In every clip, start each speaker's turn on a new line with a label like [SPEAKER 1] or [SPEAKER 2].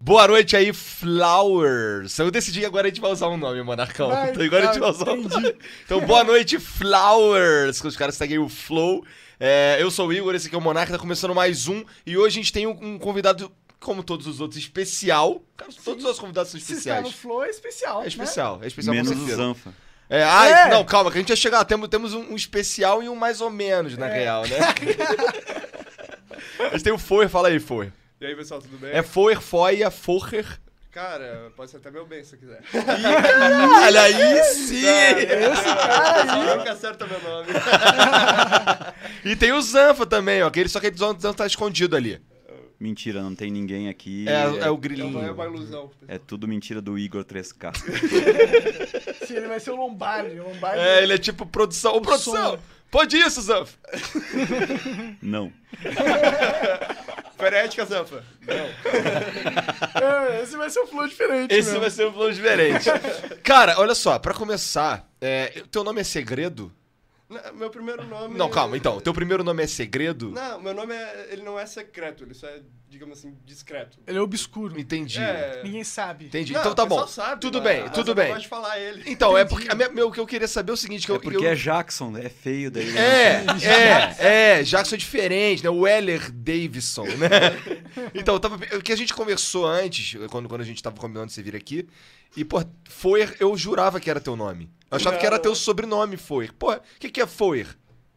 [SPEAKER 1] Boa noite aí, Flowers. Eu decidi que agora a gente vai usar um nome, Monarcão.
[SPEAKER 2] Vai,
[SPEAKER 1] então, agora a gente
[SPEAKER 2] tá,
[SPEAKER 1] vai usar um nome. Então, boa noite, Flowers. Que os caras seguem o Flow. É, eu sou o Igor, esse aqui é o Monarca, tá começando mais um. E hoje a gente tem um, um convidado, como todos os outros, especial. Cara, todos os nossos convidados são
[SPEAKER 2] Se está no
[SPEAKER 1] especiais.
[SPEAKER 2] flow é especial.
[SPEAKER 1] É especial, é especial
[SPEAKER 3] Menos um.
[SPEAKER 1] com
[SPEAKER 3] o
[SPEAKER 1] certeza.
[SPEAKER 3] Zanfa.
[SPEAKER 1] É, ai,
[SPEAKER 2] É.
[SPEAKER 1] não, calma, que a gente ia chegar lá. Temos, temos um, um especial e um mais ou menos,
[SPEAKER 2] É.
[SPEAKER 1] na real, né? a gente tem o Foer, fala aí, Foer.
[SPEAKER 4] E aí, pessoal, tudo bem?
[SPEAKER 1] É Foer, Foia, Forrer.
[SPEAKER 4] Cara, pode ser até meu bem se quiser.
[SPEAKER 1] Olha aí sim!
[SPEAKER 4] cara Nunca acerta meu nome.
[SPEAKER 1] E tem o Zanfa também, ó. que ele- Só que ele o Zanfa tá escondido ali.
[SPEAKER 3] Mentira, não tem ninguém aqui.
[SPEAKER 1] É, é o
[SPEAKER 4] É uma
[SPEAKER 1] grilinho.
[SPEAKER 4] ilusão.
[SPEAKER 3] É tudo mentira do Igor 3K.
[SPEAKER 2] né? Sim, ele vai ser o Lombardi. O
[SPEAKER 3] um
[SPEAKER 2] Lombardi
[SPEAKER 1] É, ele é tipo produção. Ô, produção! Pode isso, Zanfa!
[SPEAKER 3] Não.
[SPEAKER 4] Frenética, Zanfa.
[SPEAKER 2] É, esse vai ser um flow diferente.
[SPEAKER 1] Esse
[SPEAKER 2] meu.
[SPEAKER 1] vai ser um plano diferente. Cara, olha só, pra começar, é, teu nome é segredo?
[SPEAKER 4] N- Meu primeiro nome...
[SPEAKER 1] Não, calma, então. Teu primeiro nome é segredo?
[SPEAKER 4] Não, meu nome é... Ele não é secreto, ele só é, digamos assim, discreto.
[SPEAKER 2] Ele é obscuro.
[SPEAKER 1] Entendi.
[SPEAKER 4] É...
[SPEAKER 2] Ninguém sabe.
[SPEAKER 1] Entendi.
[SPEAKER 4] Não,
[SPEAKER 1] então tá
[SPEAKER 4] o pessoal
[SPEAKER 1] bom.
[SPEAKER 4] Sabe,
[SPEAKER 1] tudo
[SPEAKER 4] mas-
[SPEAKER 1] bem,
[SPEAKER 4] mas
[SPEAKER 1] tudo
[SPEAKER 4] eu
[SPEAKER 1] bem.
[SPEAKER 4] Não gosto de falar ele.
[SPEAKER 1] Então, é porque. a minha- meu, o que eu queria saber é o seguinte: que eu,
[SPEAKER 3] É porque
[SPEAKER 1] eu-
[SPEAKER 3] é Jackson, é feio daí. né?
[SPEAKER 1] É, é, é, Jackson é diferente, né? O Heller Davidson, né? Então, eu tava, o que a gente conversou antes, quando, quando a gente tava combinando de você vir aqui, e, pô, Foer, eu jurava que era teu nome. Eu achava que era teu sobrenome, Foer. Pô, o que, que é Foer?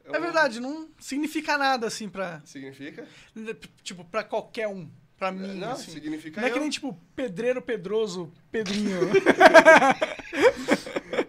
[SPEAKER 4] Eu-
[SPEAKER 2] É verdade, não significa nada assim pra.
[SPEAKER 4] Significa?
[SPEAKER 2] Tipo, pra qualquer um. Pra mim.
[SPEAKER 4] Não,
[SPEAKER 2] assim.
[SPEAKER 4] significa
[SPEAKER 2] Não é que
[SPEAKER 4] eu.
[SPEAKER 2] nem tipo pedreiro, pedroso, pedrinho.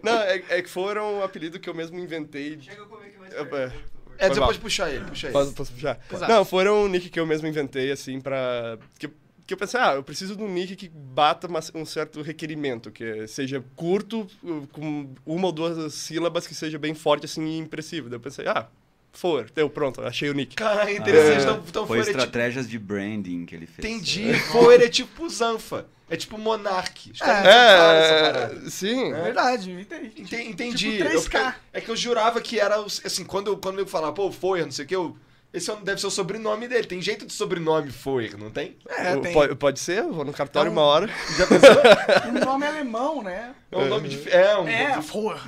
[SPEAKER 4] Não, é, é que foram um apelido que eu mesmo inventei. Chega comigo que mais
[SPEAKER 1] É, você
[SPEAKER 4] mal.
[SPEAKER 1] pode puxar ele, puxa ele.
[SPEAKER 4] Posso, posso puxar?
[SPEAKER 2] Exato.
[SPEAKER 4] Não, foram um nick que eu mesmo inventei, assim, pra... Que, que eu pensei, ah, eu preciso de um nick que bata uma- um certo requerimento, que seja curto, com uma ou duas sílabas, que seja bem forte, assim, e impressivo. Daí eu pensei, ah, for, deu, pronto, achei o nick.
[SPEAKER 1] Caralho, interessante.
[SPEAKER 4] É.
[SPEAKER 1] então, então
[SPEAKER 3] Foi
[SPEAKER 1] Foer é tipo...
[SPEAKER 3] estratégias de branding que ele fez.
[SPEAKER 1] Entendi. Foer é tipo Zanfa. É tipo Monark. Os caras inventaram essa parada.
[SPEAKER 4] É, sim.
[SPEAKER 2] É verdade, entendi.
[SPEAKER 1] Ente- Entendi.
[SPEAKER 2] Tipo 3K.
[SPEAKER 1] Eu- é que eu jurava que era, o- assim, quando eu, quando eu falava, pô, Foyer, não sei o que, eu, esse é o- deve ser o sobrenome dele. Tem jeito de sobrenome Foyer, não tem? Então, é,
[SPEAKER 2] É,
[SPEAKER 4] Eu-
[SPEAKER 2] tem.
[SPEAKER 4] pode, pode ser, eu vou no cartório uma hora.
[SPEAKER 1] Já pensou?
[SPEAKER 2] Um nome alemão, né?
[SPEAKER 1] É um
[SPEAKER 4] Uhum.
[SPEAKER 1] nome de... É, um...
[SPEAKER 2] É, Forra.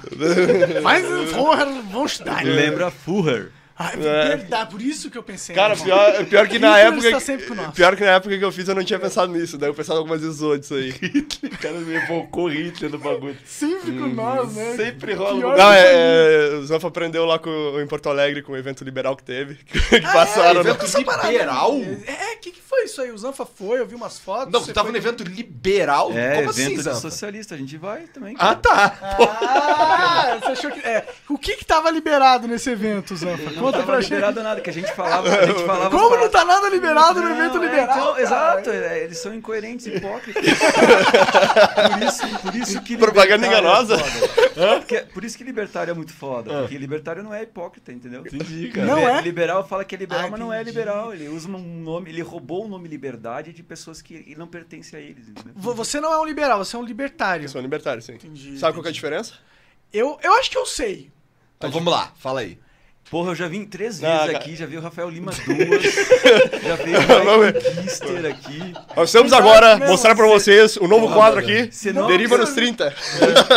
[SPEAKER 2] Faz Forra von Stein.
[SPEAKER 3] Lembra Fuhrer.
[SPEAKER 2] Ah, é verdade, por isso que eu pensei.
[SPEAKER 4] Cara,
[SPEAKER 2] né, irmão?
[SPEAKER 4] pior, pior que na
[SPEAKER 2] Hitler
[SPEAKER 4] época...
[SPEAKER 2] está
[SPEAKER 1] tá
[SPEAKER 2] sempre com nós.
[SPEAKER 4] Pior que na época que eu fiz, eu não tinha pensado nisso. Daí o pessoal algumas vezes disso aí.
[SPEAKER 1] O cara me evocou Hitler no bagulho.
[SPEAKER 2] Sempre com
[SPEAKER 4] Hum,
[SPEAKER 2] nós, né?
[SPEAKER 1] Sempre rola
[SPEAKER 2] Pior
[SPEAKER 1] um-
[SPEAKER 4] Não, é, é, o Zanfa aprendeu lá com, em Porto Alegre com o evento liberal que teve. Que,
[SPEAKER 2] Ah,
[SPEAKER 4] passaram. né? no-
[SPEAKER 1] evento liberal?
[SPEAKER 2] É, o que, que foi isso aí? O Zanfa foi, eu vi umas fotos.
[SPEAKER 1] Não,
[SPEAKER 2] você
[SPEAKER 1] você tava
[SPEAKER 2] foi...
[SPEAKER 1] no evento liberal?
[SPEAKER 3] É,
[SPEAKER 1] Como
[SPEAKER 3] evento
[SPEAKER 1] assim,
[SPEAKER 3] de
[SPEAKER 1] Zanfa?
[SPEAKER 3] socialista. A gente vai também.
[SPEAKER 1] Ah,
[SPEAKER 3] cara.
[SPEAKER 1] tá.
[SPEAKER 2] Ah, você achou que. É, o que que tava liberado nesse evento, Zanfa?
[SPEAKER 3] Não
[SPEAKER 2] Conta
[SPEAKER 3] tava
[SPEAKER 2] pra gente.
[SPEAKER 3] liberado nada, que a gente falava. A gente falava
[SPEAKER 2] Como não
[SPEAKER 3] as paradas-
[SPEAKER 2] tá nada liberado no evento
[SPEAKER 3] Não, é,
[SPEAKER 2] liberal?
[SPEAKER 3] então,
[SPEAKER 2] cara?
[SPEAKER 3] exato, é, eles são incoerentes, hipócritas. por, isso, por isso que
[SPEAKER 4] Propaganda
[SPEAKER 3] libertário
[SPEAKER 4] enganosa.
[SPEAKER 3] é foda. Porque- por isso que libertário é muito foda. Porque libertário não é hipócrita, entendeu? Entendi,
[SPEAKER 1] cara.
[SPEAKER 2] Não é?
[SPEAKER 3] Liberal fala que é liberal,
[SPEAKER 2] Ah,
[SPEAKER 3] mas não é
[SPEAKER 2] entendi.
[SPEAKER 3] liberal. Ele usa um nome, ele roubou o nome liberdade de pessoas que ele não pertencem a eles, entendeu?
[SPEAKER 2] Vo- Você não é um liberal, você é um libertário.
[SPEAKER 4] Eu sou libertário, sim.
[SPEAKER 2] Entendi,
[SPEAKER 4] Sabe qual que é a
[SPEAKER 2] entendi.
[SPEAKER 4] diferença?
[SPEAKER 2] Eu, eu acho que eu sei.
[SPEAKER 1] Então vamos lá, fala aí.
[SPEAKER 3] Porra, eu já vim três
[SPEAKER 4] Não,
[SPEAKER 3] vezes
[SPEAKER 4] cara.
[SPEAKER 3] aqui, já vi o Rafael Lima duas, já vi o
[SPEAKER 4] Vamos ver.
[SPEAKER 3] Mike Kister aqui.
[SPEAKER 4] Nós estamos
[SPEAKER 2] Verdade
[SPEAKER 4] agora
[SPEAKER 2] mesmo,
[SPEAKER 4] mostrar pra
[SPEAKER 3] cê-
[SPEAKER 4] vocês o novo quadro aqui.
[SPEAKER 3] Cê não-
[SPEAKER 4] Deriva
[SPEAKER 3] cê-
[SPEAKER 4] nos 30.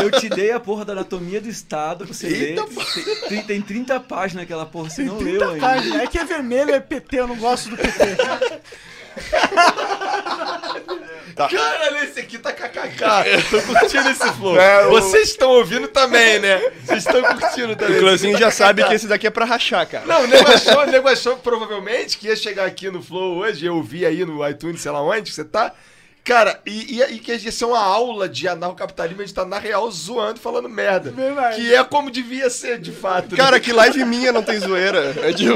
[SPEAKER 3] Eu te dei a porra da anatomia do Estado pra você ler. Tem, tem, tem 30 páginas aquela porra, você não leu ainda.
[SPEAKER 2] páginas. É que é vermelho, é PT, eu não gosto do PT.
[SPEAKER 1] Caralho, esse aqui tá kkk. Tô curtindo esse flow.
[SPEAKER 4] É, o-
[SPEAKER 1] Vocês estão ouvindo também, né? Vocês estão curtindo também.
[SPEAKER 4] O Clãzinho já sabe que esse daqui é pra rachar, cara.
[SPEAKER 1] Não, o nego achou, o nego achou provavelmente que ia chegar aqui no Flow hoje, eu vi aí no iTunes, sei lá onde que você tá. Cara, e, e, e que ia ser uma aula de anarcocapitalismo, a gente tá na real zoando, falando merda.
[SPEAKER 2] Verdade.
[SPEAKER 1] Que é como devia ser, de fato. né?
[SPEAKER 4] Cara, que live minha não tem zoeira. É, de...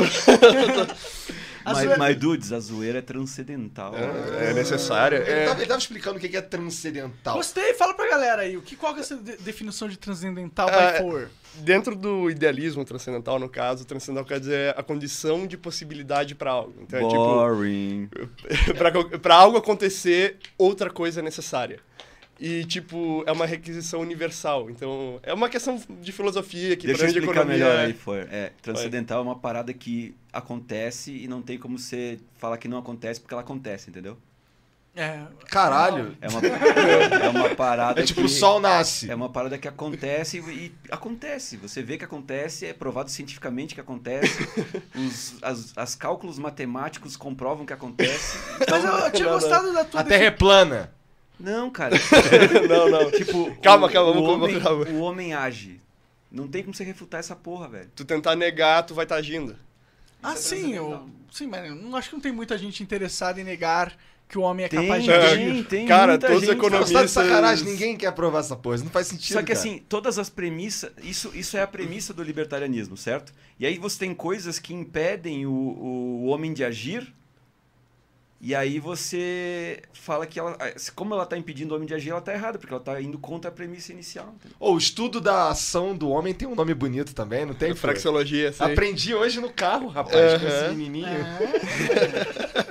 [SPEAKER 2] A
[SPEAKER 3] My,
[SPEAKER 2] zoeira-
[SPEAKER 3] my dudes, a zoeira é transcendental.
[SPEAKER 4] é necessária.
[SPEAKER 1] ele,
[SPEAKER 4] É...
[SPEAKER 1] tava, ele tava explicando o que que é transcendental.
[SPEAKER 2] Gostei, fala pra galera aí. O que, qual que é essa de- definição de transcendental
[SPEAKER 4] Ah,
[SPEAKER 2] by
[SPEAKER 4] é-
[SPEAKER 2] for?
[SPEAKER 4] Dentro do idealismo transcendental, no caso, transcendental quer dizer a condição de possibilidade pra algo. Então é tipo,
[SPEAKER 3] Boring.
[SPEAKER 4] pra, co- pra algo acontecer, outra coisa é necessária. E, tipo, é uma requisição universal. Então, é uma questão de filosofia que
[SPEAKER 3] Deixa eu
[SPEAKER 4] abrange
[SPEAKER 3] explicar
[SPEAKER 4] economia.
[SPEAKER 3] melhor aí, for. É, transcendental é uma parada que acontece e não tem como você falar que não acontece porque ela acontece, entendeu?
[SPEAKER 2] É.
[SPEAKER 1] Caralho.
[SPEAKER 3] É uma, é uma parada
[SPEAKER 1] É tipo,
[SPEAKER 3] que...
[SPEAKER 1] o sol nasce.
[SPEAKER 3] É uma parada que acontece e, e acontece. Você vê que acontece, é provado cientificamente que acontece. Os as, as cálculos matemáticos comprovam que acontece.
[SPEAKER 2] Mas eu, eu tinha gostado da tua
[SPEAKER 1] A terra é plana.
[SPEAKER 3] Não, cara.
[SPEAKER 4] não, não.
[SPEAKER 3] Tipo,
[SPEAKER 4] Calma,
[SPEAKER 3] o,
[SPEAKER 4] calma,
[SPEAKER 3] o
[SPEAKER 4] vamos-
[SPEAKER 3] homem,
[SPEAKER 4] calma.
[SPEAKER 3] O homem age. Não tem como você refutar essa porra, velho.
[SPEAKER 4] Tu tentar negar, tu vai estar agindo.
[SPEAKER 2] Ah, sim, eu. Sim, mas eu não acho que não tem muita gente interessada em negar que o homem é
[SPEAKER 3] Tem,
[SPEAKER 2] capaz de
[SPEAKER 4] É,
[SPEAKER 2] agir.
[SPEAKER 3] tem, tem
[SPEAKER 4] cara,
[SPEAKER 3] muita
[SPEAKER 4] todos
[SPEAKER 3] gente,
[SPEAKER 4] economistas-
[SPEAKER 1] Você tá de sacanagem, ninguém quer aprovar essa coisa. Não faz sentido.
[SPEAKER 3] Só que
[SPEAKER 1] cara.
[SPEAKER 3] assim, todas as premissas. Isso, isso é a premissa do libertarianismo, certo? E aí você tem coisas que impedem o, o homem de agir. E aí você fala que ela. Como ela tá impedindo o homem de agir, ela tá errada, porque ela tá indo contra a premissa inicial. entendeu?
[SPEAKER 1] Ô, o estudo da ação do homem tem um nome bonito também, não
[SPEAKER 3] É
[SPEAKER 1] tem? Fran?
[SPEAKER 4] Praxeologia, assim.
[SPEAKER 1] Aprendi hoje no carro, rapaz, com esse
[SPEAKER 4] Aham.
[SPEAKER 1] menininho.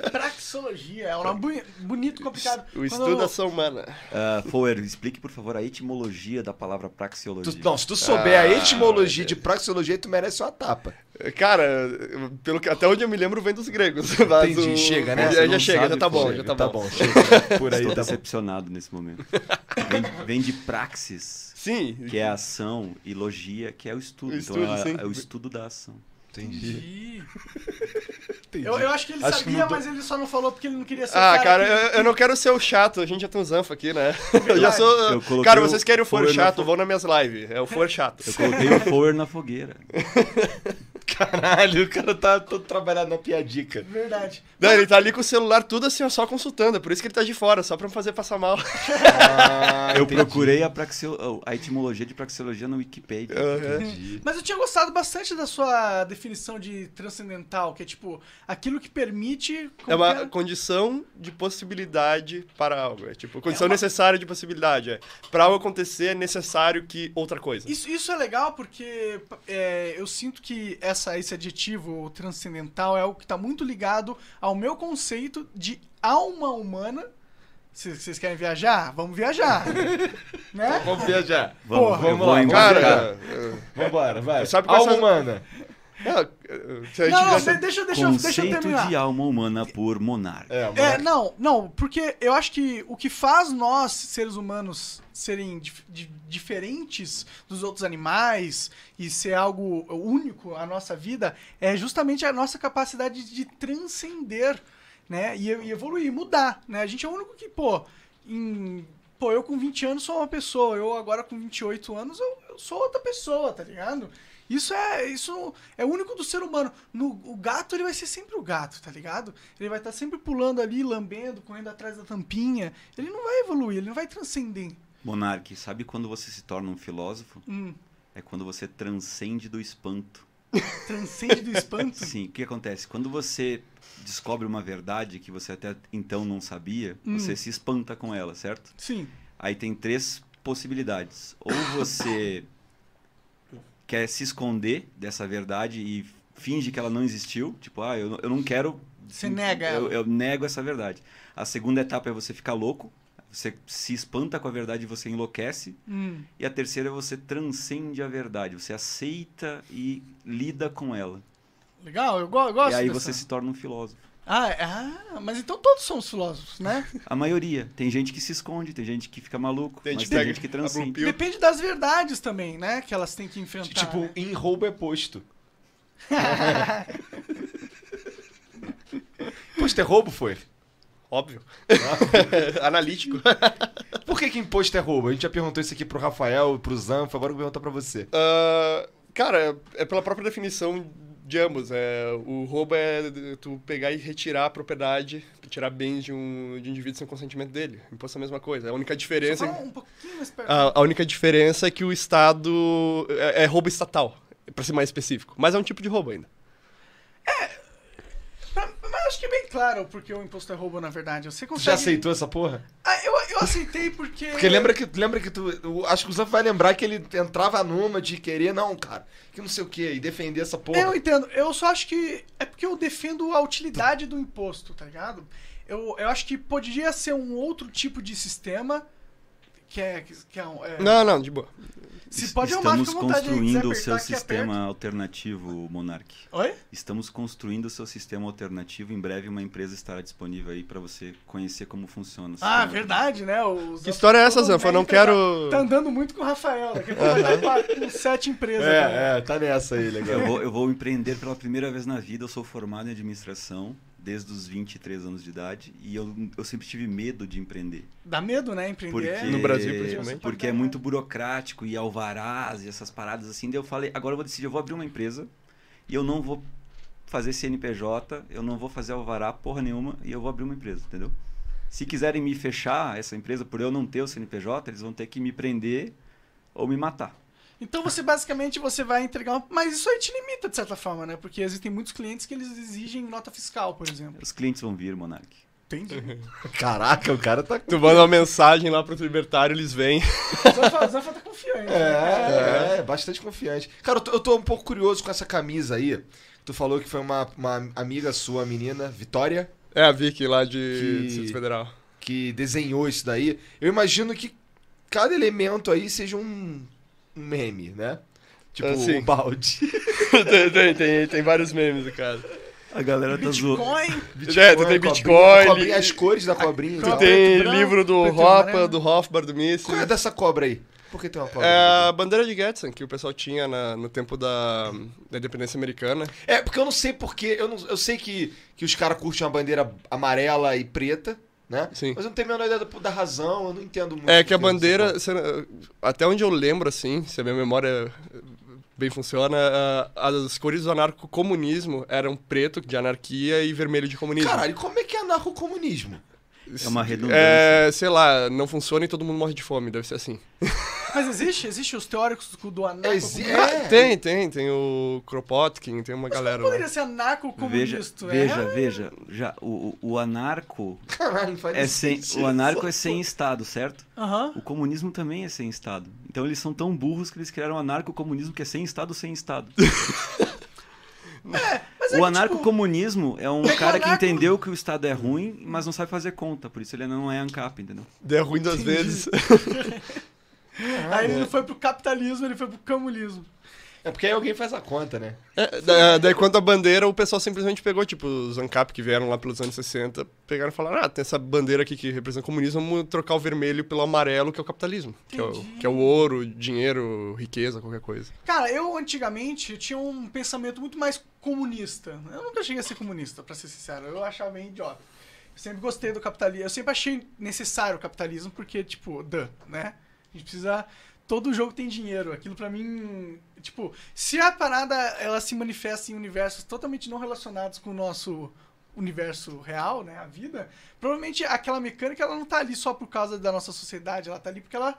[SPEAKER 2] É. Praxeologia, é um nome boni- bonito, complicado.
[SPEAKER 4] O estudo
[SPEAKER 2] Quando
[SPEAKER 4] da
[SPEAKER 2] eu-
[SPEAKER 4] ação humana.
[SPEAKER 3] Ah, Foer, explique, por favor, a etimologia da palavra praxeologia.
[SPEAKER 1] Tu- não, se tu souber a
[SPEAKER 4] Ah,
[SPEAKER 1] etimologia de praxeologia, tu merece uma tapa.
[SPEAKER 4] Cara, eu- pelo que, até onde eu me lembro vem dos gregos. mas
[SPEAKER 1] Entendi,
[SPEAKER 4] o-
[SPEAKER 1] chega, né?
[SPEAKER 4] Já-
[SPEAKER 1] Você
[SPEAKER 4] Já,
[SPEAKER 3] não
[SPEAKER 4] chega,
[SPEAKER 3] sabe,
[SPEAKER 4] já tá bom,
[SPEAKER 3] chega,
[SPEAKER 4] já tá, bom.
[SPEAKER 1] é. chega. Por aí
[SPEAKER 3] Estou
[SPEAKER 1] tá bom.
[SPEAKER 3] decepcionado nesse momento. Vem, vem de praxis,
[SPEAKER 4] Sim.
[SPEAKER 3] que é a ação, e logia, que é o estudo.
[SPEAKER 4] O estudo,
[SPEAKER 3] então é-
[SPEAKER 4] sim.
[SPEAKER 3] é o estudo da ação.
[SPEAKER 1] Entendi.
[SPEAKER 2] Ih,
[SPEAKER 1] Entendi.
[SPEAKER 2] Eu, eu acho que ele
[SPEAKER 1] Acho que
[SPEAKER 2] sabia,
[SPEAKER 1] mudou.
[SPEAKER 2] mas ele só não falou porque ele não queria ser o
[SPEAKER 4] Ah, cara,
[SPEAKER 2] que-
[SPEAKER 4] eu, eu não quero ser o chato, a gente já tem um zanfa aqui, né? Eu já sou.
[SPEAKER 3] Eu coloquei
[SPEAKER 4] cara,
[SPEAKER 3] o-
[SPEAKER 4] vocês querem o for
[SPEAKER 3] foi na
[SPEAKER 4] chato,
[SPEAKER 3] fo-
[SPEAKER 4] vão nas minhas lives. É o for chato.
[SPEAKER 3] Eu coloquei o Foer na fogueira.
[SPEAKER 1] Caralho, o cara tá todo trabalhado na piadica.
[SPEAKER 2] Verdade.
[SPEAKER 4] Não, ele tá ali com o celular tudo assim, ó, só consultando. É por isso que ele tá de fora, só pra me fazer passar mal. Ah,
[SPEAKER 2] Ah,
[SPEAKER 3] eu procurei a, praxeo- a etimologia de praxeologia na Wikipedia.
[SPEAKER 1] Entendi.
[SPEAKER 2] Mas eu tinha gostado bastante da sua definição de transcendental, que é tipo, aquilo que permite. como
[SPEAKER 4] É uma
[SPEAKER 2] que era?
[SPEAKER 4] condição de possibilidade para algo. É tipo, condição
[SPEAKER 2] É uma-
[SPEAKER 4] necessária de possibilidade. É. Pra algo acontecer é necessário que outra coisa.
[SPEAKER 2] Isso, isso é legal porque é, eu sinto que essa, esse adjetivo o transcendental é algo que está muito ligado ao meu conceito de alma humana. Se vocês querem viajar, vamos viajar. né?
[SPEAKER 1] Vamos viajar.
[SPEAKER 3] Vamos,
[SPEAKER 2] Porra,
[SPEAKER 3] eu
[SPEAKER 1] vamos
[SPEAKER 3] vou
[SPEAKER 1] lá,
[SPEAKER 3] embarcar.
[SPEAKER 4] Cara,
[SPEAKER 1] Vambora, vai.
[SPEAKER 4] Sabe qual é
[SPEAKER 1] Alma
[SPEAKER 4] essa-
[SPEAKER 1] humana.
[SPEAKER 4] é, é, se a gente
[SPEAKER 2] Não, não, deixa,
[SPEAKER 4] tivesse-
[SPEAKER 2] deixa, eu- deixa eu
[SPEAKER 3] Conceito
[SPEAKER 2] terminar.
[SPEAKER 3] de alma humana por monarca.
[SPEAKER 1] É,
[SPEAKER 2] É,
[SPEAKER 1] moleque.
[SPEAKER 2] não, não, porque eu acho que o que faz nós, seres humanos, serem dif- di- diferentes dos outros animais e ser algo único à nossa vida é justamente a nossa capacidade de transcender, né? E, e evoluir, mudar, né? A gente é o único que, pô, em- Pô, eu com 20 anos sou uma pessoa, eu agora com 28 anos eu, eu sou outra pessoa, tá ligado? Isso é isso é único do ser humano. No, o gato, ele vai ser sempre o gato, tá ligado? Ele vai estar sempre pulando ali, lambendo, correndo atrás da tampinha. Ele não vai evoluir, ele não vai transcender.
[SPEAKER 3] Monarque, sabe quando você se torna um filósofo?
[SPEAKER 2] Hum,
[SPEAKER 3] É quando você transcende do espanto.
[SPEAKER 2] transcende do espanto.
[SPEAKER 3] Sim, o que acontece? Quando você descobre uma verdade que você até então não sabia,
[SPEAKER 2] Hum.
[SPEAKER 3] você se espanta com ela, certo?
[SPEAKER 2] Sim.
[SPEAKER 3] Aí tem três possibilidades. Ou você quer se esconder dessa verdade e finge que ela não existiu. Tipo, ah, eu, eu não quero.
[SPEAKER 2] Você nega
[SPEAKER 3] Eu,
[SPEAKER 2] ela.
[SPEAKER 3] eu nego essa verdade. A segunda etapa é você ficar louco. Você se espanta com a verdade e você enlouquece.
[SPEAKER 2] Hum.
[SPEAKER 3] E a terceira é você transcende a verdade. Você aceita e lida com ela.
[SPEAKER 2] Legal, eu, go eu gosto
[SPEAKER 3] e aí
[SPEAKER 2] dessa.
[SPEAKER 3] você se torna um filósofo.
[SPEAKER 2] Ah, é- ah, mas então todos somos filósofos, né?
[SPEAKER 3] A maioria. Tem gente que se esconde, tem gente que fica maluco,
[SPEAKER 4] Tem gente
[SPEAKER 3] mas
[SPEAKER 4] que
[SPEAKER 3] tem
[SPEAKER 4] pega um
[SPEAKER 3] gente que
[SPEAKER 4] a
[SPEAKER 3] transcende.
[SPEAKER 4] Blue Pill.
[SPEAKER 2] Depende das verdades também, né? Que elas têm que enfrentar.
[SPEAKER 1] Tipo,
[SPEAKER 2] né?
[SPEAKER 1] em roubo é posto. Imposto é roubo, foi?
[SPEAKER 4] Óbvio. Analítico.
[SPEAKER 1] Por que, que imposto é roubo? A gente já perguntou isso aqui pro Rafael, pro Zanfa, agora eu vou perguntar pra você.
[SPEAKER 4] Ah, cara, é pela própria definição de ambos. É, o roubo é tu pegar e retirar a propriedade, tirar bens de um, de um indivíduo sem consentimento dele. Imposto é a mesma coisa. A única diferença.
[SPEAKER 2] Só fala um pouquinho mais perto.
[SPEAKER 4] A, a única diferença é que o Estado. É, é roubo estatal, pra ser mais específico. Mas é um tipo de roubo ainda.
[SPEAKER 2] Pra- Mas acho que é bem claro porque o imposto é roubo, na verdade. Você
[SPEAKER 1] Tu
[SPEAKER 2] consegue...
[SPEAKER 1] já aceitou essa porra?
[SPEAKER 2] Ah, eu, eu aceitei porque...
[SPEAKER 1] Porque é lembra que, lembra que tu. eu acho que o Zanfa vai lembrar que ele entrava numa de querer, não, cara, que não sei o quê, e defender essa porra.
[SPEAKER 2] Eu entendo. Eu só acho que é porque eu defendo a utilidade do imposto, tá ligado? Eu, eu acho que poderia ser um outro tipo de sistema Quer, quer um, é,
[SPEAKER 4] Não, não, de boa.
[SPEAKER 2] se pode arrumar,
[SPEAKER 3] Estamos
[SPEAKER 2] fica à vontade aí, quiser
[SPEAKER 3] construindo o
[SPEAKER 2] apertar
[SPEAKER 3] seu
[SPEAKER 2] aqui,
[SPEAKER 3] sistema
[SPEAKER 2] aperta.
[SPEAKER 3] alternativo, Monark.
[SPEAKER 2] Oi?
[SPEAKER 3] Estamos construindo o seu sistema alternativo. Em breve, uma empresa estará disponível aí para você conhecer como funciona. o
[SPEAKER 2] Ah,
[SPEAKER 3] sistema.
[SPEAKER 2] verdade, né? Os-
[SPEAKER 4] Que história é essa,
[SPEAKER 2] todo
[SPEAKER 4] Zanfa? Eu
[SPEAKER 2] mundo
[SPEAKER 4] não
[SPEAKER 2] tá-
[SPEAKER 4] quero-
[SPEAKER 2] Tá andando muito com o Rafael. Daqui a pouco vai estar com- com sete empresas. cara.
[SPEAKER 1] É, é, tá nessa aí, legal.
[SPEAKER 3] Eu vou, eu vou empreender pela primeira vez na vida. Eu sou formado em administração desde os 23 anos de idade e eu, eu sempre tive medo de empreender.
[SPEAKER 2] Dá medo, né? Empreender.
[SPEAKER 3] Porque,
[SPEAKER 4] No Brasil, principalmente.
[SPEAKER 3] Porque é muito burocrático e alvarás e essas paradas assim. Daí eu falei, agora eu vou decidir, eu vou abrir uma empresa e eu não vou fazer CNPJ, eu não vou fazer alvará porra nenhuma e eu vou abrir uma empresa, entendeu? Se quiserem me fechar essa empresa por eu não ter o CNPJ, eles vão ter que me prender ou me matar.
[SPEAKER 2] Então você basicamente você vai entregar. Uma... Mas isso aí te limita, de certa forma, né? Porque existem muitos clientes que eles exigem nota fiscal, por exemplo.
[SPEAKER 3] Os clientes vão vir, Monark.
[SPEAKER 2] Entendi.
[SPEAKER 1] Caraca, o cara tá.
[SPEAKER 4] Tu manda uma mensagem lá pro libertário, eles vêm.
[SPEAKER 2] Zanfa, Zanfa tá confiante. né?
[SPEAKER 1] É, é, bastante confiante. Cara, eu tô, eu tô um pouco curioso com essa camisa aí. Tu falou que foi uma, uma amiga sua, menina, Vitória,
[SPEAKER 4] É a Vicky lá de
[SPEAKER 1] Que-
[SPEAKER 4] Distrito Federal.
[SPEAKER 1] que desenhou isso daí. Eu imagino que cada elemento aí seja um, um meme, né? Tipo,
[SPEAKER 4] Ah, sim.
[SPEAKER 1] o balde.
[SPEAKER 4] tem, tem, tem, tem vários memes, cara.
[SPEAKER 3] A galera tá
[SPEAKER 2] Bitcoin.
[SPEAKER 4] É, tu tem
[SPEAKER 1] cobrinha,
[SPEAKER 4] Bitcoin,
[SPEAKER 1] cobrinha,
[SPEAKER 4] li-
[SPEAKER 1] as cores da cobrinha. e
[SPEAKER 4] Tu
[SPEAKER 1] tal.
[SPEAKER 4] tem
[SPEAKER 2] Então, preto e branco,
[SPEAKER 4] livro do
[SPEAKER 2] preto e
[SPEAKER 4] Ropa,
[SPEAKER 2] amarelo.
[SPEAKER 4] do Hofbar, do Mises.
[SPEAKER 1] Qual é dessa cobra aí? Por que tem uma cobra?
[SPEAKER 4] É a bandeira de Gadsden, que o pessoal tinha na- no tempo da, da independência americana.
[SPEAKER 1] É, porque eu não sei porquê. Eu, não, eu sei que, que os caras curtem uma bandeira amarela e preta, né?
[SPEAKER 4] Sim.
[SPEAKER 1] Mas eu não tenho a menor ideia da, da razão, eu não entendo muito.
[SPEAKER 4] É que a
[SPEAKER 1] dessa
[SPEAKER 4] bandeira, se- até onde eu lembro, assim, se a minha memória eh, bem funciona, ah, as cores do anarco-comunismo eram preto de anarquia e vermelho de comunismo.
[SPEAKER 1] Caralho, como é que é anarcocomunismo?
[SPEAKER 3] É uma redundância.
[SPEAKER 4] É, sei lá, não funciona e todo mundo morre de fome, deve ser assim.
[SPEAKER 2] Mas existe? Existe os teóricos do anarco
[SPEAKER 1] Exi- É.
[SPEAKER 4] Tem, tem, tem o Kropotkin, tem uma galera lá.
[SPEAKER 2] Poderia ser
[SPEAKER 3] Veja,
[SPEAKER 2] anarco-comunista. é?
[SPEAKER 3] veja, veja. Já, o, o- o anarco
[SPEAKER 1] Caralho, não faz
[SPEAKER 3] é
[SPEAKER 1] isso.
[SPEAKER 3] sem, o anarco é sem Estado, certo?
[SPEAKER 2] É? Aham.
[SPEAKER 3] O comunismo também é sem Estado. Então eles são tão burros que eles criaram o anarco-comunismo que é sem Estado, sem Estado.
[SPEAKER 2] Mas é
[SPEAKER 3] O
[SPEAKER 2] que,
[SPEAKER 3] anarco-comunismo é um
[SPEAKER 2] é que o
[SPEAKER 3] cara que
[SPEAKER 2] anarco-
[SPEAKER 3] entendeu que o Estado é ruim, mas não sabe fazer conta. Por isso ele não é ANCAP, entendeu?
[SPEAKER 4] Deu ruim duas vezes.
[SPEAKER 2] tipo, aí ele não foi pro capitalismo, ele foi pro comunismo.
[SPEAKER 1] É porque aí alguém faz a conta, né?
[SPEAKER 4] É, da- daí quanto à bandeira, o pessoal simplesmente pegou, tipo, os ANCAP que vieram lá pelos anos 60, pegaram e falaram, ah, tem essa bandeira aqui que representa o comunismo, vamos trocar o vermelho pelo amarelo, que é o capitalismo. Que é o,
[SPEAKER 2] Entendi.
[SPEAKER 4] que é o ouro, dinheiro, riqueza, qualquer coisa.
[SPEAKER 2] Cara, eu antigamente tinha um pensamento muito mais comunista. Eu nunca cheguei a ser comunista, pra ser sincero. Eu achava bem idiota. Eu sempre gostei do capitalismo. Eu sempre achei necessário o capitalismo, porque, tipo, duh, né? A gente precisa. Todo jogo tem dinheiro. Aquilo pra mim. Tipo, se a parada ela se manifesta em universos totalmente não relacionados com o nosso universo real, né? A vida, provavelmente aquela mecânica ela não tá ali só por causa da nossa sociedade, ela tá ali porque ela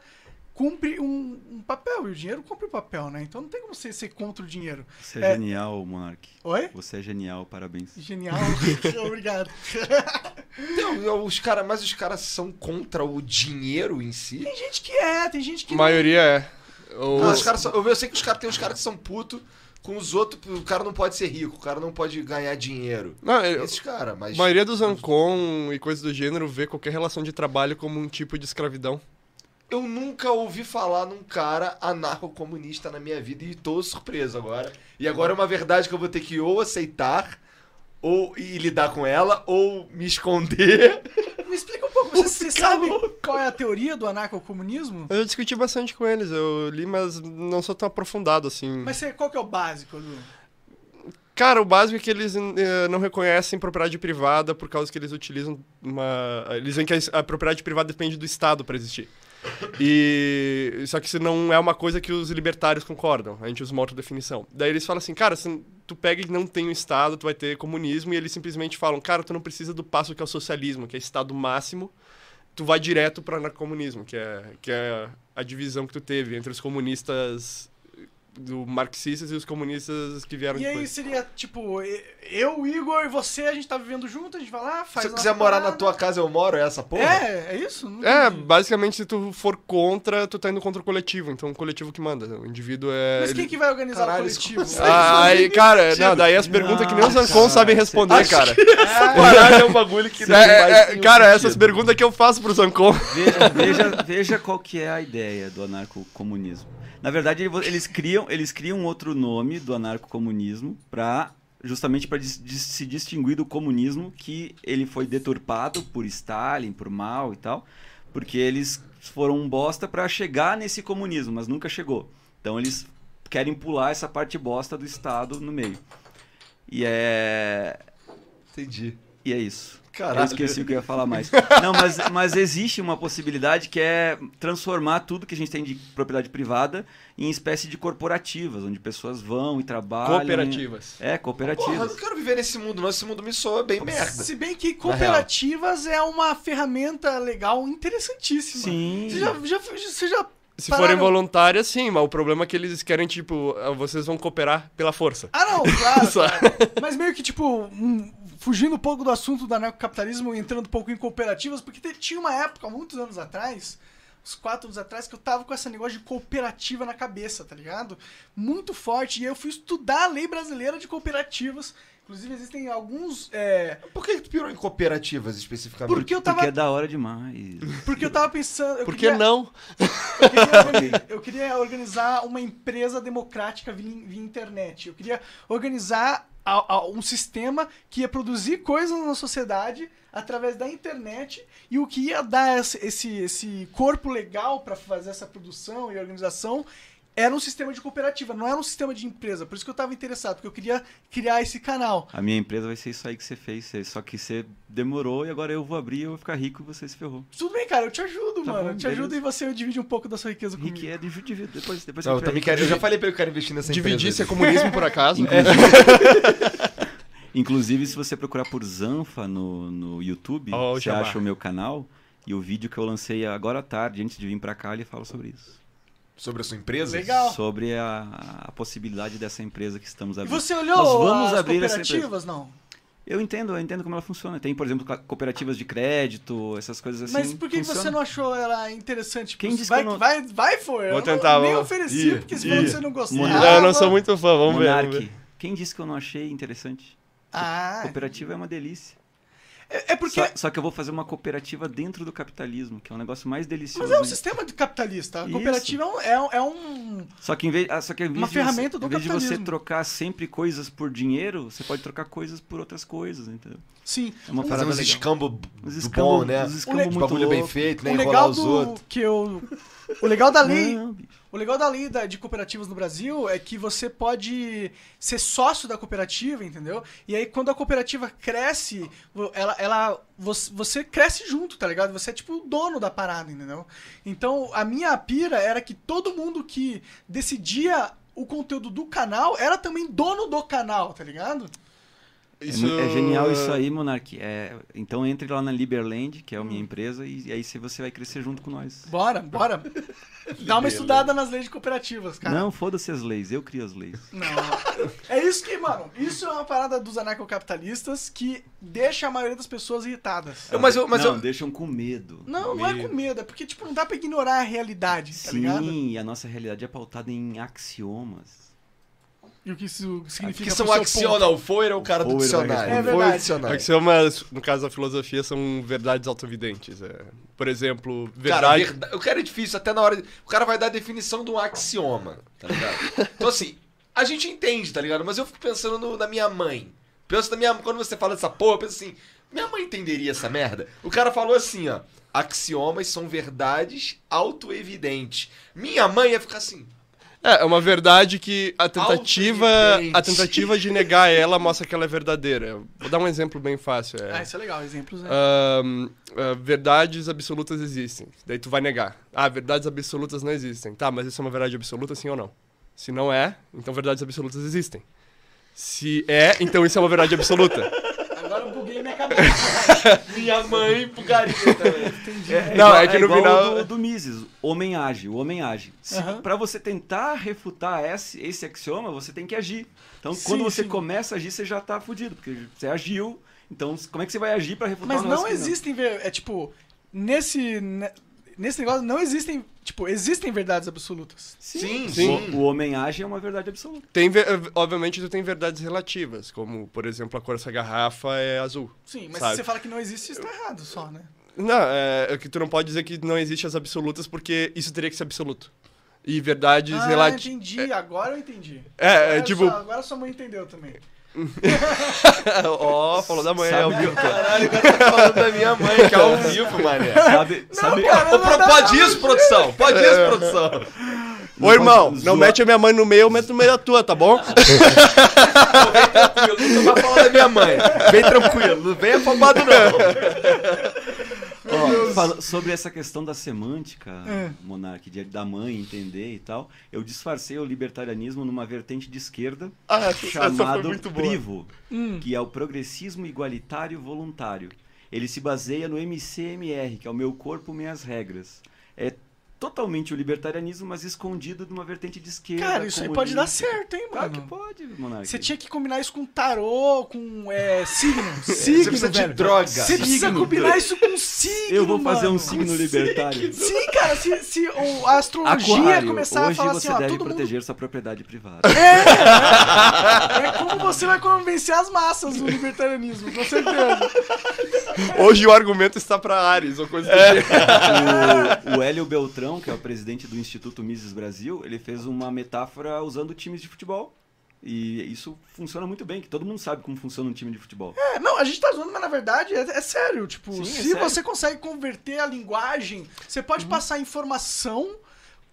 [SPEAKER 2] cumpre um, um papel, e o dinheiro cumpre o papel, né? Então não tem como você ser contra o dinheiro.
[SPEAKER 3] Você é,
[SPEAKER 2] É.
[SPEAKER 3] genial, Monark.
[SPEAKER 2] Oi?
[SPEAKER 3] Você é genial, parabéns.
[SPEAKER 2] Genial, obrigado.
[SPEAKER 1] Então, os cara, mas os caras são contra o dinheiro em si?
[SPEAKER 2] Tem gente que é, tem gente que
[SPEAKER 4] A maioria é. Ou-
[SPEAKER 1] Ah, os caras são- eu, eu sei que os caras tem uns caras que são puto com os outros. O cara não pode ser rico, o cara não pode ganhar dinheiro.
[SPEAKER 4] Não, eu-
[SPEAKER 1] Esses caras,
[SPEAKER 4] a
[SPEAKER 1] mas.
[SPEAKER 4] maioria dos ANCOM e coisas do gênero vê qualquer relação de trabalho como um tipo de escravidão.
[SPEAKER 1] Eu nunca ouvi falar num cara anarcocomunista na minha vida e tô surpreso agora. E agora é uma verdade que eu vou ter que ou aceitar ou e lidar com ela ou me esconder.
[SPEAKER 2] não. Me explica um pouco, você, você sabe qual é a teoria do anarcocomunismo?
[SPEAKER 4] Eu discuti bastante com eles, eu li, mas não sou tão aprofundado assim.
[SPEAKER 2] Mas você, qual que é o básico do.
[SPEAKER 4] Cara, o básico é que eles eh, não reconhecem propriedade privada por causa que eles utilizam uma. Eles veem que a- a propriedade privada depende do Estado para existir. E. Só que isso não é uma coisa que os libertários concordam. A gente usa uma outra definição. Daí eles falam assim, cara, se tu pega e não tem o Estado, tu vai ter comunismo. E eles simplesmente falam, cara, tu não precisa do passo que é o socialismo, que é Estado máximo. Tu vai direto para o anarcomunismo, que é, que é a divisão que tu teve entre os comunistas do marxistas e os comunistas que vieram
[SPEAKER 2] E é aí
[SPEAKER 4] depois.
[SPEAKER 2] seria, tipo, e- eu, Igor e você, a gente tá vivendo junto, a gente vai lá, faz
[SPEAKER 1] Se eu
[SPEAKER 2] a
[SPEAKER 1] quiser
[SPEAKER 2] nossa
[SPEAKER 1] morar na
[SPEAKER 2] parada.
[SPEAKER 1] tua casa, eu moro, é essa porra?
[SPEAKER 2] É, é isso? Não
[SPEAKER 4] É,
[SPEAKER 2] entendi.
[SPEAKER 4] basicamente, se tu for contra, tu tá indo contra o coletivo. Então, o coletivo que manda. O indivíduo é...
[SPEAKER 2] Mas
[SPEAKER 4] ele-
[SPEAKER 2] quem que vai organizar
[SPEAKER 1] Caralho,
[SPEAKER 2] o coletivo?
[SPEAKER 1] isso
[SPEAKER 4] Ah, aí, cara, não, daí as perguntas que nem os Ancon
[SPEAKER 3] cara,
[SPEAKER 4] sabem responder,
[SPEAKER 1] Acho
[SPEAKER 4] cara.
[SPEAKER 1] Essa parada é um bagulho que
[SPEAKER 4] É, é, é, cara, essas perguntas que eu faço pros Ancon.
[SPEAKER 3] Veja, veja, veja qual que é a ideia do anarcocomunismo. Na verdade, ele- eles criam, eles criam um outro nome do anarcocomunismo para justamente para se distinguir do comunismo que ele foi deturpado por Stalin, por Mao e tal, porque eles foram um bosta para chegar nesse comunismo, mas nunca chegou. Então eles querem pular essa parte bosta do Estado no meio. E é
[SPEAKER 1] Entendi.
[SPEAKER 3] e é isso.
[SPEAKER 1] Caralho.
[SPEAKER 3] Eu esqueci o que eu ia falar mais. Não, mas, mas existe uma possibilidade que é transformar tudo que a gente tem de propriedade privada em espécie de corporativas, onde pessoas vão e trabalham.
[SPEAKER 4] Cooperativas.
[SPEAKER 3] É,
[SPEAKER 1] Porra, eu
[SPEAKER 3] cooperativas.
[SPEAKER 1] não quero viver nesse mundo, não. Esse mundo me soa bem merda.
[SPEAKER 2] Se bem que cooperativas é uma ferramenta legal interessantíssima.
[SPEAKER 3] Sim.
[SPEAKER 2] Você já, já, você já
[SPEAKER 4] Se
[SPEAKER 2] Pararam-
[SPEAKER 4] forem voluntárias, sim, mas o problema é que eles querem, tipo, ah, vocês vão cooperar pela força.
[SPEAKER 2] Ah, não, claro.
[SPEAKER 4] Só.
[SPEAKER 2] claro. Mas meio que, tipo, hum, fugindo um pouco do assunto do anarcocapitalismo e entrando um pouco em cooperativas, porque te- tinha uma época, muitos anos atrás, uns quatro anos atrás, que eu tava com esse negócio de cooperativa na cabeça, tá ligado? Muito forte. E aí eu fui estudar a lei brasileira de cooperativas. Inclusive, existem alguns. é,
[SPEAKER 3] assim?
[SPEAKER 1] Por que que tu pirou em cooperativas especificamente?
[SPEAKER 2] porque eu
[SPEAKER 3] Porque é
[SPEAKER 2] tava.
[SPEAKER 3] da hora demais.
[SPEAKER 2] Porque eu tava pensando. Eu
[SPEAKER 4] Por que
[SPEAKER 2] queria-
[SPEAKER 4] não?
[SPEAKER 2] Eu queria, organi- eu queria organizar uma empresa democrática via, in- via internet. Eu queria organizar a- a- um sistema que ia produzir coisas na sociedade através da internet e o que ia dar esse, esse, esse corpo legal para fazer essa produção e organização era um sistema de cooperativa, não era um sistema de empresa. Por isso que eu estava interessado, porque eu queria criar esse canal.
[SPEAKER 3] A minha empresa vai ser isso aí que você fez. você- Só que você demorou e agora eu vou abrir, eu vou ficar rico e você se ferrou.
[SPEAKER 2] Tudo bem, cara, eu te ajudo,
[SPEAKER 3] Tá
[SPEAKER 2] mano.
[SPEAKER 3] bom,
[SPEAKER 2] eu te ajudo
[SPEAKER 3] beleza.
[SPEAKER 2] e você divide um pouco da sua riqueza comigo.
[SPEAKER 3] Rico é de de- de- depois, depois
[SPEAKER 1] Não, eu
[SPEAKER 3] você fica
[SPEAKER 1] também
[SPEAKER 3] rico.
[SPEAKER 1] quero. Eu já falei pra ele que eu quero investir nessa
[SPEAKER 4] Dividir se é
[SPEAKER 1] empresa.
[SPEAKER 4] comunismo, por acaso.
[SPEAKER 3] Inclusive, se você procurar por Zanfa no, no YouTube,
[SPEAKER 4] Ó, o
[SPEAKER 3] você
[SPEAKER 4] jabá.
[SPEAKER 3] acha o meu canal e o vídeo que eu lancei agora à tarde, antes de vir pra cá, ele fala sobre isso.
[SPEAKER 1] Sobre a sua empresa?
[SPEAKER 2] Legal.
[SPEAKER 3] Sobre a, a possibilidade dessa empresa que estamos
[SPEAKER 2] E
[SPEAKER 3] abrindo.
[SPEAKER 2] você olhou
[SPEAKER 3] Nós vamos
[SPEAKER 2] as
[SPEAKER 3] abrir essa
[SPEAKER 2] cooperativas, não?
[SPEAKER 3] Eu entendo, eu entendo como ela funciona. Tem, por exemplo, ca- cooperativas de crédito, essas coisas assim.
[SPEAKER 2] Mas por que que
[SPEAKER 3] funciona.
[SPEAKER 2] você não achou ela interessante?
[SPEAKER 3] Quem
[SPEAKER 2] Tipo,
[SPEAKER 3] disse
[SPEAKER 2] vai,
[SPEAKER 3] que eu não-
[SPEAKER 2] vai, vai, foi. eu
[SPEAKER 4] Vou
[SPEAKER 2] não-
[SPEAKER 4] tentar,
[SPEAKER 2] nem
[SPEAKER 4] vou-
[SPEAKER 2] ofereci,
[SPEAKER 4] Ih,
[SPEAKER 2] porque você falou
[SPEAKER 4] ih.
[SPEAKER 2] que você não gostava.
[SPEAKER 3] Monarca.
[SPEAKER 4] Não, eu não sou muito fã, vamos ver, vamos ver.
[SPEAKER 3] Monark? Quem disse que eu não achei interessante?
[SPEAKER 2] Ah,
[SPEAKER 3] Cooperativa é uma delícia.
[SPEAKER 2] é, é porque...
[SPEAKER 3] Só, só que eu vou fazer uma cooperativa dentro do capitalismo, que é um negócio mais delicioso.
[SPEAKER 2] Mas é um
[SPEAKER 3] ainda.
[SPEAKER 2] sistema de capitalista. A
[SPEAKER 3] Isso.
[SPEAKER 2] cooperativa é um- é um... É um
[SPEAKER 3] Só que em vez, ah, só que em vez
[SPEAKER 2] Uma
[SPEAKER 3] de
[SPEAKER 2] ferramenta
[SPEAKER 3] você,
[SPEAKER 2] do
[SPEAKER 3] em vez de você
[SPEAKER 2] capitalismo.
[SPEAKER 3] trocar sempre coisas por dinheiro, você pode trocar coisas por outras coisas, entendeu?
[SPEAKER 2] sim.
[SPEAKER 3] É uma
[SPEAKER 1] Fazer
[SPEAKER 3] parada
[SPEAKER 1] uns
[SPEAKER 3] legal.
[SPEAKER 1] escambo
[SPEAKER 3] Uns
[SPEAKER 1] do
[SPEAKER 3] escambo-
[SPEAKER 1] bom, né?
[SPEAKER 3] uns
[SPEAKER 1] Uns
[SPEAKER 3] escambo muito
[SPEAKER 1] bagulho bem
[SPEAKER 3] louco. Um
[SPEAKER 1] feito, né?
[SPEAKER 2] o
[SPEAKER 1] Enrolar
[SPEAKER 2] legal
[SPEAKER 1] os
[SPEAKER 2] do...
[SPEAKER 1] outros.
[SPEAKER 2] Que eu... O legal da lei...
[SPEAKER 3] Não, bicho.
[SPEAKER 2] O legal da lei da- de cooperativas no Brasil é que você pode ser sócio da cooperativa, entendeu? E aí, quando a cooperativa cresce, vo- ela, ela- você, você cresce junto, tá ligado? Você é tipo o dono da parada, entendeu? Então, a minha pira era que todo mundo que decidia o conteúdo do canal era também dono do canal, tá ligado?
[SPEAKER 3] É mu- É, genial isso aí, Monark. É, então entre lá na Liberland, que é a
[SPEAKER 1] Hum.
[SPEAKER 3] minha empresa, e, e aí se você vai crescer junto com nós.
[SPEAKER 2] Bora, bora. Dá uma estudada nas leis de cooperativas, cara.
[SPEAKER 3] Não, foda-se as leis, eu crio as leis.
[SPEAKER 2] Não. É isso que, mano, isso é uma parada dos anarcocapitalistas que deixa a maioria das pessoas irritadas.
[SPEAKER 1] Eu- mas eu- mas
[SPEAKER 3] não,
[SPEAKER 1] eu-
[SPEAKER 3] deixam com medo.
[SPEAKER 2] Não, não é com medo, é porque, tipo, não dá pra ignorar a realidade, tá ligado?
[SPEAKER 3] Sim, e a nossa realidade é pautada em axiomas.
[SPEAKER 2] E o que isso significa
[SPEAKER 1] Que são
[SPEAKER 2] pro seu ponto.
[SPEAKER 1] axional. Foer é o cara do
[SPEAKER 3] Foer vai
[SPEAKER 1] dicionário.
[SPEAKER 3] responder.
[SPEAKER 2] É
[SPEAKER 1] Foer é o
[SPEAKER 2] verdade.
[SPEAKER 1] dicionário.
[SPEAKER 4] Axiomas, no caso da filosofia, são verdades autovidentes. é. Por exemplo, verdade.
[SPEAKER 1] Cara, verda- o cara é difícil, até na hora. de- O cara vai dar a definição de um axioma, tá ligado? então, assim, a gente entende, tá ligado? Mas eu fico pensando no- na minha mãe. Penso na minha Quando você fala dessa porra, eu penso assim: minha mãe entenderia essa merda? O cara falou assim, ó. Axiomas são verdades autoevidentes. Minha mãe ia ficar assim.
[SPEAKER 4] É, é uma verdade que a tentativa, a
[SPEAKER 1] Autoevidente.
[SPEAKER 4] tentativa de negar ela mostra que ela é verdadeira. Vou dar um exemplo bem fácil. é.
[SPEAKER 2] Ah, isso é legal, exemplos, né?
[SPEAKER 4] Ahn, ah, verdades absolutas existem. Daí tu vai negar. Ah, verdades absolutas não existem. Tá, mas isso é uma verdade absoluta, sim ou não? Se não é, então verdades absolutas existem. Se é, então isso é uma verdade absoluta.
[SPEAKER 2] Agora bugou.
[SPEAKER 5] buguei minha cabeça. minha mãe bugaria também.
[SPEAKER 3] É
[SPEAKER 4] Não,
[SPEAKER 3] igual-
[SPEAKER 4] é que no
[SPEAKER 3] igual
[SPEAKER 4] final-
[SPEAKER 3] do, do Mises, homem age, o homem age. Se,
[SPEAKER 2] Aham.
[SPEAKER 3] Pra você tentar refutar esse, esse axioma, você tem que agir. Então,
[SPEAKER 2] Sim,
[SPEAKER 3] quando você
[SPEAKER 2] sim.
[SPEAKER 3] começa a agir, você já tá fudido, porque você agiu. Então, como é que você vai agir pra refutar
[SPEAKER 2] Mas
[SPEAKER 3] um
[SPEAKER 2] não
[SPEAKER 3] negócio que
[SPEAKER 2] existem. ver- É tipo. Nesse. ne- Nesse negócio não existem. Tipo, existem verdades absolutas.
[SPEAKER 1] Sim,
[SPEAKER 3] O, o homem age é uma verdade absoluta.
[SPEAKER 4] Tem, ver- obviamente, tu tem verdades relativas, como, por exemplo, a cor dessa garrafa é azul.
[SPEAKER 2] Sim, mas
[SPEAKER 4] Sabe.
[SPEAKER 2] se você fala que não existe, isso tá errado só, né?
[SPEAKER 4] Não, é, é que tu não pode dizer que não existe as absolutas, porque isso teria que ser absoluto. E verdades
[SPEAKER 2] ah,
[SPEAKER 4] relativas.
[SPEAKER 2] entendi, agora eu entendi.
[SPEAKER 4] É, é,
[SPEAKER 2] Agora
[SPEAKER 4] tipo-
[SPEAKER 2] só- agora sua mãe entendeu também.
[SPEAKER 4] Ó, falou da manhã,
[SPEAKER 3] Sabe-
[SPEAKER 4] ao vivo.
[SPEAKER 1] Caralho, o cara tá falando da minha mãe, que é ao vivo, mané.
[SPEAKER 3] Sabe, sabe,
[SPEAKER 1] Ô, pro- pode isso, produção? Pode isso, produção?
[SPEAKER 4] Ô, irmão,
[SPEAKER 3] pode
[SPEAKER 4] não
[SPEAKER 3] zoar.
[SPEAKER 4] mete a minha mãe no meio, eu meto no meio da tua, tá bom?
[SPEAKER 1] Tranquilo, não vai falar da minha mãe. Bem tranquilo, não vem afobado não.
[SPEAKER 3] Ó, fala- sobre essa questão da semântica, Monark, de- da mãe entender e tal, eu disfarcei o libertarianismo numa vertente de esquerda
[SPEAKER 4] Ah, essa- essa foi
[SPEAKER 3] chamado
[SPEAKER 4] muito boa.
[SPEAKER 3] PRIVO,
[SPEAKER 2] Hum.
[SPEAKER 3] que é o Progressismo Igualitário Voluntário. Ele se baseia no MCMR, que é o Meu Corpo, Minhas Regras. É totalmente o libertarianismo, mas escondido numa vertente de esquerda.
[SPEAKER 2] Cara, isso aí pode dar
[SPEAKER 3] comunista.
[SPEAKER 2] certo, hein,
[SPEAKER 3] Claro que
[SPEAKER 2] mano?
[SPEAKER 3] pode, Monark.
[SPEAKER 2] Você tinha que combinar isso com tarô, com é, signo.
[SPEAKER 1] Você
[SPEAKER 2] Signo,
[SPEAKER 1] precisa de
[SPEAKER 2] velho.
[SPEAKER 1] droga.
[SPEAKER 2] Você precisa combinar isso com signo,
[SPEAKER 3] Eu vou fazer um
[SPEAKER 2] mano.
[SPEAKER 3] signo libertário.
[SPEAKER 2] Sim, cara, se, se o- a astrologia
[SPEAKER 3] Aquário,
[SPEAKER 2] começar a
[SPEAKER 3] hoje
[SPEAKER 2] falar
[SPEAKER 3] você
[SPEAKER 2] assim, ó,
[SPEAKER 3] deve
[SPEAKER 2] todo mundo
[SPEAKER 3] proteger sua propriedade privada.
[SPEAKER 2] É como você vai convencer as massas do libertarianismo, com certeza.
[SPEAKER 4] Hoje o argumento está pra Ares, ou
[SPEAKER 3] É.
[SPEAKER 4] coisa do
[SPEAKER 1] É,
[SPEAKER 4] tipo.
[SPEAKER 3] O, o Hélio Beltrão, que é o presidente do Instituto Mises Brasil, ele fez uma metáfora usando times de futebol. E isso funciona muito bem, que todo mundo sabe como funciona um time de futebol.
[SPEAKER 2] É, não, a gente tá zoando, mas na verdade é, é sério. Tipo,
[SPEAKER 3] Sim, é
[SPEAKER 2] se
[SPEAKER 3] sério. Uhum.
[SPEAKER 2] você consegue converter a linguagem, você pode passar informação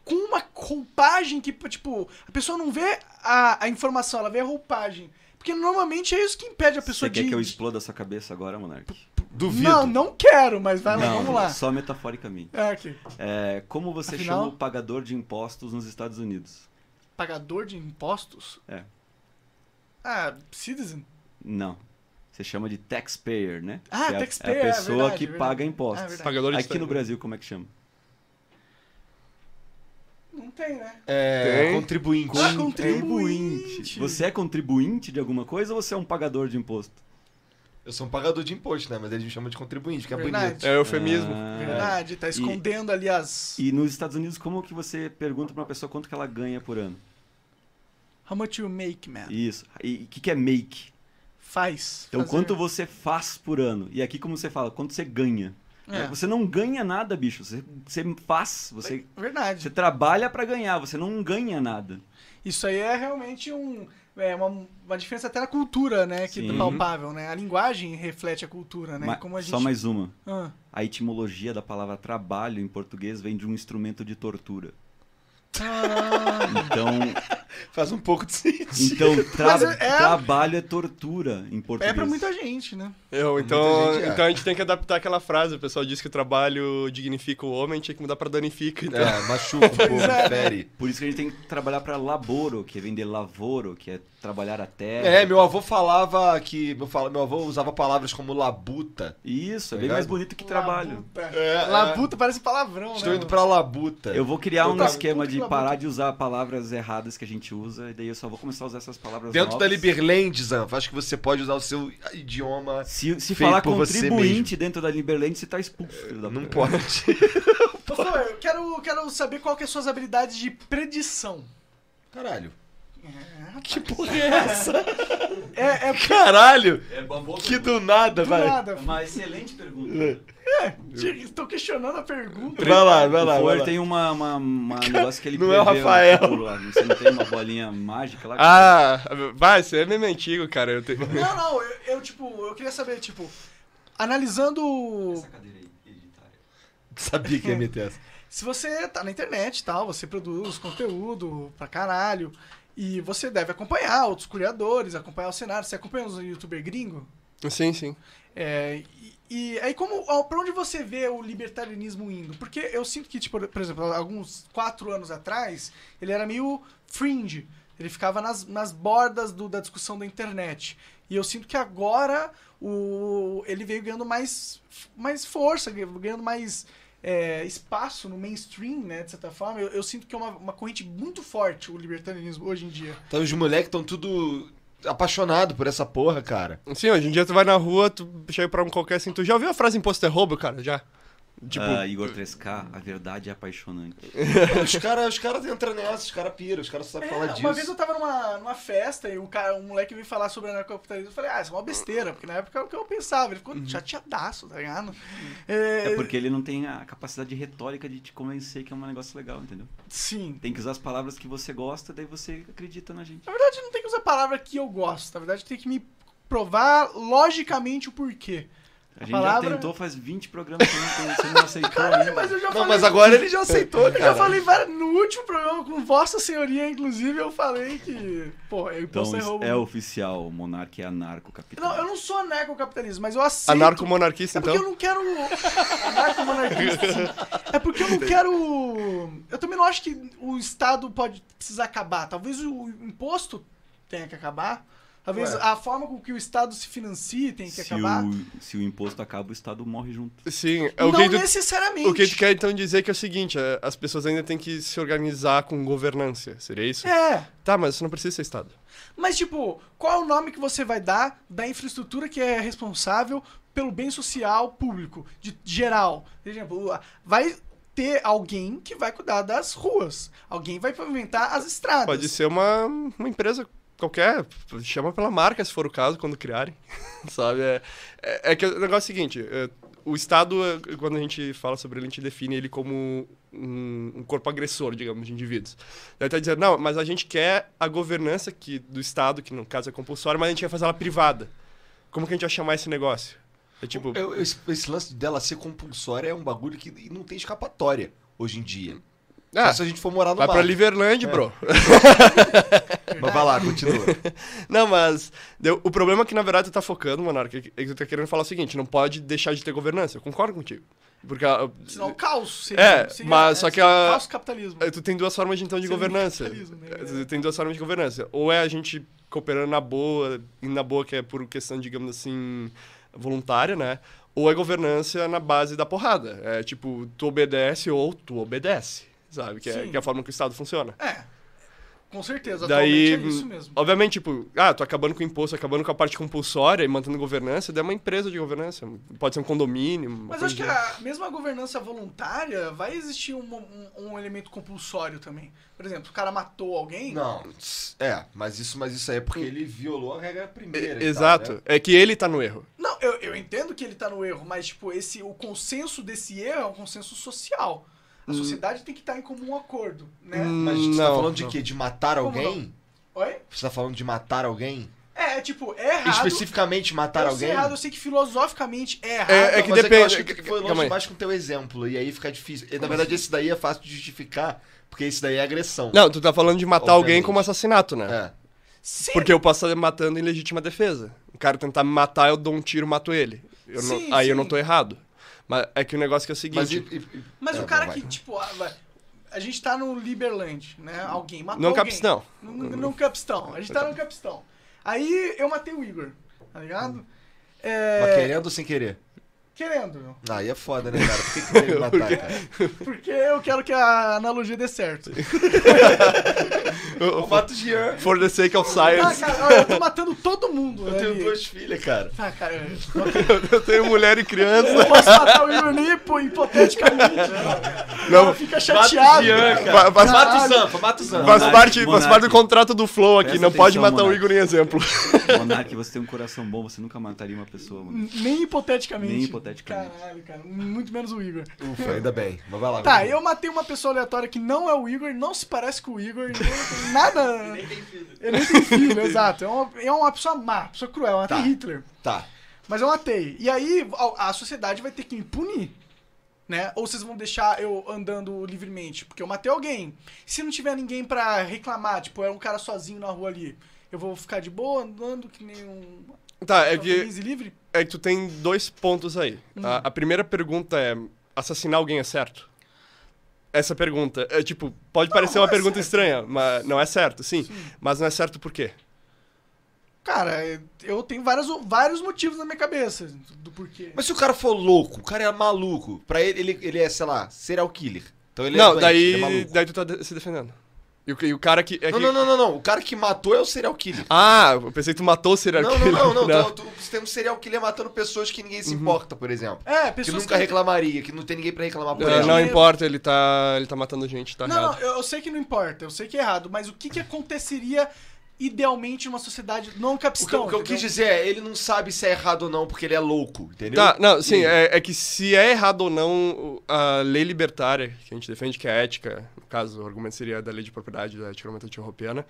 [SPEAKER 2] com uma roupagem que, tipo, a pessoa não vê a, a informação, ela vê a roupagem. Porque normalmente é isso que impede a pessoa
[SPEAKER 3] Você
[SPEAKER 2] de.
[SPEAKER 3] quer que eu exploda a sua cabeça agora, Monark?
[SPEAKER 1] Duvido.
[SPEAKER 2] Não, não quero, mas vai tá lá,
[SPEAKER 3] Não,
[SPEAKER 2] vamos lá.
[SPEAKER 3] Só metaforicamente.
[SPEAKER 2] É, aqui.
[SPEAKER 3] É, como você
[SPEAKER 2] Afinal-
[SPEAKER 3] chama o pagador de impostos nos Estados Unidos?
[SPEAKER 2] Pagador de impostos?
[SPEAKER 3] É.
[SPEAKER 2] Ah, citizen?
[SPEAKER 3] Não. Você chama de taxpayer, né?
[SPEAKER 2] Ah,
[SPEAKER 3] Que é a-
[SPEAKER 2] taxpayer,
[SPEAKER 3] É a
[SPEAKER 2] é
[SPEAKER 3] pessoa
[SPEAKER 2] verdade,
[SPEAKER 3] que
[SPEAKER 2] é verdade.
[SPEAKER 3] paga
[SPEAKER 2] Ah, é
[SPEAKER 3] impostos.
[SPEAKER 2] verdade.
[SPEAKER 4] assim. Pagador de
[SPEAKER 3] Aqui no Brasil, como é que chama?
[SPEAKER 2] Não tem, né?
[SPEAKER 1] É,
[SPEAKER 4] Tem.
[SPEAKER 1] contribuinte.
[SPEAKER 2] Ah, contribuinte.
[SPEAKER 3] um Você é contribuinte de alguma coisa ou você é um pagador de imposto?
[SPEAKER 1] Eu sou um pagador de imposto, né? Mas eles me chamam de contribuinte,
[SPEAKER 3] um
[SPEAKER 1] que é bonito.
[SPEAKER 2] Verdade.
[SPEAKER 4] É eufemismo.
[SPEAKER 3] Ah,
[SPEAKER 2] Verdade, tá escondendo ali as.
[SPEAKER 3] E nos Estados Unidos, como que você pergunta pra uma pessoa quanto que ela ganha por ano?
[SPEAKER 2] How much you make, man?
[SPEAKER 3] Isso. E o que, que é make?
[SPEAKER 2] Faz.
[SPEAKER 3] Então,
[SPEAKER 2] Ah. fazer.
[SPEAKER 3] quanto você faz por ano? E aqui, como você fala, quanto você ganha?
[SPEAKER 2] É.
[SPEAKER 3] Você não ganha nada, bicho. Você, você faz, você, você
[SPEAKER 2] Verdade.
[SPEAKER 3] trabalha pra ganhar, você não ganha nada.
[SPEAKER 2] Isso aí é realmente um. É uma, uma diferença até na cultura, né? Que é
[SPEAKER 3] Sim.
[SPEAKER 2] palpável, né? A linguagem reflete a cultura, né?
[SPEAKER 3] Ma-
[SPEAKER 2] Como a gente.
[SPEAKER 3] Só mais uma.
[SPEAKER 2] Ah,
[SPEAKER 3] A etimologia da palavra trabalho em português vem de um instrumento de tortura.
[SPEAKER 2] Ah.
[SPEAKER 3] Então,
[SPEAKER 1] Faz um pouco de sentido.
[SPEAKER 3] então tra-
[SPEAKER 2] Mas é-
[SPEAKER 3] trabalho é tortura em português.
[SPEAKER 2] é pra muita gente, né?
[SPEAKER 4] Eu,
[SPEAKER 1] Muita
[SPEAKER 4] então,
[SPEAKER 1] gente é.
[SPEAKER 4] então a gente tem que adaptar aquela frase. O pessoal diz que o trabalho dignifica o homem, tinha que mudar pra danifica. Então.
[SPEAKER 1] É, machuca um pouco,
[SPEAKER 2] é.
[SPEAKER 1] fere.
[SPEAKER 3] Por isso que a gente tem que trabalhar pra laboro, que é vender lavoro, que é trabalhar a terra.
[SPEAKER 1] É, meu avô falava que. Meu, fala- meu avô usava palavras como labuta.
[SPEAKER 3] Isso,
[SPEAKER 1] Tá
[SPEAKER 3] é bem
[SPEAKER 1] ligado?
[SPEAKER 3] mais bonito que trabalho.
[SPEAKER 2] Labuta.
[SPEAKER 1] É,
[SPEAKER 2] É. Labuta parece palavrão,
[SPEAKER 1] Estou
[SPEAKER 2] né?
[SPEAKER 1] indo pra labuta.
[SPEAKER 3] Eu vou criar um
[SPEAKER 2] Puta-
[SPEAKER 3] esquema
[SPEAKER 2] puta
[SPEAKER 3] de
[SPEAKER 2] que labuta.
[SPEAKER 3] parar de usar palavras erradas que a gente usa, e daí eu só vou começar a usar essas palavras
[SPEAKER 1] Dentro da
[SPEAKER 3] novas.
[SPEAKER 1] Liberland, Zanf, acho que você pode usar o seu idioma.
[SPEAKER 3] Se, se
[SPEAKER 1] Feito
[SPEAKER 3] falar
[SPEAKER 1] por você
[SPEAKER 3] contribuinte dentro da Liberland, você tá expulso. filho da
[SPEAKER 1] Não
[SPEAKER 3] puta.
[SPEAKER 1] pode.
[SPEAKER 2] Professor, eu quero, quero saber qual que é as suas habilidades de predição.
[SPEAKER 1] Caralho.
[SPEAKER 2] Que porra é essa? É, é do
[SPEAKER 1] Caralho!
[SPEAKER 3] É uma boa é
[SPEAKER 1] Que do nada, vai.
[SPEAKER 2] nada.
[SPEAKER 3] Uma excelente pergunta.
[SPEAKER 2] Estou questionando a pergunta.
[SPEAKER 1] Vai lá, vai lá.
[SPEAKER 3] o
[SPEAKER 1] vai
[SPEAKER 3] Flor
[SPEAKER 1] lá.
[SPEAKER 3] tem uma, uma, uma negócio que ele
[SPEAKER 1] Não é o
[SPEAKER 3] prevê no
[SPEAKER 1] Rafael.
[SPEAKER 3] futuro lá. né? Você não tem uma bolinha mágica lá?
[SPEAKER 4] Ah, vai, isso é meme antigo, cara. Eu tenho...
[SPEAKER 2] Não, não, eu, eu, tipo, eu queria saber, tipo, analisando.
[SPEAKER 3] Essa cadeira aí, hereditária.
[SPEAKER 1] Sabia que ia meter essa.
[SPEAKER 2] Se você tá na internet e tal, você produz conteúdo pra caralho. E você deve acompanhar outros criadores, acompanhar o cenário. Você acompanha os youtuber gringo?
[SPEAKER 4] Sim, sim.
[SPEAKER 2] É, e, e aí, como, ó, pra onde você vê o libertarianismo indo? Porque eu sinto que, tipo, por exemplo, alguns quatro anos atrás, ele era meio fringe. Ele ficava nas, nas bordas do- da discussão da internet. E eu sinto que agora o, ele veio ganhando mais, mais força, ganhando mais é, espaço no mainstream, né? De certa forma. Eu, eu sinto que é uma, uma corrente muito forte o libertarianismo hoje em dia.
[SPEAKER 1] Então os moleques estão tudo apaixonado por essa porra, cara.
[SPEAKER 4] Sim, hoje em dia tu vai na rua, tu chega pra um qualquer assim, tu já ouviu a frase imposto é roubo, cara? Já. Tipo,
[SPEAKER 3] Ah, Igor 3K, a verdade é apaixonante.
[SPEAKER 1] os caras os cara entram nessa, os caras piram, os caras sabem
[SPEAKER 2] É,
[SPEAKER 1] falar
[SPEAKER 2] uma
[SPEAKER 1] disso.
[SPEAKER 2] vez eu tava numa, numa festa e o cara, um moleque veio falar sobre anarcocapitalismo. Eu falei, ah, isso é uma besteira, porque na época é o que eu pensava. Ele ficou
[SPEAKER 1] Uhum.
[SPEAKER 2] chateadaço, tá ligado? É,
[SPEAKER 3] É porque ele não tem a capacidade retórica de te convencer que é um negócio legal, entendeu?
[SPEAKER 2] Sim.
[SPEAKER 3] Tem que usar as palavras que você gosta, daí você acredita na gente.
[SPEAKER 2] Na verdade, não tem que usar a palavra que eu gosto. Na verdade, tem que me provar logicamente o porquê.
[SPEAKER 3] A, gente
[SPEAKER 2] palavra-
[SPEAKER 3] já tentou faz 20 programas que não- você não aceitou ainda.
[SPEAKER 2] Mas eu já
[SPEAKER 1] Não,
[SPEAKER 2] falei.
[SPEAKER 1] mas agora ele já aceitou,
[SPEAKER 2] Eu já
[SPEAKER 1] cara.
[SPEAKER 2] falei várias- no último programa com Vossa Senhoria, inclusive, eu falei que. Pô, eu
[SPEAKER 3] Então
[SPEAKER 2] imposto é roubo.
[SPEAKER 3] é oficial, o monarca é anarco
[SPEAKER 2] Não, eu
[SPEAKER 3] capital.
[SPEAKER 2] não sou anarcocapitalismo, mas eu aceito.
[SPEAKER 4] anarco-monarquista,
[SPEAKER 2] É porque
[SPEAKER 4] então.
[SPEAKER 2] eu não quero. Anarcomonarquista, sim. É porque eu não quero. Eu também não acho que o Estado pode precisar acabar. Talvez o imposto tenha que acabar. Talvez
[SPEAKER 1] Ué.
[SPEAKER 2] a forma com que o Estado se financie tenha que
[SPEAKER 3] Se
[SPEAKER 2] acabar.
[SPEAKER 3] o, se o imposto acaba, o Estado morre junto.
[SPEAKER 4] Sim, é
[SPEAKER 2] Não
[SPEAKER 4] o que tu
[SPEAKER 2] necessariamente.
[SPEAKER 4] O que tu quer então dizer que é o seguinte, é, as pessoas ainda têm que se organizar com governância, seria isso?
[SPEAKER 2] É.
[SPEAKER 4] Tá, mas isso não precisa ser Estado.
[SPEAKER 2] Mas, tipo, qual é o nome que você vai dar da infraestrutura que é responsável pelo bem social público, de geral? Por exemplo, a- vai ter alguém que vai cuidar das ruas. Alguém vai pavimentar as estradas.
[SPEAKER 4] Pode ser uma, uma empresa qualquer, chama pela marca se for o caso, quando criarem, sabe? É, é, é que o negócio é o seguinte, é, o Estado, é, quando a gente fala sobre ele, a gente define ele como um, um corpo agressor, digamos, de indivíduos. Daí tá dizendo, não, mas a gente quer a governança que, do Estado, que no caso é compulsória, mas a gente quer fazer ela privada. Como que a gente vai chamar esse negócio? É tipo...
[SPEAKER 1] Eu- eu- esse, esse lance dela ser compulsória é um bagulho que não tem escapatória hoje em dia.
[SPEAKER 4] ah,
[SPEAKER 1] Só se a gente for morar no
[SPEAKER 4] Vai
[SPEAKER 1] mar. É.
[SPEAKER 4] pra Liverland, bro.
[SPEAKER 1] Mas vai lá, continua.
[SPEAKER 4] Não, mas deu- o problema que, na verdade, tu tá focando, Monarca, é que tu tá querendo falar o seguinte, não pode deixar de ter governança. Eu concordo contigo. Porque ah, a-
[SPEAKER 2] Senão o caos.
[SPEAKER 4] É, mas só que a-
[SPEAKER 2] Caos capitalismo.
[SPEAKER 4] eh, tu tem duas formas, então, de
[SPEAKER 2] Seria um
[SPEAKER 4] governança.
[SPEAKER 2] capitalismo, né?
[SPEAKER 4] Eh, Tu tem duas formas de governança. Ou é a gente cooperando na boa, e na boa que é por questão, digamos assim, voluntária, né? Ou é governança na base da porrada. É tipo, tu obedece ou tu obedece, sabe? Que é,
[SPEAKER 2] Sim.
[SPEAKER 4] que é a forma que o Estado funciona.
[SPEAKER 2] É. Com certeza.
[SPEAKER 4] Daí, hum,
[SPEAKER 2] Atualmente é isso mesmo.
[SPEAKER 4] obviamente, tipo, ah, tô acabando com o imposto, acabando com a parte compulsória e mantendo governança, daí é uma empresa de governança, pode ser um condomínio, uma
[SPEAKER 2] Mas
[SPEAKER 4] coisa
[SPEAKER 2] acho que
[SPEAKER 4] do gênero.
[SPEAKER 2] a, mesmo a governança voluntária vai existir um, um- um elemento compulsório também. Por exemplo, o cara matou alguém.
[SPEAKER 1] Não, é, mas isso, mas isso aí é porque ele violou a regra primeira. e tal,
[SPEAKER 4] Exato,
[SPEAKER 1] né?
[SPEAKER 4] é que ele tá no erro.
[SPEAKER 2] Não, eu, eu entendo que ele tá no erro, mas, tipo, esse, o consenso desse erro é um consenso social. A sociedade tem que estar em comum acordo, né?
[SPEAKER 4] Hum.
[SPEAKER 1] Mas você tá
[SPEAKER 4] Não,
[SPEAKER 1] falando de
[SPEAKER 4] não.
[SPEAKER 1] quê? De matar
[SPEAKER 2] Como
[SPEAKER 1] alguém?
[SPEAKER 2] Oi?
[SPEAKER 1] Você tá falando de matar alguém?
[SPEAKER 2] É, é, tipo, é errado.
[SPEAKER 1] Especificamente matar
[SPEAKER 2] eu sei
[SPEAKER 1] alguém?
[SPEAKER 2] errado, eu sei que filosoficamente é errado.
[SPEAKER 4] É- é que
[SPEAKER 1] mas eu
[SPEAKER 4] depende-
[SPEAKER 1] acho que tu foi longe
[SPEAKER 4] Calma aí.
[SPEAKER 1] demais com o teu exemplo, e aí fica difícil. E, na verdade, esse daí é fácil de justificar, porque esse daí é agressão.
[SPEAKER 4] Não, tu tá falando de matar alguém
[SPEAKER 1] Obviamente.
[SPEAKER 4] como assassinato, né?
[SPEAKER 1] É.
[SPEAKER 2] Sim,
[SPEAKER 4] Porque eu posso estar matando em legítima defesa. O cara tentar me matar, eu dou um tiro, mato ele. Eu não-
[SPEAKER 2] Sim,
[SPEAKER 4] aí eu
[SPEAKER 2] sim.
[SPEAKER 4] não tô errado. Mas é que o negócio que é o
[SPEAKER 1] Mas,
[SPEAKER 4] seguinte,
[SPEAKER 1] e- e- e-
[SPEAKER 2] mas
[SPEAKER 1] é,
[SPEAKER 2] o cara
[SPEAKER 1] bom,
[SPEAKER 2] que,
[SPEAKER 1] vai.
[SPEAKER 2] tipo, ah, vai- a gente tá no Liberland, né? Alguém matou
[SPEAKER 4] não
[SPEAKER 2] alguém.
[SPEAKER 4] capistão.
[SPEAKER 2] Num, num capistão. A gente tá num capistão. Aí eu matei o Igor, tá ligado? É,
[SPEAKER 1] Mas querendo ou sem querer?
[SPEAKER 2] Querendo,
[SPEAKER 1] Aí é foda, né, cara? Por que, que tem que matar, cara?
[SPEAKER 2] porque eu quero que a analogia dê certo.
[SPEAKER 1] Eu mato o Jean.
[SPEAKER 4] For the sake of
[SPEAKER 2] Tá,
[SPEAKER 4] science,
[SPEAKER 2] cara, eu tô matando todo mundo.
[SPEAKER 1] Eu
[SPEAKER 2] né,
[SPEAKER 1] tenho
[SPEAKER 2] ali.
[SPEAKER 1] duas filhas, cara.
[SPEAKER 2] Tá, cara, eu
[SPEAKER 4] eu tenho mulher e criança.
[SPEAKER 2] posso matar o Igor Nipo hipoteticamente. né? Ah,
[SPEAKER 4] Não,
[SPEAKER 2] Fica
[SPEAKER 1] Mata o
[SPEAKER 2] chateado.
[SPEAKER 1] Jean,
[SPEAKER 2] cara.
[SPEAKER 1] cara.
[SPEAKER 4] Faz-
[SPEAKER 1] Mata o Zanfa, mata o Zanfa.
[SPEAKER 4] Faz
[SPEAKER 3] Monarque,
[SPEAKER 4] parte, faz
[SPEAKER 3] monarque.
[SPEAKER 4] parte do contrato do Flow aqui,
[SPEAKER 3] Presta
[SPEAKER 4] não pode
[SPEAKER 3] atenção,
[SPEAKER 4] matar o
[SPEAKER 3] monarque.
[SPEAKER 4] Igor em exemplo.
[SPEAKER 3] Monarca, você tem um coração bom, você nunca mataria uma pessoa, mano.
[SPEAKER 2] Nem hipoteticamente.
[SPEAKER 3] Nem hipoteticamente.
[SPEAKER 2] Caralho, cara. Muito menos o Igor.
[SPEAKER 1] Ufa, ainda bem. Mas vai lá.
[SPEAKER 2] Tá, eu matei uma pessoa aleatória que não é o Igor, não se parece com o Igor, nem- nada. Ele nem tem filho. Ele nem tem filho, exato. É uma, é uma pessoa má, pessoa cruel, eu matei
[SPEAKER 1] Tá.
[SPEAKER 2] Hitler.
[SPEAKER 1] Tá.
[SPEAKER 2] Mas eu matei. E aí a, a sociedade vai ter que me punir. Né? Ou vocês vão deixar eu andando livremente, porque eu matei alguém. Se não tiver ninguém pra reclamar, tipo, é um cara sozinho na rua ali, eu vou ficar de boa andando que nem um
[SPEAKER 4] Tá, é que,
[SPEAKER 2] feliz e livre?
[SPEAKER 4] é que tu tem
[SPEAKER 1] Hum.
[SPEAKER 4] dois pontos aí. A, a primeira pergunta é: assassinar alguém é certo? essa pergunta. É, tipo, pode parecer
[SPEAKER 2] não
[SPEAKER 4] uma
[SPEAKER 2] é
[SPEAKER 4] pergunta
[SPEAKER 2] certo.
[SPEAKER 4] estranha, mas não é certo, sim. Mas não é certo por quê?
[SPEAKER 2] Cara, é, eu tenho várias, vários motivos na minha cabeça do porquê.
[SPEAKER 1] Mas se o cara for louco, o cara é maluco. Pra ele, ele, ele é, sei lá, serial killer. Então ele é
[SPEAKER 4] não,
[SPEAKER 1] doente, ele é
[SPEAKER 4] daí,
[SPEAKER 1] maluco.
[SPEAKER 4] daí tu tá de- se defendendo. E o, e o cara que, é
[SPEAKER 1] Não,
[SPEAKER 4] que-
[SPEAKER 1] não, não, não, não. O cara que matou é o serial killer.
[SPEAKER 4] Ah, eu pensei que tu matou o serial
[SPEAKER 1] Não, não,
[SPEAKER 4] killer. Uhum.
[SPEAKER 1] não, não. Tu, tu- você tem um serial killer matando pessoas que ninguém se importa, por exemplo.
[SPEAKER 2] É,
[SPEAKER 1] Que
[SPEAKER 2] pessoas
[SPEAKER 1] nunca reclamaria, que não tem ninguém pra reclamar por
[SPEAKER 4] É,
[SPEAKER 1] ela.
[SPEAKER 4] não importa, ele tá, ele tá matando gente, tá
[SPEAKER 2] Não,
[SPEAKER 4] errado.
[SPEAKER 2] não, eu eu sei que não importa, eu sei que é errado, mas o que, que aconteceria idealmente numa sociedade não
[SPEAKER 1] O que,
[SPEAKER 2] capistão?
[SPEAKER 1] o que eu quis dizer é, ele não sabe se é errado ou não porque ele é louco, entendeu?
[SPEAKER 4] Tá, não, sim, é, é que se é errado ou não o- a lei libertária, que a gente defende, que é a ética, no caso, o argumento seria da lei de propriedade, da ética argumentativa europeana,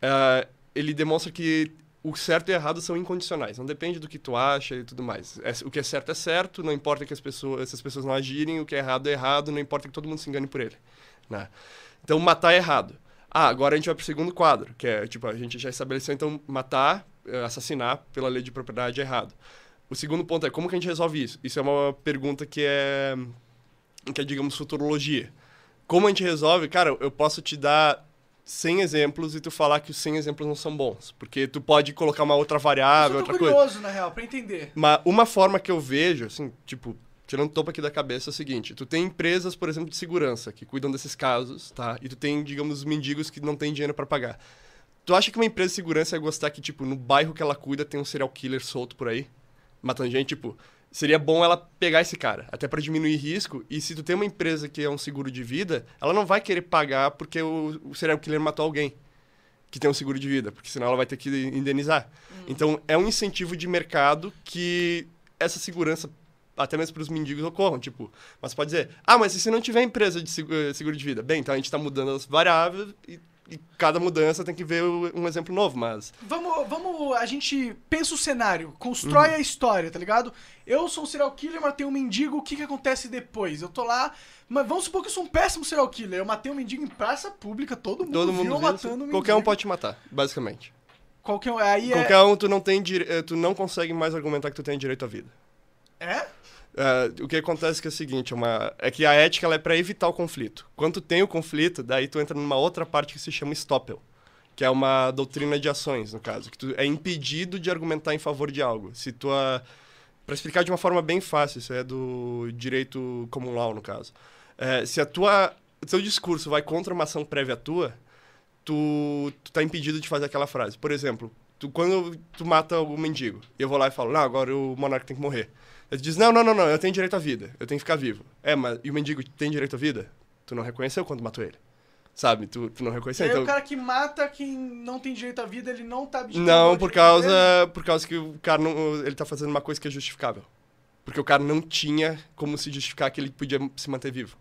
[SPEAKER 4] eh, ele demonstra que o certo e o errado são incondicionais, não depende do que tu acha e tudo mais. É- o que é certo é certo, não importa que as pessoas, se as pessoas não agirem, o que é errado é errado, não importa que todo mundo se engane por ele. né? Então, matar é errado. Ah, agora a gente vai pro segundo quadro, que é, tipo, a gente já estabeleceu, então, matar, eh, assassinar pela lei de propriedade é errado. O segundo ponto é como que a gente resolve isso? Isso é uma pergunta que é que é, digamos, futurologia. Como a gente resolve? Cara, eu posso te dar 100 exemplos e tu falar que os 100 exemplos não são bons, porque tu pode colocar uma outra
[SPEAKER 2] eu
[SPEAKER 4] variável,
[SPEAKER 2] tô
[SPEAKER 4] outra coisa.
[SPEAKER 2] curioso, na real, pra entender.
[SPEAKER 4] Mas uma forma que eu vejo, assim, tipo, tirando o topo aqui da cabeça, é o seguinte: tu tem empresas, por exemplo, de segurança, que cuidam desses casos, tá? E tu tem, digamos, mendigos que não têm dinheiro pra pagar. Tu acha que uma empresa de segurança ia gostar que, tipo, no bairro que ela cuida tem um serial killer solto por aí? Matando gente, tipo. Seria bom ela pegar esse cara, até pra diminuir risco. E se tu tem uma empresa que é um seguro de vida, ela não vai querer pagar porque o, o serial killer matou alguém que tem um seguro de vida, porque senão ela vai ter que indenizar. Então, é um incentivo de mercado que essa segurança, até mesmo para os mendigos, ocorram. Tipo, mas pode dizer, ah, mas e se não tiver empresa de segu- eh, seguro de vida? Bem, então a gente está mudando as variáveis e, e cada mudança tem que ver o- um exemplo novo, mas...
[SPEAKER 2] Vamos, vamos, a gente pensa o cenário,
[SPEAKER 4] Uhum.
[SPEAKER 2] constrói a história, tá ligado? Eu sou um serial killer, matei um mendigo, o que que acontece depois? Eu tô lá, mas vamos supor que eu sou um péssimo serial killer, eu matei um mendigo em praça pública, todo mundo,
[SPEAKER 4] Todo
[SPEAKER 2] viu
[SPEAKER 4] mundo
[SPEAKER 2] eu
[SPEAKER 4] viu,
[SPEAKER 2] matando um
[SPEAKER 4] qualquer
[SPEAKER 2] mendigo.
[SPEAKER 4] um pode te matar, basicamente.
[SPEAKER 2] Qualquer um, aí é...
[SPEAKER 4] Qualquer um, tu não tem dire... eh, tu não consegue mais argumentar que tu tem direito à vida.
[SPEAKER 2] É?
[SPEAKER 4] É, o que acontece que é o seguinte, é uma, é que a ética ela é para evitar o conflito. Quando tu tem o conflito, daí tu entra numa outra parte que se chama Stoppel, que é uma doutrina de ações, no caso, que tu é impedido de argumentar em favor de algo. Se tua para explicar de uma forma bem fácil, isso é do direito comum law, no caso. É, se a tua o teu discurso vai contra uma ação prévia tua, tu, tu tá impedido de fazer aquela frase. Por exemplo, tu, quando tu mata algum mendigo, eu vou lá e falo, não, agora o monarca tem que morrer. Ele diz, não, não, não, não, eu tenho direito à vida, eu tenho que ficar vivo. É, mas e o mendigo tem direito à vida? Tu não reconheceu quando matou ele. Sabe, tu, tu não
[SPEAKER 2] E
[SPEAKER 4] reconheceu.
[SPEAKER 2] aí
[SPEAKER 4] Então,
[SPEAKER 2] o cara que mata quem não tem direito à vida, ele não é tá... abdicando
[SPEAKER 4] não,
[SPEAKER 2] do
[SPEAKER 4] por
[SPEAKER 2] direito
[SPEAKER 4] causa,
[SPEAKER 2] dele?
[SPEAKER 4] por causa que o cara não, ele tá fazendo uma coisa que é justificável. Porque o cara não tinha como se justificar que ele podia se manter vivo.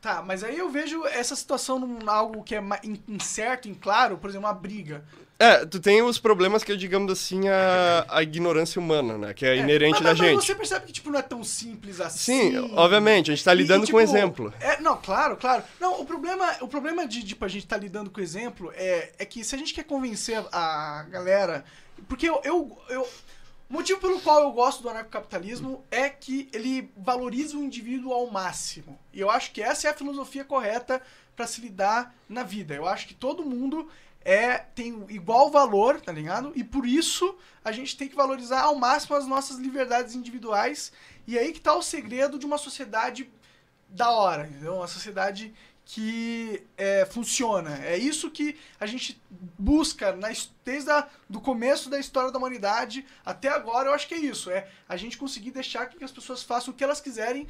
[SPEAKER 2] Tá, mas aí eu vejo essa situação num algo que é ma- in- incerto, inclaro, por exemplo, uma briga.
[SPEAKER 4] É, tu tem os problemas que é, digamos assim, a, a ignorância humana, né? Que é inerente
[SPEAKER 2] mas,
[SPEAKER 4] da
[SPEAKER 2] mas, Mas
[SPEAKER 4] gente.
[SPEAKER 2] você percebe que, tipo, não é tão simples assim.
[SPEAKER 4] Sim, obviamente, a gente tá
[SPEAKER 2] E,
[SPEAKER 4] lidando
[SPEAKER 2] tipo,
[SPEAKER 4] com um exemplo.
[SPEAKER 2] É, não, claro, claro. Não, o problema, o problema de, tipo, a gente tá lidando com exemplo é, é que se a gente quer convencer a, a galera. Porque eu, eu, eu- O motivo pelo qual eu gosto do anarcocapitalismo é que ele valoriza o indivíduo ao máximo. E eu acho que essa é a filosofia correta pra se lidar na vida. Eu acho que todo mundo é tem igual valor, tá ligado? E por isso a gente tem que valorizar ao máximo as nossas liberdades individuais. E aí que tá o segredo de uma sociedade da hora, entendeu? Uma sociedade que é, funciona. É isso que a gente busca na, his- desde a, do começo da história da humanidade até agora. Eu acho que é isso. É a gente conseguir deixar que as pessoas façam o que elas quiserem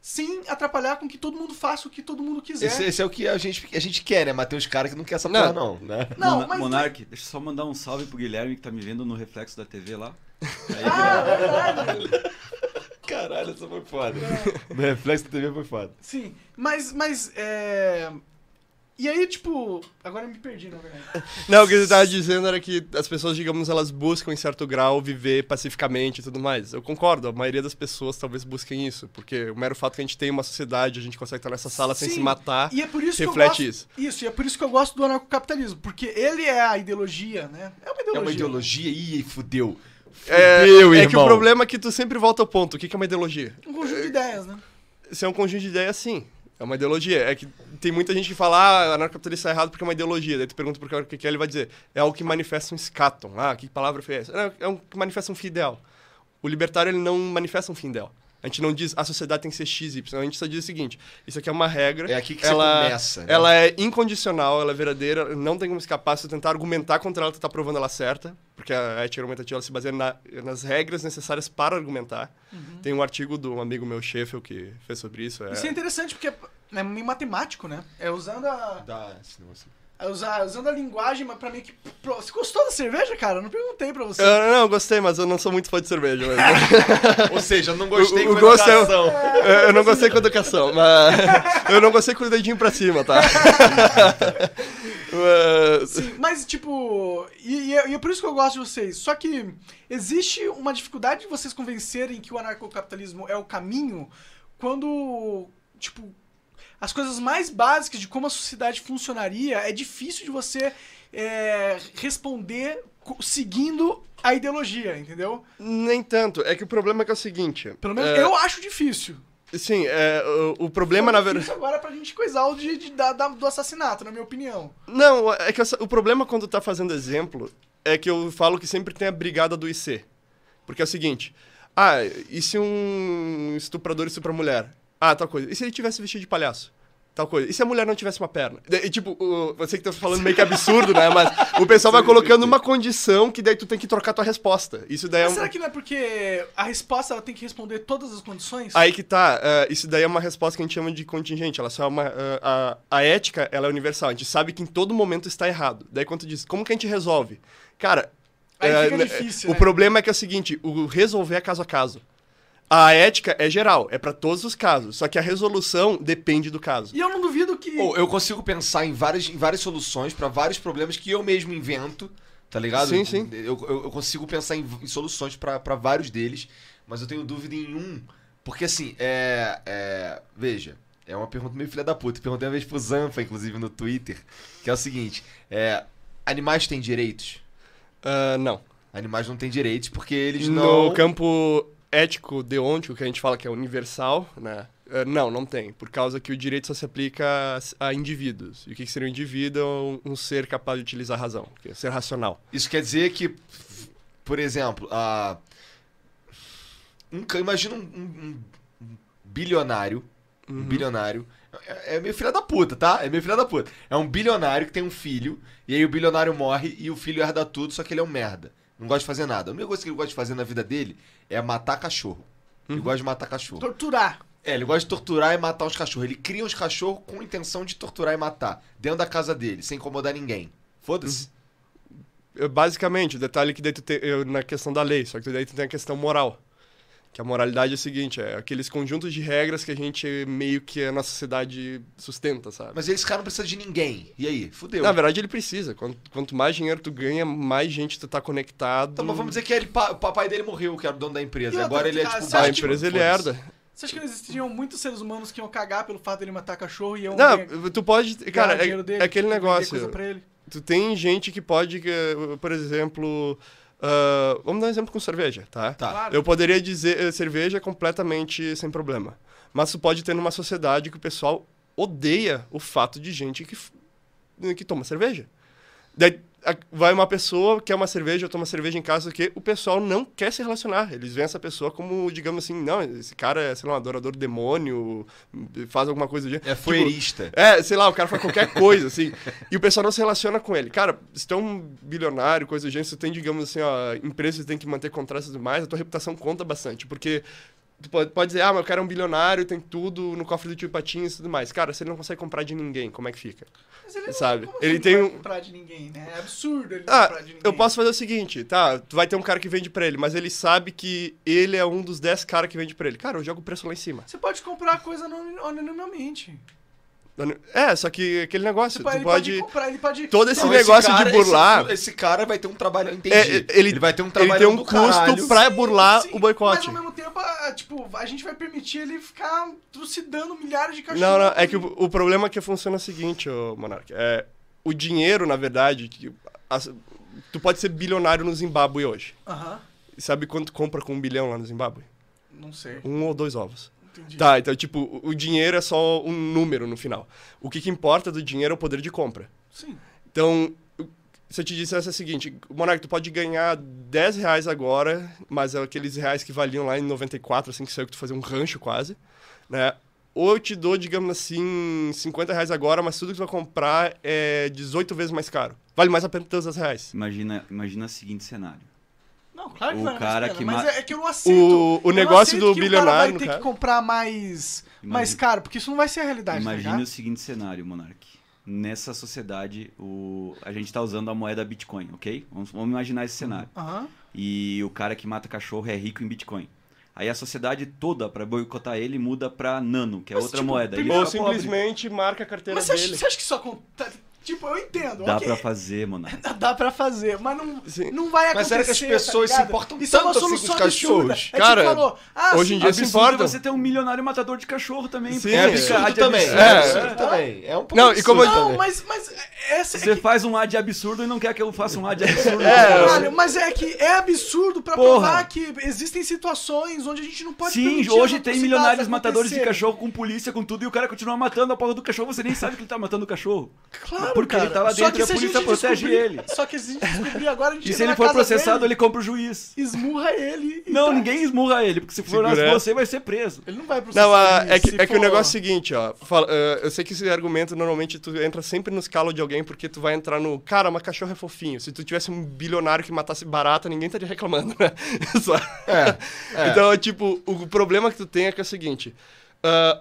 [SPEAKER 2] sem atrapalhar com que todo mundo faça o que todo mundo quiser.
[SPEAKER 1] Esse, esse é o que a gente, a gente quer, né? Matar os caras que não quer essa
[SPEAKER 4] Não.
[SPEAKER 1] porra, não. né?
[SPEAKER 2] Não,
[SPEAKER 3] Mona-
[SPEAKER 2] mas-
[SPEAKER 3] Monark, deixa eu só mandar um salve pro Guilherme que tá me vendo no reflexo da TV lá. tá.
[SPEAKER 2] Ah, verdade.
[SPEAKER 1] Caralho, essa foi foda. No reflexo Né? da TV foi foda.
[SPEAKER 2] Sim, mas, mas, é... E aí, tipo, agora eu me perdi, na verdade.
[SPEAKER 4] Não, o que eu tava dizendo era que as pessoas, digamos, elas buscam em certo grau viver pacificamente e tudo mais. Eu concordo, a maioria das pessoas talvez busquem isso, porque o mero fato que a gente tem uma sociedade, a gente consegue estar nessa sala sem
[SPEAKER 2] Sim,
[SPEAKER 4] se matar.
[SPEAKER 2] E é por isso
[SPEAKER 4] Reflete
[SPEAKER 2] que eu gosto...
[SPEAKER 4] isso.
[SPEAKER 2] Isso, e é por isso que eu gosto do anarcocapitalismo, porque ele é a ideologia, né? É uma ideologia.
[SPEAKER 1] É uma ideologia, ih, fudeu.
[SPEAKER 4] É,
[SPEAKER 1] Fudeu,
[SPEAKER 4] é
[SPEAKER 1] irmão.
[SPEAKER 4] que o problema é que tu sempre volta ao ponto. O que que é uma ideologia?
[SPEAKER 2] Um conjunto de ideias, né?
[SPEAKER 4] Isso é um conjunto de ideias, sim. É uma ideologia. É que tem muita gente que fala, ah, anarcocapitalismo é errado porque é uma ideologia. Daí tu pergunta pro cara o que que é, ele vai dizer, é algo que manifesta um escatom. Ah, que palavra foi essa? Não, é um que manifesta um fim ideal. O libertário, ele não manifesta um fim ideal. A gente não diz a sociedade tem que ser XY, a gente só diz o seguinte: isso aqui é uma regra.
[SPEAKER 1] É aqui que você
[SPEAKER 4] ela,
[SPEAKER 1] começa, né?
[SPEAKER 4] Ela é incondicional, ela é verdadeira, não tem como escapar. Se tu tentar argumentar contra ela, tu tá provando ela certa, porque a ética argumentativa ela se baseia na- nas regras necessárias para argumentar.
[SPEAKER 2] Uhum.
[SPEAKER 4] Tem um artigo de um amigo meu, Sheffel, que fez sobre isso. é-
[SPEAKER 2] Isso é interessante porque é meio matemático, né? É usando a,
[SPEAKER 1] Dá Tá, esse negócio.
[SPEAKER 2] é usar, usando a linguagem, mas pra mim que. pro- Você gostou da cerveja, cara? Eu não perguntei pra você.
[SPEAKER 4] Eu, não, eu gostei, mas eu não sou muito fã de cerveja. mas-
[SPEAKER 1] Ou seja, não gostei
[SPEAKER 4] O- o
[SPEAKER 1] com
[SPEAKER 4] gosto é-
[SPEAKER 1] educação.
[SPEAKER 4] eu não gostei com educação, mas eu não gostei com o dedinho pra cima, tá? Mas-
[SPEAKER 2] Sim, mas tipo. E, e é, e é por isso que eu gosto de vocês. Só que existe uma dificuldade de vocês convencerem que o anarcocapitalismo é o caminho quando. Tipo. As coisas mais básicas de como a sociedade funcionaria é difícil de você é, responder co- seguindo a ideologia, entendeu?
[SPEAKER 4] nem tanto. É que o problema é que é o seguinte.
[SPEAKER 2] Pelo menos
[SPEAKER 4] é,
[SPEAKER 2] eu acho difícil.
[SPEAKER 4] Sim, é, o, o problema, na verdade.
[SPEAKER 2] Isso agora pra gente coisar o de, de- da- da- do assassinato, na minha opinião.
[SPEAKER 4] Não, é que essa- o problema quando tá fazendo exemplo é que eu falo que sempre tem a brigada do IC. Porque é o seguinte: ah, e se um estuprador estupra a mulher? Ah, tal coisa. E se ele tivesse vestido de palhaço? Tal coisa. E se a mulher não tivesse uma perna? E, tipo, o- você que tá falando meio que absurdo, né? Mas o pessoal vai colocando uma condição que daí tu tem que trocar tua resposta. Isso daí é
[SPEAKER 2] Mas
[SPEAKER 4] um...
[SPEAKER 2] será que não é porque a resposta ela tem que responder todas as condições?
[SPEAKER 4] Aí que tá, eh, isso daí é uma resposta que a gente chama de contingente, ela só é uma... eh, a, a ética, ela é universal, a gente sabe que em todo momento está errado. Daí quando tu diz, como que a gente resolve? Cara,
[SPEAKER 2] Aí
[SPEAKER 4] eh,
[SPEAKER 2] fica
[SPEAKER 4] né,
[SPEAKER 2] difícil,
[SPEAKER 4] o
[SPEAKER 2] né?
[SPEAKER 4] problema é que é o seguinte, o resolver é caso a caso. A ética é geral, é pra todos os casos, só que a resolução depende do caso.
[SPEAKER 2] E eu não duvido que.
[SPEAKER 1] Ou eu consigo pensar em várias, em várias soluções pra vários problemas que eu mesmo invento, tá ligado?
[SPEAKER 4] Sim, sim.
[SPEAKER 1] Eu, eu- eu consigo pensar em, em soluções pra pra vários deles, mas eu tenho dúvida em um. Porque assim, é. é, veja, é uma pergunta meio filha da puta. Perguntei uma vez pro Zanfa, inclusive, no Twitter, que é o seguinte: é, animais têm direitos?
[SPEAKER 4] Ah, não.
[SPEAKER 1] Animais não têm direitos porque eles
[SPEAKER 4] No
[SPEAKER 1] não.
[SPEAKER 4] campo ético deontico, que a gente fala que é universal, né? eh, Não, não tem, por causa que o direito só se aplica a a indivíduos. E o que que seria um indivíduo? É um- Um ser capaz de utilizar a razão, que é ser racional.
[SPEAKER 1] Isso quer dizer que, por exemplo, a um ca- imagina um, um- um bilionário, um bilionário, é, é meio filha da puta, tá? É meio filha da puta. É um bilionário que tem um filho, e aí o bilionário morre e o filho herda tudo, só que ele é um merda. Não gosta de fazer nada. A única coisa que ele gosta de fazer na vida dele é matar cachorro. Ele gosta de matar cachorro.
[SPEAKER 2] Torturar.
[SPEAKER 1] É, ele gosta de torturar e matar os cachorros. Ele cria os cachorros com intenção de torturar e matar. Dentro da casa dele, sem incomodar ninguém. Foda-se.
[SPEAKER 4] Eh, Basicamente, o detalhe é que daí tu tem eh, na questão da lei, só que daí tu tem a questão moral. Que a moralidade é o seguinte, é aqueles conjuntos de regras que a gente eh, meio que a nossa sociedade sustenta, sabe?
[SPEAKER 1] Mas esse cara não precisa de ninguém. E aí? Fudeu.
[SPEAKER 4] Na verdade, ele precisa. Quanto, quanto mais dinheiro tu ganha, mais gente tu tá conectado.
[SPEAKER 1] Então, mas vamos dizer que ele, pa- o papai dele morreu, que era o dono da empresa.
[SPEAKER 2] E outra,
[SPEAKER 1] Agora ele é
[SPEAKER 2] cara,
[SPEAKER 1] tipo
[SPEAKER 2] você
[SPEAKER 4] a
[SPEAKER 2] acha
[SPEAKER 1] Batman,
[SPEAKER 2] que-
[SPEAKER 4] empresa ele
[SPEAKER 1] foda-se.
[SPEAKER 4] herda.
[SPEAKER 2] Você acha que não existiriam muitos seres humanos que iam cagar pelo fato dele matar cachorro e iam ganhar-
[SPEAKER 4] Não, tu pode.
[SPEAKER 2] ganhar
[SPEAKER 4] Cara,
[SPEAKER 2] o dinheiro
[SPEAKER 4] é,
[SPEAKER 2] dele,
[SPEAKER 4] é aquele
[SPEAKER 2] vender coisa
[SPEAKER 4] negócio.
[SPEAKER 2] pra ele?
[SPEAKER 4] Tu tem gente que pode, que, eh, por exemplo. ah, vamos dar um exemplo com cerveja, tá?
[SPEAKER 1] Tá.
[SPEAKER 2] Claro.
[SPEAKER 4] Eu poderia dizer eh, cerveja é completamente sem problema. Mas tu pode ter numa sociedade que o pessoal odeia o fato de gente que, f- que toma cerveja. Daí a- vai uma pessoa que é uma cerveja, toma cerveja em casa, que o pessoal não quer se relacionar. Eles veem essa pessoa como, digamos assim, não, esse cara é, sei lá, um adorador do demônio, faz alguma coisa do gênero.
[SPEAKER 1] É
[SPEAKER 4] Tipo,
[SPEAKER 1] fuerista.
[SPEAKER 4] é, sei lá, o cara faz qualquer coisa, assim. E o pessoal não se relaciona com ele. Cara, se tu é um bilionário, coisa do gênero, se tu tem, digamos assim, ó, empresas que tem que manter contratos e tudo mais, a tua reputação conta bastante. Porque tu pode, pode dizer, ah, mas o cara é um bilionário, tem tudo no cofre do tio Patinhas e tudo mais. Cara, se ele não consegue comprar de ninguém, como é que fica?
[SPEAKER 2] Mas ele não,
[SPEAKER 4] Sabe,
[SPEAKER 2] como
[SPEAKER 4] ele
[SPEAKER 2] assim
[SPEAKER 4] tem
[SPEAKER 2] não vai
[SPEAKER 4] um-
[SPEAKER 2] comprar de ninguém, né? É absurdo ele não
[SPEAKER 4] Ah,
[SPEAKER 2] comprar de ninguém.
[SPEAKER 4] eu posso fazer o seguinte, tá? Tu vai ter um cara que vende pra ele, mas ele sabe que ele é um dos 10 caras que vende pra ele. Cara, eu jogo o preço lá em cima.
[SPEAKER 2] Você pode comprar coisa anon- anonimamente.
[SPEAKER 4] É, só que aquele negócio,
[SPEAKER 2] Você
[SPEAKER 4] tu
[SPEAKER 2] pode,
[SPEAKER 4] pode...
[SPEAKER 2] Tipo, ele pode comprar, ele pode.
[SPEAKER 4] Todo esse
[SPEAKER 1] Não,
[SPEAKER 4] negócio
[SPEAKER 1] cara-
[SPEAKER 4] de burlar...
[SPEAKER 1] Esse, esse cara vai ter um trabalho. Entendi.
[SPEAKER 4] É, ele,
[SPEAKER 1] ele vai ter um trabalho.
[SPEAKER 4] Ele tem um
[SPEAKER 1] do
[SPEAKER 4] custo
[SPEAKER 1] caralho.
[SPEAKER 4] pra burlar
[SPEAKER 2] Sim,
[SPEAKER 4] o boicote.
[SPEAKER 2] Mas ao mesmo tempo, ah, tipo, a gente vai permitir ele ficar trucidando milhares de cachorros.
[SPEAKER 4] Não, não, é que o, o problema é que funciona o seguinte, ô Monark. É, o dinheiro, na verdade, que- as- tu pode ser bilionário no Zimbábue hoje.
[SPEAKER 2] Aham.
[SPEAKER 4] E Sabe quanto compra com um bilhão lá no Zimbábue?
[SPEAKER 2] Não sei.
[SPEAKER 4] Um ou dois ovos. Tá, então, tipo, o- o dinheiro é só um número no final. O que, que importa do dinheiro é o poder de compra.
[SPEAKER 2] Sim.
[SPEAKER 4] Então, o- se eu te dissesse o seguinte, Monark, tu pode ganhar 10 reais agora, mas é aqueles reais que valiam lá em 94, assim, que saiu que tu fazia um rancho quase, né? Ou eu te dou, digamos assim, 50 reais agora, mas tudo que tu vai comprar é 18 vezes mais caro. Vale mais a pena ter os 10 reais.
[SPEAKER 3] Imagina, imagina o seguinte cenário.
[SPEAKER 2] Não, claro que
[SPEAKER 3] O
[SPEAKER 2] vai valer
[SPEAKER 3] cara
[SPEAKER 2] mais a
[SPEAKER 3] que
[SPEAKER 2] pena,
[SPEAKER 3] ma-
[SPEAKER 2] Mas é, é que eu não aceito.
[SPEAKER 4] O, o
[SPEAKER 2] eu não
[SPEAKER 4] negócio
[SPEAKER 2] aceito
[SPEAKER 4] do
[SPEAKER 2] que
[SPEAKER 4] bilionário,
[SPEAKER 2] O cara vai
[SPEAKER 4] no
[SPEAKER 2] ter que
[SPEAKER 4] caso.
[SPEAKER 2] comprar mais, mais
[SPEAKER 3] Imagina-
[SPEAKER 2] caro, porque isso não vai ser a realidade,
[SPEAKER 3] Imagina
[SPEAKER 2] tá
[SPEAKER 3] o seguinte cenário, Monark. Nessa sociedade, o... a gente está usando a moeda Bitcoin, ok? Vamos, vamos imaginar esse cenário.
[SPEAKER 2] ligado? Aham.
[SPEAKER 3] E o cara que mata cachorro é rico em Bitcoin. Aí a sociedade toda, para boicotar ele, muda para Nano, que é
[SPEAKER 2] Mas,
[SPEAKER 3] outra
[SPEAKER 2] tipo,
[SPEAKER 3] moeda. Ele
[SPEAKER 4] Ou
[SPEAKER 3] fica pobre.
[SPEAKER 4] simplesmente marca a carteira
[SPEAKER 2] Mas você acha,
[SPEAKER 4] dele.
[SPEAKER 2] você acha que isso acontece? Tipo, eu entendo.
[SPEAKER 3] Dá
[SPEAKER 2] ok.
[SPEAKER 3] para fazer, Monark.
[SPEAKER 2] Dá pra fazer, mas não,
[SPEAKER 4] Sim.
[SPEAKER 2] não vai acontecer.
[SPEAKER 1] Mas será que as pessoas
[SPEAKER 2] tá ligado?
[SPEAKER 1] se importam
[SPEAKER 2] Isso é uma
[SPEAKER 1] tanto assim com os
[SPEAKER 2] solução
[SPEAKER 1] cachorros?
[SPEAKER 2] absurda. É
[SPEAKER 4] Cara,
[SPEAKER 2] tipo, falou, ah,
[SPEAKER 4] hoje em
[SPEAKER 2] sim,
[SPEAKER 4] dia se
[SPEAKER 3] Absurdo
[SPEAKER 4] importam.
[SPEAKER 3] você ter um milionário matador de cachorro também. pô.
[SPEAKER 4] Sim,
[SPEAKER 1] É absurdo
[SPEAKER 3] Rádio
[SPEAKER 1] também.
[SPEAKER 3] absurdo.
[SPEAKER 1] É absurdo também. É um pouco
[SPEAKER 4] Não, e como-
[SPEAKER 1] absurdo
[SPEAKER 2] Não,
[SPEAKER 1] também.
[SPEAKER 2] mas, mas essa
[SPEAKER 3] Você
[SPEAKER 2] é que,
[SPEAKER 3] faz um ad absurdo e não quer que eu faça um ad absurdo.
[SPEAKER 2] caralho, mas é que é absurdo pra
[SPEAKER 3] Porra.
[SPEAKER 2] provar que existem situações onde a gente não pode
[SPEAKER 3] Sim,
[SPEAKER 2] permitir
[SPEAKER 3] hoje
[SPEAKER 2] as
[SPEAKER 3] tem
[SPEAKER 2] atrocidades
[SPEAKER 3] milionários matadores de
[SPEAKER 2] acontecerem.
[SPEAKER 3] cachorro com polícia, com tudo, e o cara continua matando a porra do cachorro, você nem sabe que ele tá matando o cachorro.
[SPEAKER 2] Claro,
[SPEAKER 3] Porque
[SPEAKER 2] cara.
[SPEAKER 3] ele tá lá
[SPEAKER 2] Só
[SPEAKER 3] dentro
[SPEAKER 2] que
[SPEAKER 3] e a
[SPEAKER 2] se
[SPEAKER 3] polícia
[SPEAKER 2] gente
[SPEAKER 3] protege
[SPEAKER 2] descobrir-
[SPEAKER 3] ele.
[SPEAKER 2] Só que se a gente descobrir agora, a gente
[SPEAKER 3] E se
[SPEAKER 2] entra
[SPEAKER 3] ele
[SPEAKER 2] na
[SPEAKER 3] for
[SPEAKER 2] casa
[SPEAKER 3] processado,
[SPEAKER 2] dele,
[SPEAKER 3] ele compra o juiz.
[SPEAKER 2] esmurra ele. e
[SPEAKER 3] Não,
[SPEAKER 2] tá.
[SPEAKER 3] ninguém esmurra ele, porque se for
[SPEAKER 4] Segurança.
[SPEAKER 3] você, vai ser preso.
[SPEAKER 2] Ele não vai processar.
[SPEAKER 4] Não, a-
[SPEAKER 2] ele,
[SPEAKER 4] é, que,
[SPEAKER 2] se
[SPEAKER 4] é que o
[SPEAKER 2] for-
[SPEAKER 4] negócio é o seguinte, ó. Fala- eh, eu sei que esse argumento normalmente tu entra sempre nos calos de alguém porque tu vai entrar no. Cara, mas cachorro é fofinho. Se tu tivesse um bilionário que matasse barata, ninguém estaria reclamando, né? Só-
[SPEAKER 1] é.
[SPEAKER 4] Então, tipo, o problema que tu tem é que é o seguinte. ah,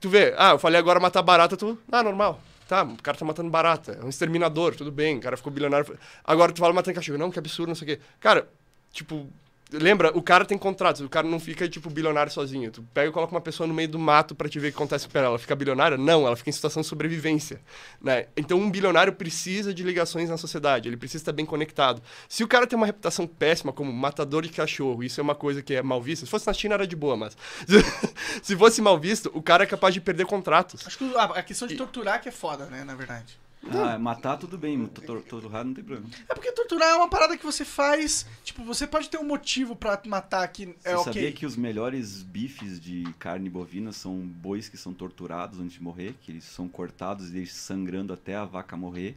[SPEAKER 4] tu vê, ah, eu falei agora matar barata, tu. Ah, normal. Tá, o cara tá matando barata. É um exterminador, tudo bem. O cara ficou bilionário. Agora tu fala matando cachorro. Não, que absurdo, não sei o quê. Cara, tipo. Lembra, o cara tem contratos, o cara não fica, tipo, bilionário sozinho. Tu pega e coloca uma pessoa no meio do mato pra te ver o que acontece com ela. Ela fica bilionária? Não, ela fica em situação de sobrevivência. Né? Então, um bilionário precisa de ligações na sociedade, ele precisa estar bem conectado. Se o cara tem uma reputação péssima como matador de cachorro, isso é uma coisa que é mal vista. Se fosse na China era de boa, mas. Se fosse mal visto, o cara é capaz de perder contratos.
[SPEAKER 2] Acho que a a questão de torturar que é foda, né, na verdade.
[SPEAKER 3] Ah, matar tudo bem, tor- torturar não tem problema.
[SPEAKER 2] É porque torturar é uma parada que você faz. Tipo, você pode ter um motivo pra matar que
[SPEAKER 3] Você
[SPEAKER 2] é
[SPEAKER 3] sabia
[SPEAKER 2] ok.
[SPEAKER 3] que os melhores bifes de carne bovina são bois que são torturados antes de morrer, que eles são cortados e deixam sangrando até a vaca morrer.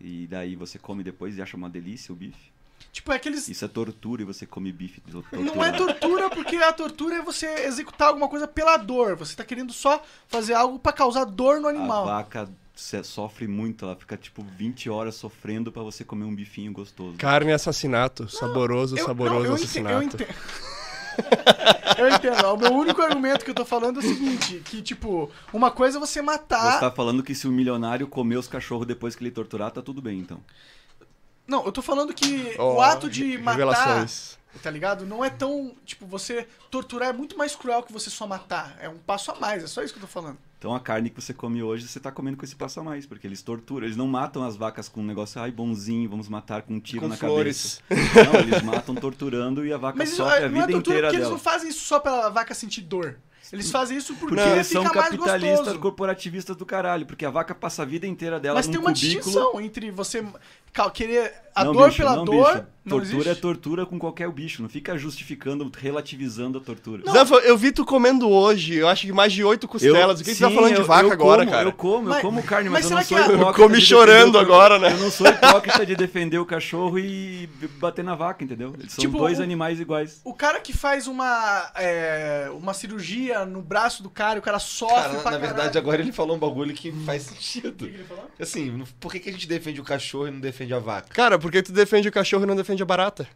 [SPEAKER 3] E daí você come depois e acha uma delícia o bife.
[SPEAKER 2] Tipo, é que eles.
[SPEAKER 3] Isso é tortura e você come bife to- torturado.
[SPEAKER 2] Não é tortura, porque a tortura é você executar alguma coisa pela dor. Você tá querendo só fazer algo pra causar dor no
[SPEAKER 3] A
[SPEAKER 4] Ah,
[SPEAKER 2] animal.
[SPEAKER 3] vaca se- sofre muito, ela fica tipo 20 horas sofrendo pra você comer um bifinho gostoso.
[SPEAKER 4] Carne é assassinato, saboroso,
[SPEAKER 2] Eu-
[SPEAKER 4] saboroso
[SPEAKER 2] não, eu
[SPEAKER 4] assassinato.
[SPEAKER 2] Entendo, eu entendo. eu entendo. O meu único argumento que eu tô falando é o seguinte: que, tipo, uma coisa é você matar.
[SPEAKER 3] Você tá falando que se o milionário comer os cachorros depois que ele torturar, tá tudo bem, então.
[SPEAKER 2] Não, eu tô falando que
[SPEAKER 4] Ó,
[SPEAKER 2] o ato de
[SPEAKER 4] re-
[SPEAKER 2] matar.
[SPEAKER 4] Revelações.
[SPEAKER 2] Tá ligado? Não é tão. Tipo, você torturar é muito mais cruel que você só matar. É um passo a mais, é só isso que eu tô falando.
[SPEAKER 3] Então a carne que você come hoje, você tá comendo com esse passo a mais, porque eles torturam, eles não matam as vacas com um negócio, ai, bonzinho, vamos matar com um tiro
[SPEAKER 4] Com
[SPEAKER 3] na
[SPEAKER 4] flores.
[SPEAKER 3] cabeça. Não, eles matam torturando e a vaca
[SPEAKER 2] Mas isso
[SPEAKER 3] sofre a
[SPEAKER 2] é- não é
[SPEAKER 3] vida
[SPEAKER 2] tortura
[SPEAKER 3] inteira
[SPEAKER 2] porque eles
[SPEAKER 3] dela.
[SPEAKER 2] não fazem isso só pela vaca sentir dor. Eles fazem isso porque,
[SPEAKER 3] Porque eles
[SPEAKER 2] fica
[SPEAKER 3] são
[SPEAKER 2] mais
[SPEAKER 3] capitalistas,
[SPEAKER 2] gostoso.
[SPEAKER 3] corporativistas do caralho, porque a vaca passa a vida inteira dela
[SPEAKER 2] Mas
[SPEAKER 3] num
[SPEAKER 2] tem uma
[SPEAKER 3] cubículo.
[SPEAKER 2] distinção entre você ca- querer a
[SPEAKER 3] Não,
[SPEAKER 2] dor
[SPEAKER 3] bicho,
[SPEAKER 2] pela
[SPEAKER 3] não,
[SPEAKER 2] dor.
[SPEAKER 3] bicho.
[SPEAKER 2] Não
[SPEAKER 3] tortura é
[SPEAKER 2] existe.
[SPEAKER 3] tortura com qualquer bicho, não fica justificando, relativizando a tortura.
[SPEAKER 4] Zanfa, eu vi tu comendo hoje, eu acho que mais de oito costelas. o que, que tu tá
[SPEAKER 3] sim,
[SPEAKER 4] falando de
[SPEAKER 3] eu-
[SPEAKER 4] vaca
[SPEAKER 3] eu
[SPEAKER 4] agora,
[SPEAKER 3] como,
[SPEAKER 4] cara?
[SPEAKER 3] Eu como,
[SPEAKER 2] Mas-
[SPEAKER 3] eu como carne,
[SPEAKER 2] mas
[SPEAKER 3] mas, eu
[SPEAKER 2] será
[SPEAKER 3] não
[SPEAKER 2] que
[SPEAKER 3] sou
[SPEAKER 2] a-
[SPEAKER 3] hipócrita.
[SPEAKER 4] Come
[SPEAKER 3] de defender
[SPEAKER 4] chorando
[SPEAKER 3] o-
[SPEAKER 4] agora, né?
[SPEAKER 3] Eu não sou hipócrita de defender o cachorro e bater na vaca, entendeu? Eles são
[SPEAKER 2] Tipo,
[SPEAKER 3] dois
[SPEAKER 2] o-
[SPEAKER 3] animais iguais.
[SPEAKER 2] O cara que faz uma, é, uma cirurgia no braço do cara, e o cara sofre
[SPEAKER 1] Cara,
[SPEAKER 2] pra
[SPEAKER 1] na
[SPEAKER 2] caralho.
[SPEAKER 1] verdade, agora ele falou um bagulho que faz sentido.
[SPEAKER 2] Ele falou?
[SPEAKER 1] Assim, não- por que, que a gente defende o cachorro e não defende a vaca?
[SPEAKER 4] Cara, por que tu defende o cachorro e não defende a barata?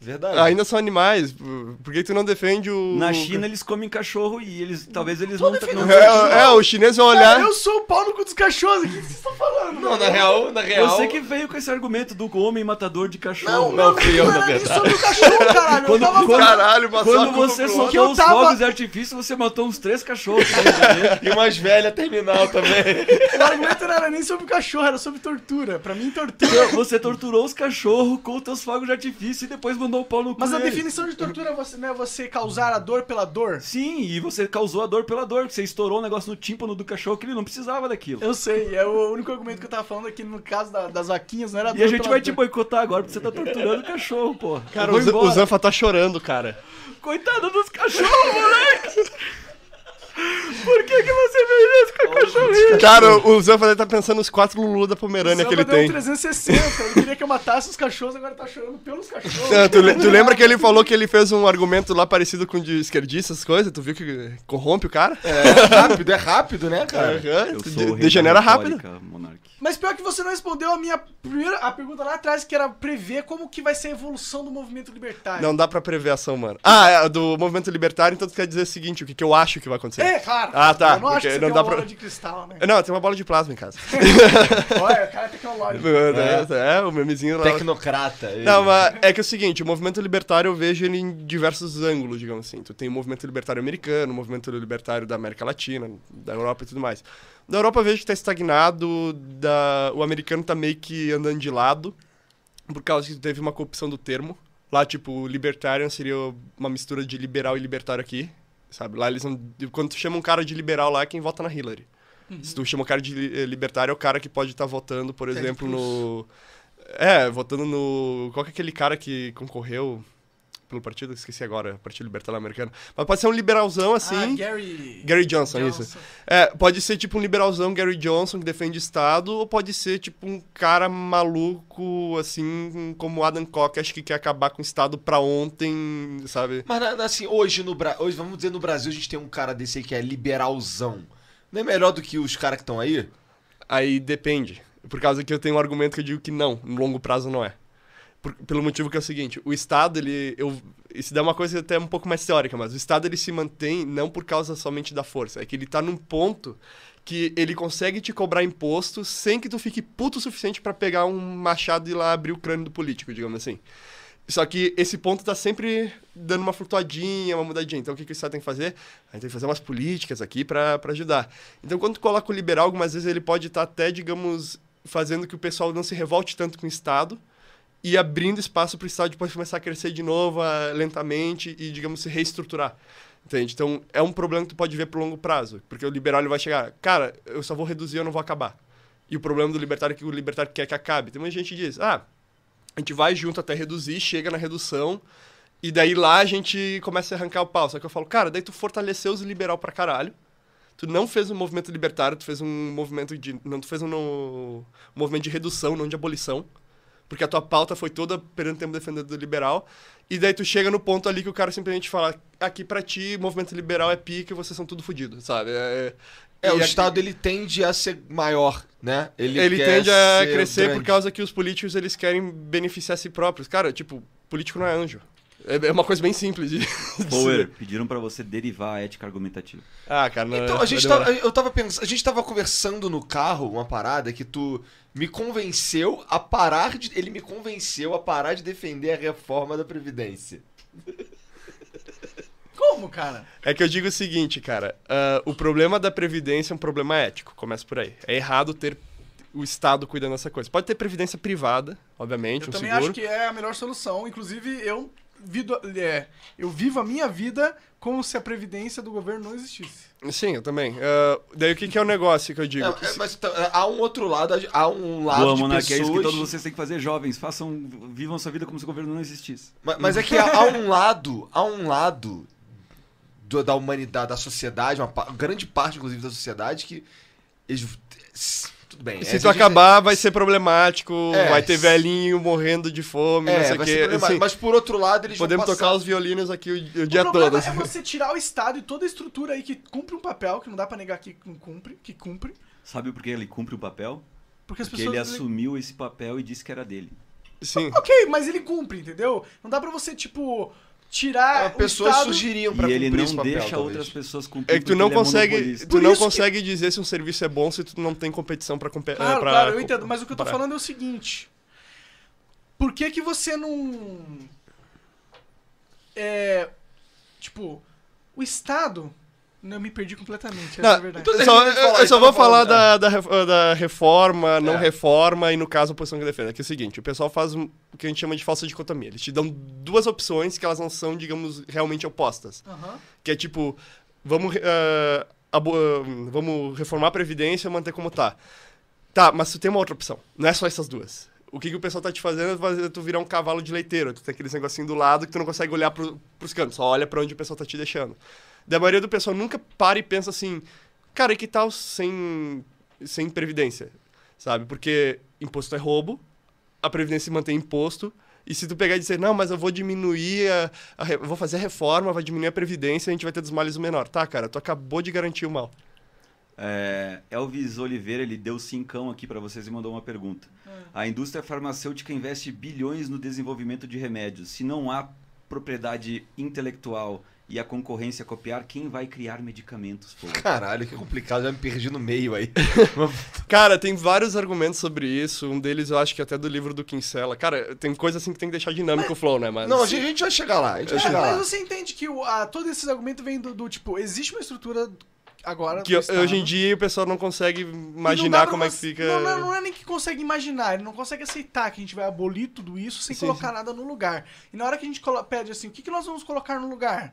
[SPEAKER 1] Verdade.
[SPEAKER 4] É. Ainda são animais. Por por que tu não defende o.
[SPEAKER 3] Na China eles comem cachorro e eles talvez eles não, não
[SPEAKER 4] É, é, o chinês vai olhar.
[SPEAKER 2] Cara, eu sou o pau no cu dos cachorros, o que vocês estão falando?
[SPEAKER 1] Não, na real, na real.
[SPEAKER 3] Você que veio com esse argumento do homem matador de
[SPEAKER 2] Não,
[SPEAKER 3] cachorro.
[SPEAKER 2] não,
[SPEAKER 1] Não, fui eu,
[SPEAKER 2] não
[SPEAKER 1] na
[SPEAKER 2] era nem
[SPEAKER 1] verdade.
[SPEAKER 2] sobre o cachorro, caralho.
[SPEAKER 3] Quando-
[SPEAKER 2] eu tava
[SPEAKER 3] quando-
[SPEAKER 2] falando-
[SPEAKER 4] Caralho, mas só
[SPEAKER 3] Quando
[SPEAKER 4] culpa
[SPEAKER 3] você
[SPEAKER 4] pro
[SPEAKER 2] Que
[SPEAKER 4] outro.
[SPEAKER 2] eu
[SPEAKER 3] soltou os
[SPEAKER 2] tava-
[SPEAKER 3] fogos de artifício, você matou uns três cachorros.
[SPEAKER 1] E umas velhas é terminal também.
[SPEAKER 2] O argumento não era nem sobre o cachorro, era sobre tortura. Pra mim, tortura.
[SPEAKER 3] você torturou os cachorros com os teus fogos de artifício e depois mandou o pau no cu
[SPEAKER 2] Mas a
[SPEAKER 3] deles.
[SPEAKER 2] definição de tortura é você, não é você causar a dor pela dor?
[SPEAKER 3] Sim, e você causou a dor pela dor, que você estourou o negócio no tímpano do cachorro que ele não precisava daquilo.
[SPEAKER 2] Eu sei, é o único argumento que eu tava falando aqui no caso da- das vaquinhas, não era
[SPEAKER 3] E
[SPEAKER 2] dor
[SPEAKER 3] a gente
[SPEAKER 2] pela
[SPEAKER 3] vai
[SPEAKER 2] dor.
[SPEAKER 3] te
[SPEAKER 4] tipo,
[SPEAKER 3] boicotar agora, porque você tá torturando o cachorro, porra.
[SPEAKER 4] Cara,
[SPEAKER 3] Eu vou
[SPEAKER 4] o, Z- o
[SPEAKER 3] embora.
[SPEAKER 4] Zanfa tá chorando, cara.
[SPEAKER 3] Coitado dos cachorros, moleque!
[SPEAKER 4] Cara, o Zé Fadé tá pensando nos quatro Lulu da Pomerânia que ele
[SPEAKER 2] deu um
[SPEAKER 4] tem.
[SPEAKER 2] 360. Ele queria que eu matasse os cachorros, agora tá chorando pelos cachorros.
[SPEAKER 4] Ah, tu, le- tu lembra que ele falou que ele fez um argumento lá parecido com o de esquerdista, essas coisas? Tu viu que corrompe o cara?
[SPEAKER 1] É rápido, é rápido, né, cara?
[SPEAKER 4] Aham,
[SPEAKER 3] Eu
[SPEAKER 4] tu
[SPEAKER 3] sou o
[SPEAKER 4] de-
[SPEAKER 3] rei
[SPEAKER 4] degenera
[SPEAKER 3] da
[SPEAKER 4] rápido.
[SPEAKER 3] retórica, Monark.
[SPEAKER 2] Mas pior que você não respondeu a minha primeira a pergunta lá atrás, que era prever como que vai ser a evolução do movimento libertário.
[SPEAKER 4] Não dá pra prever ação, mano. Ah, é, do movimento libertário, então tu quer dizer o seguinte, o que, que eu acho que vai acontecer.
[SPEAKER 2] É, claro.
[SPEAKER 4] Ah, tá,
[SPEAKER 2] Eu não acho
[SPEAKER 4] porque
[SPEAKER 2] que você
[SPEAKER 4] não
[SPEAKER 2] tem
[SPEAKER 4] dá
[SPEAKER 2] uma
[SPEAKER 4] pra-
[SPEAKER 2] bola de cristal, né?
[SPEAKER 4] Não, tem uma bola de plasma em casa.
[SPEAKER 2] Olha, o cara é tecnológico.
[SPEAKER 4] é. o memezinho lá.
[SPEAKER 1] Tecnocrata. ele.
[SPEAKER 4] Não, mas é que é o seguinte, o movimento libertário eu vejo ele em diversos ângulos, digamos assim. Tu tem o movimento libertário americano, o movimento libertário da América Latina, da Europa e tudo mais. Da Europa eu vejo que tá estagnado, da... o americano tá meio que andando de lado, por causa que teve uma corrupção do termo. Lá, tipo, libertarian seria uma mistura de liberal e libertário aqui, sabe? Lá eles não... Quando tu chama um cara de liberal lá, é quem vota na Hillary. Se tu chama o cara de li- eh, libertário, é o cara que pode estar votando, por exemplo, no... É, votando no. Qual que é aquele cara que concorreu pelo partido? Esqueci agora, Partido Libertário Americano. Mas pode ser um liberalzão assim.
[SPEAKER 2] Ah, Gary...
[SPEAKER 4] Gary Johnson, isso.
[SPEAKER 2] Johnson.
[SPEAKER 4] É, pode ser tipo um liberalzão Gary Johnson que defende Estado, ou pode ser tipo um cara maluco, assim, como Adam Koch, acho que quer acabar com o Estado pra ontem, sabe?
[SPEAKER 1] Mas na- na- assim, hoje no Bra... hoje vamos dizer no Brasil a gente tem um cara desse aí que é liberalzão. Não é melhor do que os caras que estão aí?
[SPEAKER 4] Aí depende. Por causa que eu tenho um argumento que eu digo que não, no longo prazo não é. Por- pelo motivo que é o seguinte, o Estado, ele... Eu, isso dá uma coisa até um pouco mais teórica, mas o Estado, ele se mantém não por causa somente da força. É que ele tá num ponto que ele consegue te cobrar imposto sem que tu fique puto o suficiente pra pegar um machado e ir lá abrir o crânio do político, digamos assim. Só que esse ponto tá sempre dando uma flutuadinha, uma mudadinha. Então o que, que o Estado tem que fazer? A gente tem que fazer umas políticas aqui pra pra ajudar. Então quando tu coloca o liberal, algumas vezes ele pode estar até, digamos, fazendo que o pessoal não se revolte tanto com o Estado e abrindo espaço para o Estado depois começar a crescer de novo, ah, lentamente e, digamos, se reestruturar. Entende? Então é um problema que tu pode ver pro longo prazo, porque o liberal ele vai chegar, cara, eu só vou reduzir, eu não vou acabar. E o problema do libertário é que o libertário quer que acabe. Tem muita gente que diz, ah, a gente vai junto até reduzir, chega na redução, e daí lá a gente começa a arrancar o pau. Só que eu falo, cara, daí tu fortaleceu os liberal pra caralho. Tu não fez um movimento libertário, tu fez um movimento de. Não, tu fez um, no- um movimento de redução, não de abolição. Porque a tua pauta foi toda perante o tempo defendendo do liberal. E daí tu chega no ponto ali que o cara simplesmente fala: aqui pra ti, movimento liberal é pica e vocês são tudo fodidos, sabe? É,
[SPEAKER 1] É,
[SPEAKER 4] e
[SPEAKER 1] o
[SPEAKER 4] aqui-
[SPEAKER 1] Estado ele tende a ser maior, né? Ele,
[SPEAKER 4] ele
[SPEAKER 1] quer
[SPEAKER 4] tende a
[SPEAKER 1] ser
[SPEAKER 4] crescer por
[SPEAKER 1] grande.
[SPEAKER 4] causa que os políticos eles querem beneficiar a si próprios. Cara, tipo, político não é anjo. É é uma coisa bem simples de. de
[SPEAKER 3] Power,
[SPEAKER 4] dizer.
[SPEAKER 3] pediram pra você derivar a ética argumentativa.
[SPEAKER 4] Ah, cara, não.
[SPEAKER 1] Então,
[SPEAKER 4] vai
[SPEAKER 1] a gente
[SPEAKER 4] demorar.
[SPEAKER 1] tava, eu tava pensando, a gente tava conversando no carro uma parada que tu me convenceu a parar de, ele me convenceu a parar de defender a reforma da previdência.
[SPEAKER 2] Como, cara?
[SPEAKER 4] É que eu digo o seguinte, cara. ah, o problema da Previdência é um problema ético. Começa por aí. É errado ter o Estado cuidando dessa coisa. Pode ter Previdência privada, obviamente,
[SPEAKER 2] Eu
[SPEAKER 4] um
[SPEAKER 2] também
[SPEAKER 4] seguro.
[SPEAKER 2] acho que é a melhor solução. Inclusive, eu, vido, é, eu vivo a minha vida como se a previdência do governo não existisse.
[SPEAKER 4] Sim, eu também. Ah, daí o que, que é o negócio que eu digo?
[SPEAKER 1] É, é, mas tá, há um outro lado, há um lado
[SPEAKER 3] Boa,
[SPEAKER 1] de
[SPEAKER 3] Monark, é isso que
[SPEAKER 1] pessoas-
[SPEAKER 3] todos vocês têm que fazer, jovens. Façam, vivam sua vida como se o governo não existisse.
[SPEAKER 1] Ma- Mas, é que há há um lado, há um lado do- da humanidade, da sociedade, uma pa- grande parte, inclusive, da sociedade, que. eles- tudo bem.
[SPEAKER 4] Se
[SPEAKER 1] essa
[SPEAKER 4] tu
[SPEAKER 1] é, a gente-
[SPEAKER 4] acabar, vai ser problemático,
[SPEAKER 1] É.
[SPEAKER 4] vai ter velhinho morrendo de fome, não
[SPEAKER 1] É,
[SPEAKER 4] sei o
[SPEAKER 1] vai
[SPEAKER 4] quê.
[SPEAKER 1] ser problemático.
[SPEAKER 4] Assim,
[SPEAKER 1] Mas por outro lado, eles
[SPEAKER 4] Podemos
[SPEAKER 1] vão
[SPEAKER 4] tocar
[SPEAKER 1] passar...
[SPEAKER 4] os violinos aqui o, o
[SPEAKER 2] O
[SPEAKER 4] dia
[SPEAKER 2] problema
[SPEAKER 4] todo. assim.
[SPEAKER 2] é você tirar o Estado e toda a estrutura aí que cumpre um papel, que não dá pra negar que não cumpre, que cumpre,
[SPEAKER 3] Sabe por que ele cumpre o papel?
[SPEAKER 2] porque as
[SPEAKER 3] Porque
[SPEAKER 2] pessoas...
[SPEAKER 3] ele assumiu esse papel e disse que era dele.
[SPEAKER 2] é-
[SPEAKER 4] Sim.
[SPEAKER 2] Ok, mas ele cumpre, entendeu? Não dá pra você, tipo,
[SPEAKER 4] É,
[SPEAKER 2] tirar
[SPEAKER 1] Ah, pessoas
[SPEAKER 2] o Estado...
[SPEAKER 1] surgiriam pra
[SPEAKER 3] É, E ele
[SPEAKER 1] cumprir
[SPEAKER 3] não
[SPEAKER 1] esse papel, tá
[SPEAKER 3] deixa
[SPEAKER 1] talvez.
[SPEAKER 3] outras pessoas cumprir.
[SPEAKER 4] É que tu
[SPEAKER 3] porque
[SPEAKER 4] não
[SPEAKER 3] ele
[SPEAKER 4] consegue,
[SPEAKER 3] monopolista.
[SPEAKER 4] tu
[SPEAKER 2] Por
[SPEAKER 4] não
[SPEAKER 2] isso que-
[SPEAKER 4] consegue dizer se um serviço é bom se tu não tem competição É pra competir.
[SPEAKER 2] Claro, claro, eu entendo, mas o que eu tô falando é o seguinte. Por que que você não... É... Tipo, o Estado... Não, eu me perdi completamente, essa é a verdade.
[SPEAKER 4] eu só,
[SPEAKER 1] termina de falar,
[SPEAKER 4] eu só
[SPEAKER 1] então
[SPEAKER 2] tá
[SPEAKER 4] vou
[SPEAKER 1] eu vou
[SPEAKER 4] falar da,
[SPEAKER 1] falar.
[SPEAKER 4] da, ref- da reforma, não
[SPEAKER 1] É.
[SPEAKER 4] reforma e, no caso, a posição que defende. Que é o seguinte, o pessoal faz um- o que a gente chama de falsa dicotomia. Eles te dão duas opções que elas não são, digamos, realmente opostas.
[SPEAKER 2] Aham.
[SPEAKER 4] Que é tipo, vamos, eh, abo- eh, vamos reformar a Previdência e manter como tá. Tá, mas tu tem uma outra opção. Não é só essas duas. O que, que o pessoal tá te fazendo é fazer tu virar um cavalo de leiteiro. Tu tem aqueles negocinho do lado que tu não consegue olhar pro, pros cantos. Só olha pra onde o pessoal tá te deixando. Da maioria do pessoal nunca para e pensa assim... Cara, e que tal sem sem previdência, sabe? Porque imposto é roubo, a previdência se mantém imposto. E se tu pegar e dizer, não, mas eu vou diminuir, a, a re- vou fazer a reforma, vai diminuir a previdência, a gente vai ter dos males o menor. Tá, cara, tu acabou de garantir o mal.
[SPEAKER 3] É, Elvis Oliveira, ele deu cincão aqui pra vocês e mandou uma pergunta.
[SPEAKER 1] Hum.
[SPEAKER 3] A indústria farmacêutica investe bilhões no desenvolvimento de remédios. Se não há propriedade intelectual e a concorrência copiar, quem vai criar medicamentos, pô?
[SPEAKER 1] Caralho, que complicado, já me perdi no meio aí.
[SPEAKER 4] Cara, tem vários argumentos sobre isso. Um deles eu acho que até do livro do Kinsella. Cara, tem coisa assim que tem que deixar dinâmico o flow, né? Mas...
[SPEAKER 1] Não, a gente, a gente vai chegar lá, a gente vai
[SPEAKER 2] É,
[SPEAKER 1] chegar
[SPEAKER 2] mas
[SPEAKER 1] lá.
[SPEAKER 2] você entende que o, a, todo esses argumentos vêm do, do, tipo, existe uma estrutura agora.
[SPEAKER 4] Que
[SPEAKER 2] do Estado,
[SPEAKER 4] hoje em dia o pessoal não consegue
[SPEAKER 2] né? e não dá
[SPEAKER 4] imaginar
[SPEAKER 2] pra
[SPEAKER 4] como é que
[SPEAKER 2] você-
[SPEAKER 4] fica.
[SPEAKER 2] Não, não, não é nem que consegue imaginar, ele não consegue aceitar que a gente vai abolir tudo isso sem
[SPEAKER 4] Sim,
[SPEAKER 2] colocar nada no lugar. E na hora que a gente colo- pede assim, o que, que nós vamos colocar no lugar?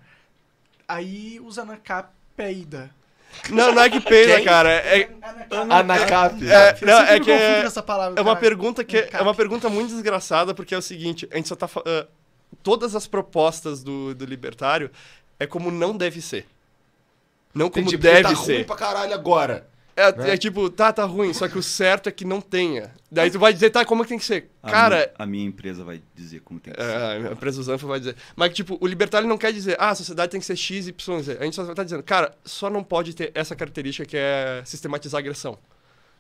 [SPEAKER 2] Aí usa ANACAP peida.
[SPEAKER 4] Não, não é que peida,
[SPEAKER 1] Quem?
[SPEAKER 4] cara. É,
[SPEAKER 2] ANACAP.
[SPEAKER 1] Anacap.
[SPEAKER 4] é,
[SPEAKER 2] Eu
[SPEAKER 4] não,
[SPEAKER 2] sempre
[SPEAKER 4] é
[SPEAKER 2] me confundo
[SPEAKER 4] que é,
[SPEAKER 2] nessa palavra,
[SPEAKER 4] é uma
[SPEAKER 2] cara.
[SPEAKER 4] pergunta que é
[SPEAKER 2] Cap.
[SPEAKER 4] uma pergunta muito desgraçada porque é o seguinte, a gente só tá fa- ah, todas as propostas do, do libertário é como não deve ser. Não como
[SPEAKER 1] Entendi, porque
[SPEAKER 4] deve
[SPEAKER 1] tá ruim
[SPEAKER 4] ser.
[SPEAKER 1] pra caralho agora.
[SPEAKER 4] É,
[SPEAKER 1] né?
[SPEAKER 4] é tipo, tá, tá ruim, só que o certo é que não tenha. Daí tu vai dizer, tá, como é que tem que ser?
[SPEAKER 3] A
[SPEAKER 4] Cara,
[SPEAKER 3] mi- a minha empresa vai dizer como tem que ser.
[SPEAKER 4] É, a empresa Zanfa vai dizer. Mas, tipo, o libertário não quer dizer, ah, a sociedade tem que ser X, Y, Z. A gente só tá dizendo, cara, só não pode ter essa característica que é sistematizar a agressão.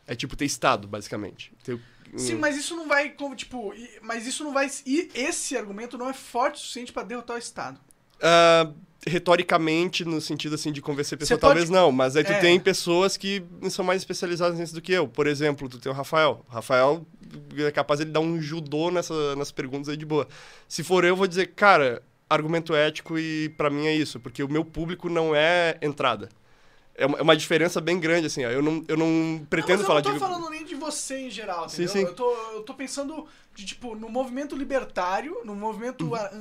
[SPEAKER 4] É tipo ter Estado, basicamente. Ter, um-
[SPEAKER 2] Sim, mas isso não vai, como, tipo, e- mas isso não vai. E esse argumento não é forte o suficiente pra derrotar o Estado.
[SPEAKER 4] Ah, retoricamente, no sentido, assim, de convencer pessoas,
[SPEAKER 2] Você pode-
[SPEAKER 4] talvez não. Mas aí tu
[SPEAKER 2] É.
[SPEAKER 4] tem pessoas que são mais especializadas nisso do que eu. Por exemplo, tu tem o Rafael. O Rafael é capaz de ele dar um judô nessa, nas perguntas aí de boa. Se for eu, eu vou dizer, cara, argumento ético e pra mim é isso, porque o meu público não é entrada. É uma, é uma diferença bem grande, assim, ó. Eu não, eu não pretendo
[SPEAKER 2] mas
[SPEAKER 4] falar
[SPEAKER 2] eu não tô
[SPEAKER 4] de.
[SPEAKER 2] falando nem de você em geral,
[SPEAKER 4] Sim,
[SPEAKER 2] entendeu?
[SPEAKER 4] sim.
[SPEAKER 2] Eu, tô, eu tô pensando de, tipo, no movimento libertário, no movimento
[SPEAKER 4] Uhum.
[SPEAKER 2] a-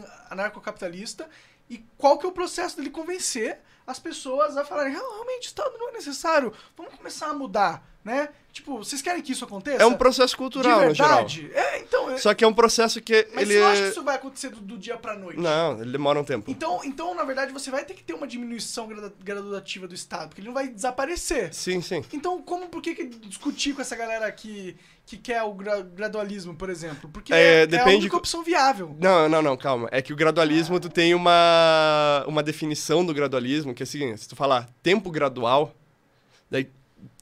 [SPEAKER 2] anarcocapitalista, e qual que é o processo dele convencer as pessoas a falarem, "Ah, realmente, o Estado não é necessário, vamos começar a mudar, né? Tipo, vocês querem que isso aconteça?
[SPEAKER 4] É um processo cultural,
[SPEAKER 2] de
[SPEAKER 4] no geral.
[SPEAKER 2] verdade? É, então... é-
[SPEAKER 4] Só que é um processo que
[SPEAKER 2] mas
[SPEAKER 4] ele.
[SPEAKER 2] você não acha
[SPEAKER 4] é-
[SPEAKER 2] que isso vai acontecer do, do dia pra noite?
[SPEAKER 4] Não, ele demora um tempo.
[SPEAKER 2] Então, então, na verdade, você vai ter que ter uma diminuição grada- gradativa do Estado, porque ele não vai desaparecer.
[SPEAKER 4] Sim, sim.
[SPEAKER 2] Então, como, por que, que discutir com essa galera que, que quer o gra- gradualismo, por exemplo? Porque
[SPEAKER 4] É,
[SPEAKER 2] é,
[SPEAKER 4] depende
[SPEAKER 2] a única
[SPEAKER 4] co-
[SPEAKER 2] opção viável.
[SPEAKER 4] Não, não, não, calma. É que o gradualismo, tu tem uma, uma definição do gradualismo, que é a seguinte, se tu falar tempo gradual, daí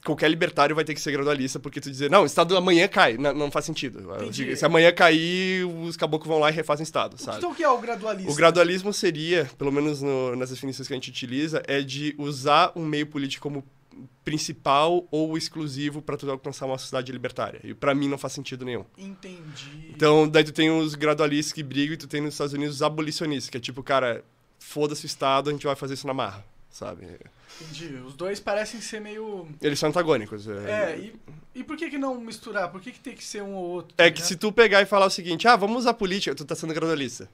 [SPEAKER 4] qualquer libertário vai ter que ser gradualista, porque tu dizer, não, o estado amanhã cai, não, não faz sentido.
[SPEAKER 2] Entendi.
[SPEAKER 4] Se amanhã cair, os caboclos vão lá e refazem o estado, sabe?
[SPEAKER 2] Então, o que é o gradualismo?
[SPEAKER 4] O gradualismo seria, pelo menos no- nas definições que a gente utiliza, é de usar um meio político como principal ou exclusivo para tu alcançar uma sociedade libertária. E para mim não faz sentido nenhum.
[SPEAKER 2] Entendi.
[SPEAKER 4] Então, daí tu tem os gradualistas que brigam e tu tem nos Estados Unidos os abolicionistas, que é tipo, cara, foda-se o Estado, a gente vai fazer isso na marra, sabe?
[SPEAKER 2] Entendi. Os dois parecem ser meio...
[SPEAKER 4] Eles são antagônicos.
[SPEAKER 2] É,
[SPEAKER 4] É,
[SPEAKER 2] e, e por que que não misturar? Por que que tem que ser um ou outro?
[SPEAKER 4] é
[SPEAKER 2] tá
[SPEAKER 4] que
[SPEAKER 2] ligado?
[SPEAKER 4] se tu pegar e falar o seguinte, ah, vamos usar política, tu tá sendo gradualista.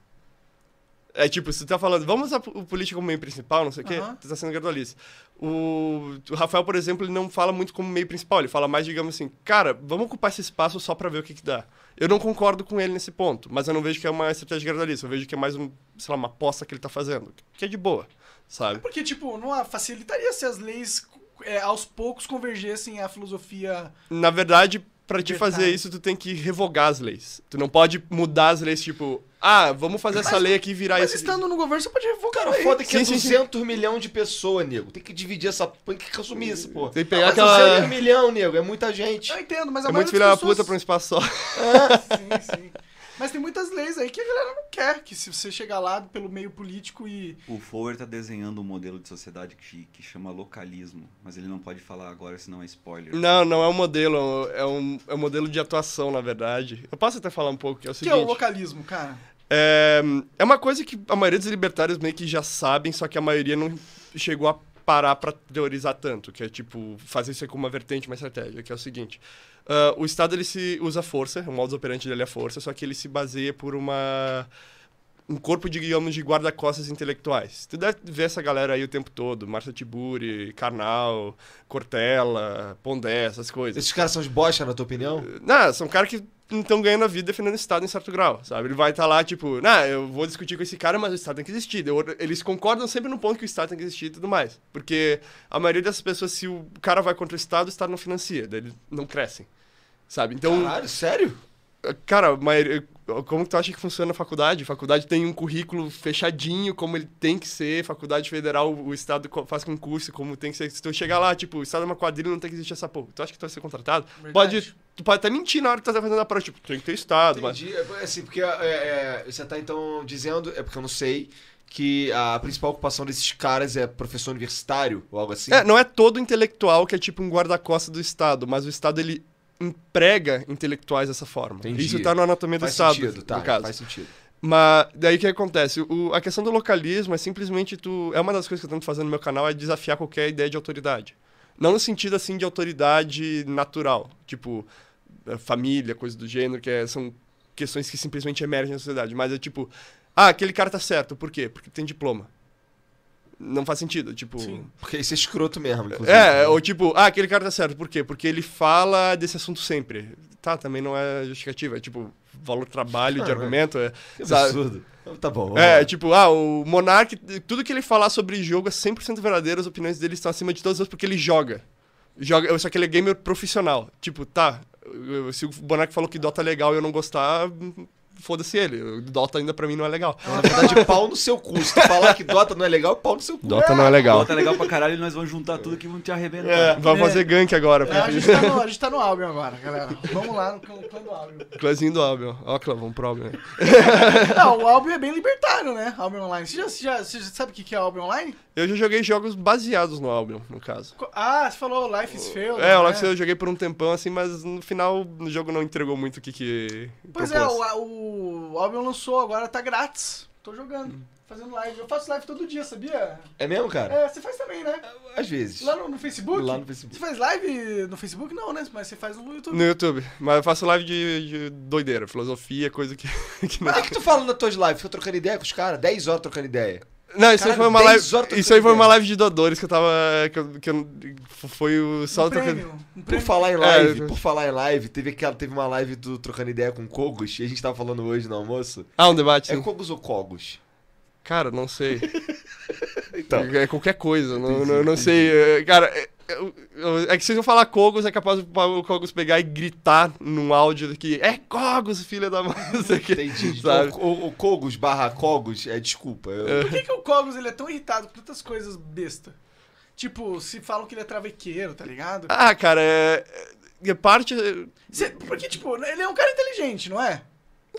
[SPEAKER 4] É tipo, se tu tá falando, vamos usar o político como meio principal, não sei o quê,
[SPEAKER 2] Aham.
[SPEAKER 4] tu tá sendo gradualista. O, o Rafael, por exemplo, ele não fala muito como meio principal, ele fala mais, digamos assim, cara, vamos ocupar esse espaço só pra ver o que que dá. Eu não concordo com ele nesse ponto, mas eu não vejo que é uma estratégia gradualista, eu vejo que é mais um, sei lá, uma aposta que ele tá fazendo, que é de boa, sabe?
[SPEAKER 2] Porque, tipo, não há- facilitaria se as leis é, aos poucos convergessem à filosofia...
[SPEAKER 4] Na verdade, pra te
[SPEAKER 2] Verdade.
[SPEAKER 4] fazer isso, tu tem que revogar as leis. Tu não pode mudar as leis, tipo, ah, vamos fazer essa lei aqui e virar
[SPEAKER 2] Mas
[SPEAKER 4] Ah, esse.
[SPEAKER 2] estando no governo, você pode revogar
[SPEAKER 1] Cara,
[SPEAKER 2] a lei.
[SPEAKER 1] foda que é
[SPEAKER 4] Sim, sim, sim.
[SPEAKER 1] 200 milhões de pessoas, nego. Tem que dividir essa porra. Tem que consumir isso, pô. Ah,
[SPEAKER 4] Tem que pegar
[SPEAKER 1] Mas
[SPEAKER 4] aquela-
[SPEAKER 1] 200 milhões, nego. É muita gente.
[SPEAKER 2] Eu entendo, mas a maioria
[SPEAKER 4] É muito
[SPEAKER 2] das
[SPEAKER 4] filha da
[SPEAKER 2] pessoas-
[SPEAKER 4] puta pra um espaço só.
[SPEAKER 2] sim, sim. Mas tem muitas leis aí que a galera não quer, que se você chegar lá pelo meio político e.
[SPEAKER 3] O Fowler tá desenhando um modelo de sociedade que, que chama localismo, mas ele não pode falar agora, senão é spoiler.
[SPEAKER 4] Não, não é um modelo, é um, é um modelo de atuação, na verdade. Eu posso até falar um pouco, que é o
[SPEAKER 2] que é o
[SPEAKER 4] seguinte.
[SPEAKER 2] localismo, cara?
[SPEAKER 4] É, é uma coisa que a maioria dos libertários meio que já sabem, só que a maioria não chegou a parar pra teorizar tanto, que é tipo, fazer isso aí como uma vertente, uma estratégia, que é o seguinte. ah, o Estado, ele se usa força, o modus operandi dele é força, só que ele se baseia por uma... um corpo, digamos, de guarda-costas intelectuais. Tu deve ver essa galera aí o tempo todo. Marta Tiburi, Karnal, Cortella, Pondé, essas coisas.
[SPEAKER 1] Esses caras são de bosta, na tua opinião?
[SPEAKER 4] Não, são caras que não estão ganhando a vida defendendo o Estado em certo grau, sabe? Ele vai estar lá, tipo, nah, eu vou discutir com esse cara, mas o Estado tem que existir. Deu- Eles concordam sempre no ponto que o Estado tem que existir e tudo mais. Porque a maioria dessas pessoas, se o cara vai contra o Estado, o Estado não financia, daí eles não crescem, sabe? Então,
[SPEAKER 1] Caralho, sério?
[SPEAKER 4] Cara, mas eh, como que tu acha que funciona a faculdade? Faculdade tem um currículo fechadinho, como ele tem que ser. Faculdade federal, o Estado co- faz concurso, como tem que ser. Se tu chegar lá, tipo, o Estado é uma quadrilha, não tem que existir essa porra. Tu acha que tu vai ser contratado?
[SPEAKER 2] Verdade.
[SPEAKER 4] Pode, tu pode até mentir na hora que tu tá fazendo a prova. Tipo, tem que ter Estado, mas...
[SPEAKER 1] Entendi. É, Assim, porque é, é, você tá então dizendo, é porque eu não sei, que a principal ocupação desses caras é professor universitário ou algo assim.
[SPEAKER 4] É, não é todo intelectual que é tipo um guarda-costas do Estado, mas o Estado, ele emprega intelectuais dessa forma.
[SPEAKER 1] Entendi.
[SPEAKER 4] Isso tá no anatomia do
[SPEAKER 1] faz
[SPEAKER 4] Estado,
[SPEAKER 1] sentido, tá?
[SPEAKER 4] no caso.
[SPEAKER 1] Faz sentido.
[SPEAKER 4] Mas daí o que acontece? O- a questão do localismo é simplesmente tu. É uma das coisas que eu tento fazer no meu canal é desafiar qualquer ideia de autoridade. Não no sentido assim de autoridade natural, tipo eh, família, coisa do gênero, que é- são questões que simplesmente emergem na sociedade, mas é tipo, ah, aquele cara tá certo, por quê? Porque tem diploma. Não faz sentido, tipo.
[SPEAKER 2] Sim.
[SPEAKER 1] Porque isso é escroto mesmo, inclusive.
[SPEAKER 4] É, ou tipo, ah, aquele cara tá certo, por quê? Porque ele fala desse assunto sempre. Tá, também não é justificativa, é tipo, valor trabalho de
[SPEAKER 1] Caralho.
[SPEAKER 4] argumento, é.
[SPEAKER 1] Que
[SPEAKER 4] sabe?
[SPEAKER 1] absurdo. Então Tá bom. vamos
[SPEAKER 4] É,
[SPEAKER 1] lá.
[SPEAKER 4] tipo, ah, o Monark, tudo que ele falar sobre jogo é 100% verdadeiro, as opiniões dele estão acima de todas as outras porque ele joga. joga só que ele é gamer profissional. Tipo, tá, eu- se o Monark falou que Dota é legal e eu não gostar, foda-se ele. O Dota ainda pra mim não é legal.
[SPEAKER 1] Na verdade, pau no seu cu. Se tu falar que Dota não é legal, pau no seu cu.
[SPEAKER 4] Dota não é legal.
[SPEAKER 3] Bota tá legal pra caralho e nós vamos
[SPEAKER 4] É.
[SPEAKER 3] juntar tudo que vamos te arrebentar.
[SPEAKER 4] Vai fazer gank agora,
[SPEAKER 2] É, a,
[SPEAKER 4] porque
[SPEAKER 2] gente tá no, a gente tá no álbum agora, galera. Vamos lá no clã clã do álbum.
[SPEAKER 4] Clãzinho do Albion. Ó, um Clã, vamos pro Albion.
[SPEAKER 2] Não, o álbum é bem libertário, né? Álbum online. Você já, você já, você já sabe o que que é álbum online?
[SPEAKER 4] Eu já joguei jogos baseados no Albion, no caso.
[SPEAKER 2] Co- Ah, você falou Life is né? Fail.
[SPEAKER 4] É, o Lux eu joguei por um tempão, assim, mas no final o jogo não entregou muito o que que
[SPEAKER 2] Pois é,
[SPEAKER 4] propôs.
[SPEAKER 2] o, o álbum lançou agora, tá grátis. Tô jogando, fazendo live. Eu faço live todo dia, sabia?
[SPEAKER 1] É mesmo, cara?
[SPEAKER 2] É, você faz também, né?
[SPEAKER 1] Às vezes.
[SPEAKER 2] Lá no, no Facebook?
[SPEAKER 1] Lá no Facebook.
[SPEAKER 2] Você faz live no Facebook? Não, né? Mas você faz no YouTube.
[SPEAKER 4] No YouTube. Mas eu faço live de, de doideira, filosofia, coisa que, que não.
[SPEAKER 1] Mas o é que que tu fala nas tuas lives? Fica trocando ideia com os caras? 10 horas trocando ideia.
[SPEAKER 4] Não, isso aí
[SPEAKER 1] Caralho,
[SPEAKER 4] foi uma
[SPEAKER 1] 10
[SPEAKER 4] live.
[SPEAKER 1] horas trocando
[SPEAKER 4] Isso aí foi uma
[SPEAKER 1] ideia.
[SPEAKER 4] live de doadores que eu tava. Que eu, que eu- foi o. Só
[SPEAKER 2] um
[SPEAKER 4] trocando-
[SPEAKER 2] prêmio, um
[SPEAKER 1] Por
[SPEAKER 2] prêmio.
[SPEAKER 1] falar em live,
[SPEAKER 4] eu-
[SPEAKER 1] por falar em live, teve, aquela, teve uma live do Trocando Ideia com Cogos, e a gente tava falando hoje no almoço.
[SPEAKER 4] Ah, um debate.
[SPEAKER 1] É
[SPEAKER 4] sim.
[SPEAKER 1] Cogos ou Cogos?
[SPEAKER 4] Cara, não sei.
[SPEAKER 1] Então.
[SPEAKER 4] É qualquer coisa, não, não, não sei. é, Cara, é, é- é que se eu falar Cogos, é capaz o Cogos pegar e gritar num áudio que é Cogos, filha da mãe. não sei o quê,
[SPEAKER 1] Entendi.
[SPEAKER 4] sabe?
[SPEAKER 1] Então, o, o Cogos barra Cogos, é desculpa. eu-
[SPEAKER 2] Por que, que o Cogos ele é tão irritado com tantas coisas besta? Tipo, se falam que ele é travequeiro, tá ligado?
[SPEAKER 4] Ah, cara, é, é parte.
[SPEAKER 2] Cê- porque, tipo, ele é um cara inteligente, não é?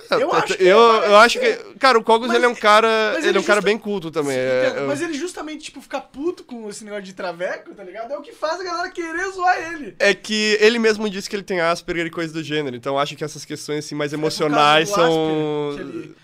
[SPEAKER 4] Eu,
[SPEAKER 2] acho que
[SPEAKER 4] eu,
[SPEAKER 2] ele é um parece
[SPEAKER 4] acho que. Cara, o Cogos
[SPEAKER 2] Mas-
[SPEAKER 4] ele é um cara.
[SPEAKER 2] mas
[SPEAKER 4] Ele,
[SPEAKER 2] ele
[SPEAKER 4] é um cara
[SPEAKER 2] justa-
[SPEAKER 4] bem culto também.
[SPEAKER 2] Sim,
[SPEAKER 4] é,
[SPEAKER 2] entendo.
[SPEAKER 4] eu-
[SPEAKER 2] Mas ele justamente, tipo, ficar puto com esse negócio de traveco, tá ligado? É o que faz a galera querer zoar ele.
[SPEAKER 4] É que ele mesmo disse que ele tem Asperger e coisa do gênero, então acho que essas questões assim, mais
[SPEAKER 2] É,
[SPEAKER 4] emocionais
[SPEAKER 2] por causa
[SPEAKER 4] são.
[SPEAKER 2] do Asperger que ele-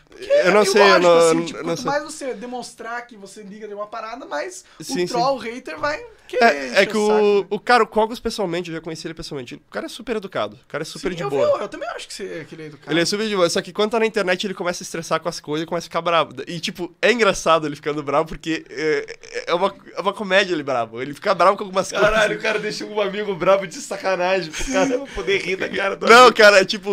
[SPEAKER 4] Eu não
[SPEAKER 2] É
[SPEAKER 4] sei, eu
[SPEAKER 2] ilógico,
[SPEAKER 4] não,
[SPEAKER 2] assim, tipo,
[SPEAKER 4] eu não
[SPEAKER 2] quanto
[SPEAKER 4] sei.
[SPEAKER 2] mais você demonstrar que você liga de uma parada, mais
[SPEAKER 4] Sim,
[SPEAKER 2] o troll, o hater vai querer.
[SPEAKER 4] É, é
[SPEAKER 2] encher
[SPEAKER 4] que
[SPEAKER 2] saco,
[SPEAKER 4] o,
[SPEAKER 2] né?
[SPEAKER 4] o cara, o Cogos, pessoalmente, eu já conheci ele pessoalmente. O cara é super educado, o cara é super
[SPEAKER 2] Sim,
[SPEAKER 4] de
[SPEAKER 2] eu,
[SPEAKER 4] boa.
[SPEAKER 2] Eu, eu também acho que você é querido, cara.
[SPEAKER 4] Ele é super de boa, só que quando tá na internet ele começa a estressar com as coisas e começa a ficar bravo. E, tipo, é engraçado ele ficando bravo porque é, é uma, é uma comédia ele bravo. Ele fica bravo com algumas coisas.
[SPEAKER 1] Caralho, o cara deixou um amigo bravo de sacanagem pro cara não poder rir da cara do
[SPEAKER 4] Não,
[SPEAKER 1] amigo.
[SPEAKER 4] cara, é tipo.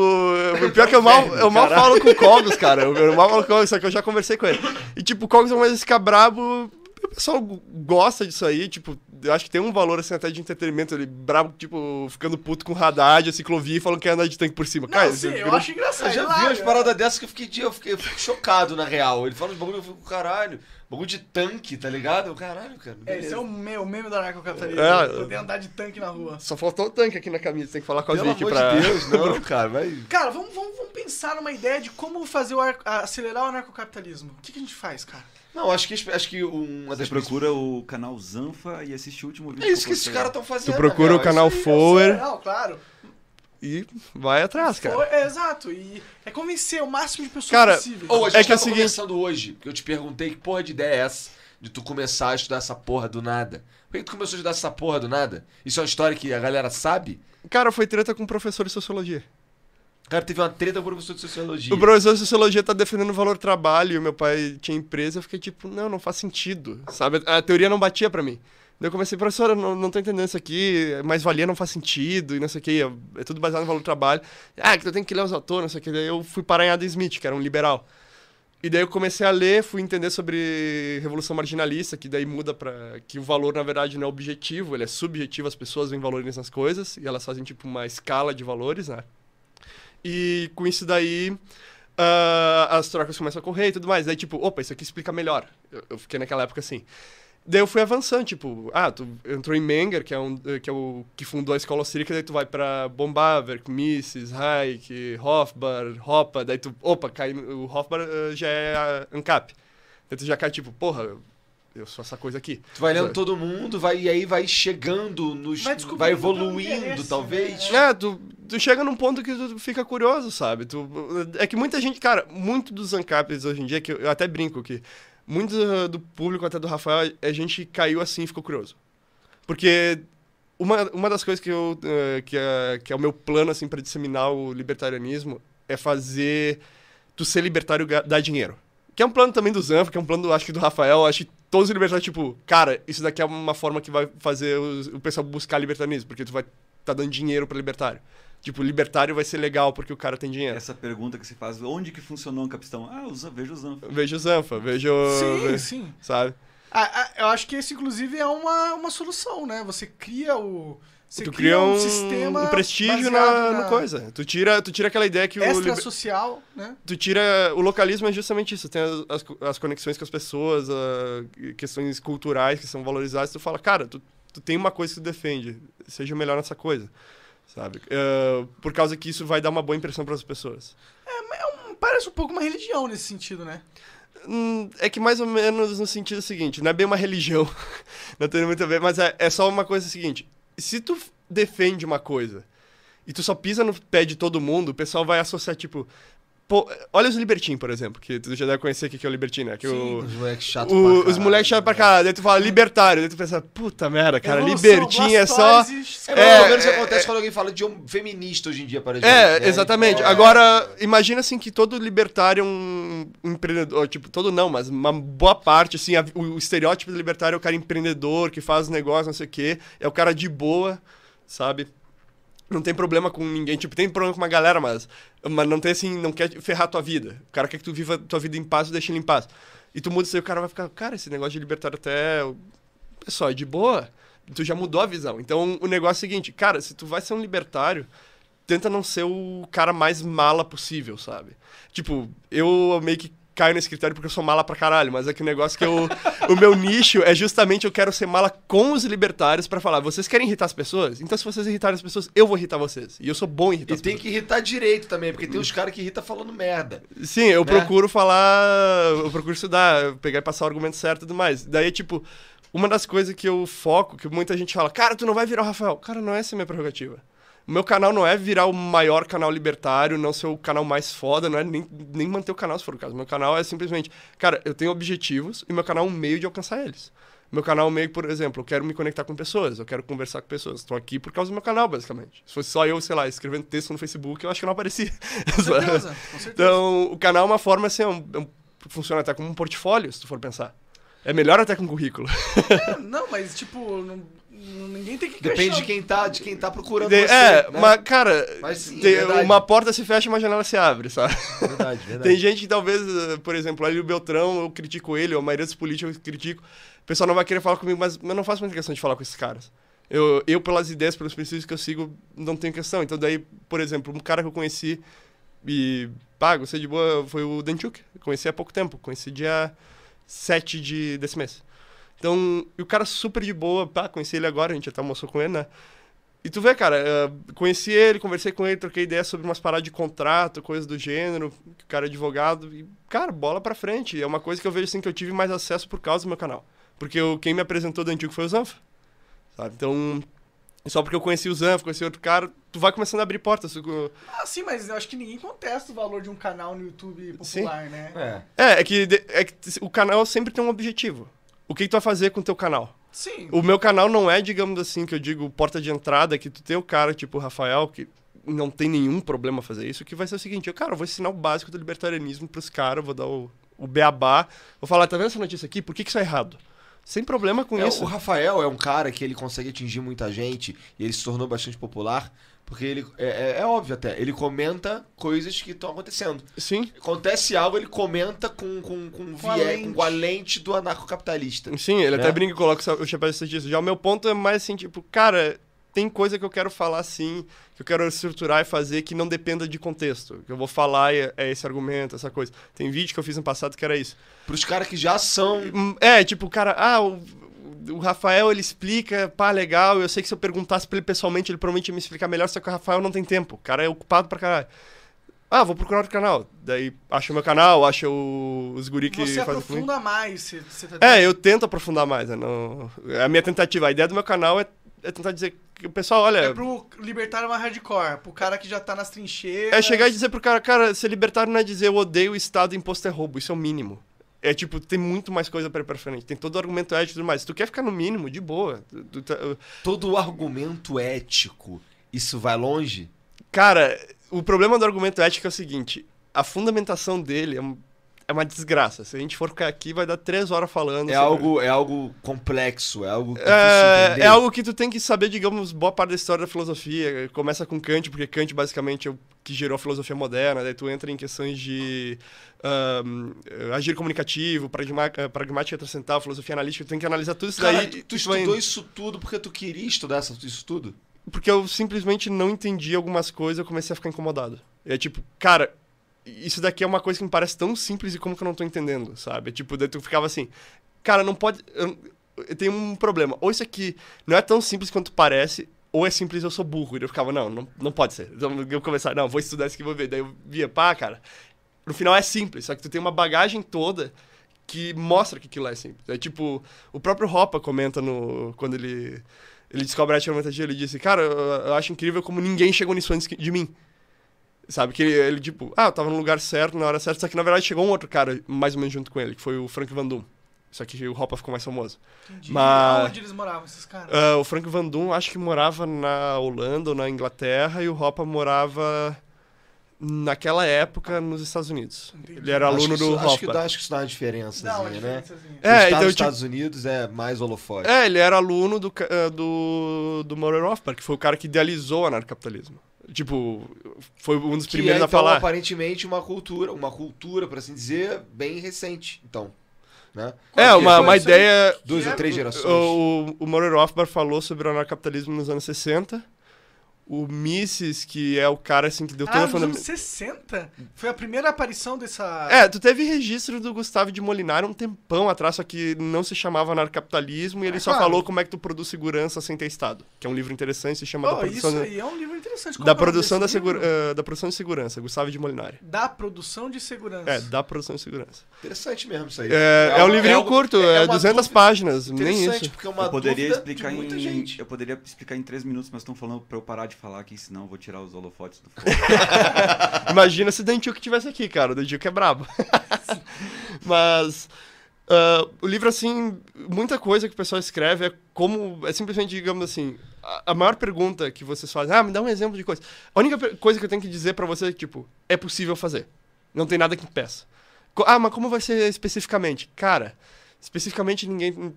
[SPEAKER 4] Pior que eu mal, eu mal
[SPEAKER 1] Caralho.
[SPEAKER 4] falo com o Cogos, cara. Eu, eu mal falo com o Cogos, só que eu já conversei com ele. E, tipo, o Cogos é mais ficar brabo. O pessoal gosta disso aí, tipo, eu acho que tem um valor assim até de entretenimento. Ele brabo, tipo, ficando puto com o Haddad, a ciclovia e falando que ia andar de tanque por cima.
[SPEAKER 2] Não,
[SPEAKER 4] cara,
[SPEAKER 2] sim,
[SPEAKER 4] isso-
[SPEAKER 2] eu acho engraçado.
[SPEAKER 1] Eu já vi
[SPEAKER 2] hilário,
[SPEAKER 4] é.
[SPEAKER 1] umas paradas dessas que eu fiquei, de- eu fiquei, eu fico chocado, na real. Ele fala uns bagulho, eu fico, caralho, bagulho de tanque, tá ligado? Eu, caralho, cara.
[SPEAKER 2] É, esse é o meu, o meme da narcocapitalismo.
[SPEAKER 4] É.
[SPEAKER 2] poder andar de tanque na rua.
[SPEAKER 4] Só faltou o tanque aqui na camisa, tem que falar com a
[SPEAKER 1] Pelo
[SPEAKER 4] Vicky
[SPEAKER 1] amor
[SPEAKER 4] pra.
[SPEAKER 1] de Deus, não, cara, vai...
[SPEAKER 2] Cara, vamos, vamos, vamos pensar numa ideia de como fazer o ar- a- acelerar o anarcocapitalismo. O que, que a gente faz, cara?
[SPEAKER 1] Não, acho que, acho que uma das
[SPEAKER 3] Você procura o canal Zanfa e assiste o último vídeo.
[SPEAKER 1] É isso que
[SPEAKER 3] eu
[SPEAKER 1] esses
[SPEAKER 3] postei.
[SPEAKER 1] caras estão
[SPEAKER 4] Tu
[SPEAKER 1] fazendo. né,
[SPEAKER 4] procura
[SPEAKER 1] na
[SPEAKER 4] É o canal
[SPEAKER 1] real,
[SPEAKER 4] Fower
[SPEAKER 2] Não, claro.
[SPEAKER 4] e vai atrás, cara.
[SPEAKER 2] Foi- é, exato. E é convencer o máximo de pessoas
[SPEAKER 4] Cara,
[SPEAKER 2] possível.
[SPEAKER 1] Ou a gente
[SPEAKER 4] É
[SPEAKER 1] é
[SPEAKER 4] que
[SPEAKER 1] que
[SPEAKER 4] é
[SPEAKER 1] tava
[SPEAKER 4] o seguinte-
[SPEAKER 1] conversando hoje, que eu te perguntei que porra de ideia é essa de tu começar a estudar essa porra do nada. Por que que tu começou a estudar essa porra do nada? Isso é uma história que a galera sabe?
[SPEAKER 4] Cara, foi treta com um professor de sociologia.
[SPEAKER 1] Cara, teve uma treta com o professor de sociologia.
[SPEAKER 4] O professor de sociologia tá defendendo o valor trabalho, e o meu pai tinha empresa, eu fiquei tipo, não, não faz sentido, sabe? A teoria não batia pra mim. Daí eu comecei, professora, não, não tô entendendo isso aqui, mais valia não faz sentido, e não sei o que, é, é tudo baseado no valor trabalho. Ah, que tu tem que ler os autores, não sei o que. Daí eu fui parar em Adam Smith, que era um liberal. E daí eu comecei a ler, fui entender sobre revolução marginalista, que daí muda para que o valor na verdade não é objetivo, ele é subjetivo, as pessoas veem valores nas coisas e elas fazem tipo uma escala de valores, né? E com isso daí ah, as trocas começam a correr e tudo mais. Daí tipo, opa, isso aqui explica melhor. Eu, eu fiquei naquela época assim. Daí eu fui avançando, tipo, ah, tu entrou em Menger, que é, um, que é o que fundou a escola austríaca, daí tu vai pra Bombaver, Mises, Hayek, Hofbar, Hoppe, daí tu, opa, cai, no- o Hofbar eh, já é a ANCAP. Daí tu já cai, tipo, porra, eu- eu sou essa coisa aqui.
[SPEAKER 1] Tu vai lendo todo mundo, vai, e aí vai chegando nos.
[SPEAKER 2] Vai
[SPEAKER 1] Vai,
[SPEAKER 2] descobrindo pelo
[SPEAKER 1] evoluindo,
[SPEAKER 2] interesse, né?
[SPEAKER 1] talvez.
[SPEAKER 4] É, tu, tu chega num ponto que tu fica curioso, sabe? Tu, é que muita gente, cara, muito dos ANCAPs hoje em dia, que eu, eu até brinco que muito do, do público, até do Rafael, a gente caiu assim e ficou curioso. Porque uma, uma das coisas que, eu, eh, que, é, que é o meu plano, assim, para disseminar o libertarianismo é fazer tu ser libertário ga- dar dinheiro. Que é um plano também do Zanf, que é um plano, acho que do Rafael, acho que todos os libertários, tipo, cara, isso daqui é uma forma que vai fazer os- o pessoal buscar libertarianismo, porque tu vai tá dando dinheiro para libertário. Tipo, libertário vai ser legal porque o cara tem dinheiro.
[SPEAKER 3] Essa pergunta que se faz, onde que funcionou um capistão? Ah, usa, veja o Zanfa.
[SPEAKER 4] Veja o Zanfa, veja o...
[SPEAKER 2] Sim,
[SPEAKER 4] ve-
[SPEAKER 2] sim.
[SPEAKER 4] Sabe?
[SPEAKER 2] Ah, ah, eu acho que isso, inclusive, é uma, uma solução, né? Você cria o. Você
[SPEAKER 4] tu cria um,
[SPEAKER 2] sistema.
[SPEAKER 4] um prestígio na,
[SPEAKER 2] baseado
[SPEAKER 4] no coisa. Tu tira, tu tira aquela ideia que o... liber-
[SPEAKER 2] Extra-social, né?
[SPEAKER 4] tu tira o localismo é justamente isso tem as, as, co- as conexões com as pessoas a- questões culturais que são valorizadas tu fala cara tu, tu tem uma coisa que tu defende seja o melhor nessa coisa sabe Eh, por causa que isso vai dar uma boa impressão para as pessoas
[SPEAKER 2] Parece um pouco uma religião nesse sentido, né?
[SPEAKER 4] Hum, é que mais ou menos no sentido seguinte não é bem uma religião não tem muito a ver mas é, é só uma coisa seguinte se tu f- defende uma coisa e tu só pisa no pé de todo mundo, o pessoal vai associar, tipo. Pô, olha os Libertin, por exemplo, que tu já deve conhecer o que que é o Libertin, né? Que o-
[SPEAKER 1] Os moleques chatos.
[SPEAKER 4] O-
[SPEAKER 1] pra
[SPEAKER 4] os
[SPEAKER 1] caralho,
[SPEAKER 4] moleques chamam pra
[SPEAKER 1] né?
[SPEAKER 4] cá, daí tu fala libertário, daí tu pensa, puta merda, cara,
[SPEAKER 2] Evolução,
[SPEAKER 4] libertinho é só.
[SPEAKER 2] Blastoise,
[SPEAKER 1] É, mais ou
[SPEAKER 4] É,
[SPEAKER 1] menos o
[SPEAKER 4] é,
[SPEAKER 1] que acontece quando alguém fala de um feminista hoje em dia, né? para
[SPEAKER 4] É, exatamente. Agora, imagina assim que todo libertário é um empreendedor, tipo, todo não, mas uma boa parte, assim, a- o, o estereótipo do libertário é o cara empreendedor, que faz negócio, não sei o quê, é o cara de boa, sabe? Não tem problema com ninguém, tipo, tem problema com uma galera, mas, mas não tem assim, não quer ferrar tua vida. O cara quer que tu viva tua vida em paz e deixa ele em paz. E tu muda isso aí, o cara vai ficar, cara, esse negócio de libertário até pessoal, é de boa. Tu já mudou a visão. Então, o negócio é o seguinte, cara, se tu vai ser um libertário, tenta não ser o cara mais mala possível, sabe? Tipo, eu meio que caio nesse critério porque eu sou mala pra caralho, mas é que o negócio que eu... o meu nicho é justamente eu quero ser mala com os libertários pra falar, vocês querem irritar as pessoas? Então, se vocês irritarem as pessoas, eu vou irritar vocês. E eu sou bom em
[SPEAKER 1] E
[SPEAKER 4] irritar as
[SPEAKER 1] tem
[SPEAKER 4] pessoas.
[SPEAKER 1] que irritar direito também, porque
[SPEAKER 4] Hum.
[SPEAKER 1] tem uns caras que irritam falando merda.
[SPEAKER 4] Sim, eu
[SPEAKER 1] né?
[SPEAKER 4] procuro falar, eu procuro estudar, eu pegar e passar o argumento certo e tudo mais. Daí, tipo, uma das coisas que eu foco, que muita gente fala, cara, tu não vai virar o Rafael. Cara, não é essa a minha prerrogativa. O meu canal não é virar o maior canal libertário, não ser o canal mais foda, não é nem, nem manter o canal se for o caso. Meu canal é simplesmente, cara, eu tenho objetivos e meu canal é um meio de alcançar eles. Meu canal é um meio, por exemplo, eu quero me conectar com pessoas, eu quero conversar com pessoas. Estou aqui por causa do meu canal, basicamente. Se fosse só eu, sei lá, escrevendo texto no Facebook, eu acho que eu não aparecia.
[SPEAKER 2] Com certeza, com certeza.
[SPEAKER 4] Então, o canal é uma forma assim, é um- é um- funciona até como um portfólio, se tu for pensar. É melhor até com um currículo.
[SPEAKER 2] É, Não, mas tipo, não- não- ninguém tem que
[SPEAKER 1] Depende
[SPEAKER 2] questionar.
[SPEAKER 1] de quem tá, de quem tá procurando
[SPEAKER 4] De-
[SPEAKER 1] você,
[SPEAKER 4] é,
[SPEAKER 1] né?
[SPEAKER 4] mas, cara,
[SPEAKER 1] Mas sim, é
[SPEAKER 4] tem-
[SPEAKER 1] verdade.
[SPEAKER 4] uma porta se fecha e uma janela se abre, sabe?
[SPEAKER 1] Verdade, verdade.
[SPEAKER 4] Tem gente que talvez, eh, por exemplo, ali o Beltrão, eu critico ele, ou a maioria dos políticos eu critico. O pessoal não vai querer falar comigo, mas mas eu não faço muita questão de falar com esses caras. Eu, eu, pelas ideias, pelos princípios que eu sigo, não tenho questão. Então, daí, por exemplo, um cara que eu conheci e pago, sei de boa, foi o Denchuk. Eu Conheci há pouco tempo, conheci dia 7 de, desse mês. Então, e o cara super de boa, pá, conheci ele agora, a gente até almoçou com ele, né? E tu vê, cara, eh, conheci ele, conversei com ele, troquei ideia sobre umas paradas de contrato, coisas do gênero, que o cara é advogado, e, cara, bola pra frente. É uma coisa que eu vejo assim que eu tive mais acesso por causa do meu canal. Porque eu, quem me apresentou do antigo foi o Zanfa. Sabe? Então, só porque eu conheci o Zanfa, conheci outro cara, tu vai começando a abrir portas. tu-
[SPEAKER 2] Ah, sim, mas eu acho que ninguém contesta o valor de um canal no YouTube popular, né?
[SPEAKER 1] É.
[SPEAKER 4] É, é que, de- é que o canal sempre tem um objetivo. O que, que tu vai fazer com o teu canal?
[SPEAKER 2] Sim.
[SPEAKER 4] O meu canal não é, digamos assim, que eu digo porta de entrada, que tu tem o cara tipo o Rafael, que não tem nenhum problema fazer isso, que vai ser o seguinte, eu, cara, eu vou ensinar o básico do libertarianismo pros caras, vou dar o, o beabá, vou falar, tá vendo essa notícia aqui? Por que que isso é errado? Sem problema com
[SPEAKER 1] É,
[SPEAKER 4] isso.
[SPEAKER 1] o Rafael é um cara que ele consegue atingir muita gente e ele se tornou bastante popular. Porque ele. É, é- é óbvio até, ele comenta coisas que estão acontecendo.
[SPEAKER 4] Sim,
[SPEAKER 1] Acontece algo, ele comenta com, com, com,
[SPEAKER 2] Com a
[SPEAKER 1] viés-
[SPEAKER 2] lente.
[SPEAKER 1] com a lente do anarcocapitalista.
[SPEAKER 4] sim, ele
[SPEAKER 1] É.
[SPEAKER 4] até brinca e coloca o cha- o chapéu de estatística. Já o meu ponto é mais assim, tipo, cara, tem coisa que eu quero falar sim, que eu quero estruturar e fazer que não dependa de contexto. Que eu vou falar é, é esse argumento, essa coisa. Tem vídeo que eu fiz no passado que era isso.
[SPEAKER 1] Pros caras que já são.
[SPEAKER 4] Hum, É, tipo, cara, ah, o, o Rafael ele explica, pá, legal. Eu sei que se eu perguntasse pra ele pessoalmente, ele provavelmente ia me explicar melhor, só que o Rafael não tem tempo. O cara é ocupado pra caralho. Ah, vou procurar outro canal. Daí acha o meu canal, acha o- os guri que
[SPEAKER 2] Você
[SPEAKER 4] fazem comigo.
[SPEAKER 2] aprofunda mais. Você, você tá
[SPEAKER 4] É, eu tento aprofundar mais. né, não- A minha tentativa, a ideia do meu canal é, é tentar dizer que o pessoal, olha.
[SPEAKER 2] É pro libertário mais hardcore, pro cara que já tá nas trincheiras.
[SPEAKER 4] É chegar e dizer pro cara, cara, ser libertário não é dizer eu odeio o Estado e imposto é roubo, isso é o mínimo. É tipo, tem muito mais coisa pra ir pra frente, tem todo o argumento ético e tudo mais. Se tu quer ficar no mínimo, de boa. Tu- tu tá-
[SPEAKER 1] Todo argumento ético, isso vai longe?
[SPEAKER 4] Cara, o problema do argumento ético é o seguinte: a fundamentação dele é, um- é uma desgraça. Se a gente for ficar aqui, vai dar três horas falando.
[SPEAKER 1] É
[SPEAKER 4] sobre-
[SPEAKER 1] algo, é algo complexo, é algo. difícil
[SPEAKER 4] É,
[SPEAKER 1] entender.
[SPEAKER 4] é algo que tu tem que saber, digamos, boa parte da história da filosofia. Começa com Kant, porque Kant basicamente é o que gerou a filosofia moderna. Daí tu entra em questões de ahm, agir comunicativo, pragma- eh, pragmática transcendental, filosofia analítica. Tu tem que analisar tudo isso
[SPEAKER 1] Cara,
[SPEAKER 4] daí.
[SPEAKER 1] tu, tu
[SPEAKER 4] isso vai
[SPEAKER 1] estudou isso tudo porque tu queria estudar essa- isso tudo?
[SPEAKER 4] porque eu simplesmente não entendi algumas coisas, eu comecei a ficar incomodado. É tipo, cara, isso daqui é uma coisa que me parece tão simples e como que eu não tô entendendo, sabe? É Tipo, daí tu ficava assim, cara, não pode. Eu, eu tenho um problema. Ou isso aqui não é tão simples quanto parece, ou é simples eu sou burro. E eu ficava, não, não, não pode ser. Então, Eu começava, não, vou estudar isso aqui, vou ver. Daí eu via, pá, cara. No final é simples, só que tu tem uma bagagem toda que mostra que aquilo lá é simples. É tipo, o próprio Hoppe comenta no. quando ele. Ele descobre a antiromantagia, ele disse, cara, eu, eu acho incrível como ninguém chegou nisso antes que- de mim. Sabe, que ele, ele, tipo, ah, eu tava no lugar certo, na hora certa, só que na verdade chegou um outro cara mais ou menos junto com ele, que foi o Frank Van Doom. Só que o Hoppe ficou mais famoso.
[SPEAKER 2] Entendi.
[SPEAKER 4] mas-
[SPEAKER 2] Onde eles moravam, esses caras?
[SPEAKER 4] Ah, o Frank Van Doom acho que morava na Holanda ou na Inglaterra e o Hoppe morava naquela época nos Estados Unidos.
[SPEAKER 2] Entendi.
[SPEAKER 4] Ele era
[SPEAKER 1] acho que
[SPEAKER 4] aluno
[SPEAKER 1] isso,
[SPEAKER 4] do
[SPEAKER 1] acho que,
[SPEAKER 4] Hoppe.
[SPEAKER 1] dá, acho que isso dá uma diferença,
[SPEAKER 2] Dá uma
[SPEAKER 1] né?
[SPEAKER 2] diferençazinha.
[SPEAKER 4] É,
[SPEAKER 1] Estar
[SPEAKER 4] então,
[SPEAKER 1] nos
[SPEAKER 4] tipo-
[SPEAKER 1] Estados Unidos é mais holofote.
[SPEAKER 4] É, ele era aluno do, ca- eh, do, do Murray Rothbard, que foi o cara que idealizou o anarcocapitalismo. Tipo, foi um dos
[SPEAKER 1] Que
[SPEAKER 4] primeiros
[SPEAKER 1] é,
[SPEAKER 4] a
[SPEAKER 1] então,
[SPEAKER 4] falar.
[SPEAKER 1] aparentemente, uma cultura, uma cultura, por assim dizer, bem recente. Então, né?
[SPEAKER 4] É,
[SPEAKER 1] Porque
[SPEAKER 4] uma,
[SPEAKER 1] foi
[SPEAKER 4] uma
[SPEAKER 1] isso
[SPEAKER 4] ideia.
[SPEAKER 1] aí, Duas
[SPEAKER 3] é
[SPEAKER 1] ou três gerações.
[SPEAKER 4] O, o Murray Rothbard falou sobre o anarcocapitalismo nos anos 60. O Mises, que é o cara assim que deu toda
[SPEAKER 2] Ah,
[SPEAKER 4] a
[SPEAKER 2] nos anos
[SPEAKER 4] fundamentação.
[SPEAKER 2] 60? Foi a primeira aparição dessa...
[SPEAKER 4] É, tu teve registro do Gustavo de Molinar um tempão atrás, só que não se chamava anarcapitalismo e ele
[SPEAKER 2] É,
[SPEAKER 4] só
[SPEAKER 2] claro.
[SPEAKER 4] falou como é que tu produz segurança sem ter Estado, que é um livro interessante, se chama da
[SPEAKER 2] Oh, isso
[SPEAKER 4] produção, da,
[SPEAKER 2] aí é um livro interessante. Qual que é
[SPEAKER 4] da
[SPEAKER 2] o nome
[SPEAKER 4] produção, da,
[SPEAKER 2] desse livro?
[SPEAKER 4] segura, eh, da produção de segurança, Gustavo de Molinari.
[SPEAKER 2] Da produção de segurança.
[SPEAKER 4] É, da produção de segurança.
[SPEAKER 1] Interessante mesmo isso aí.
[SPEAKER 4] É, é um
[SPEAKER 1] uma-
[SPEAKER 4] livrinho
[SPEAKER 1] algo-
[SPEAKER 4] curto,
[SPEAKER 1] é
[SPEAKER 4] é,
[SPEAKER 1] uma
[SPEAKER 4] 200
[SPEAKER 1] dúvida
[SPEAKER 4] páginas, nem
[SPEAKER 1] Interessante,
[SPEAKER 4] isso.
[SPEAKER 1] porque é uma
[SPEAKER 3] Eu poderia
[SPEAKER 1] dúvida
[SPEAKER 3] explicar
[SPEAKER 1] de muita
[SPEAKER 3] em.
[SPEAKER 1] gente.
[SPEAKER 3] Eu poderia explicar em três minutos, mas estão falando pra eu parar de falar aqui, senão eu vou tirar os holofotes do fogo.
[SPEAKER 4] Imagina se o Dantiuk tivesse aqui, cara. O Dantiuk é brabo. Mas ah, o livro, assim, muita coisa que o pessoal escreve é como. É simplesmente, digamos assim, a, a maior pergunta que vocês fazem. Ah, me dá um exemplo de coisa. A única per- coisa que eu tenho que dizer pra você é, tipo, é possível fazer. Não tem nada que impeça. Co- Ah, mas como vai ser especificamente? Cara, especificamente ninguém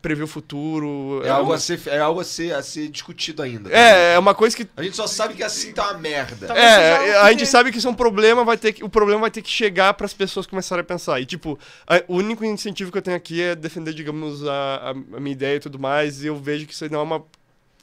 [SPEAKER 4] prevê o futuro.
[SPEAKER 1] É algo,
[SPEAKER 4] uma-
[SPEAKER 1] a ser, é algo a, ser, a ser discutido ainda.
[SPEAKER 4] É, é uma coisa que
[SPEAKER 1] A gente só sabe que assim tá uma merda.
[SPEAKER 2] Tá Talvez
[SPEAKER 4] É,
[SPEAKER 2] seja
[SPEAKER 4] a
[SPEAKER 2] algo
[SPEAKER 4] gente
[SPEAKER 2] que-
[SPEAKER 4] sabe que isso é um problema, vai ter que, o problema vai ter que chegar pras pessoas começarem a pensar. E, tipo, a- o único incentivo que eu tenho aqui é defender, digamos, a, a- a minha ideia e tudo mais, e eu vejo que isso aí não é uma,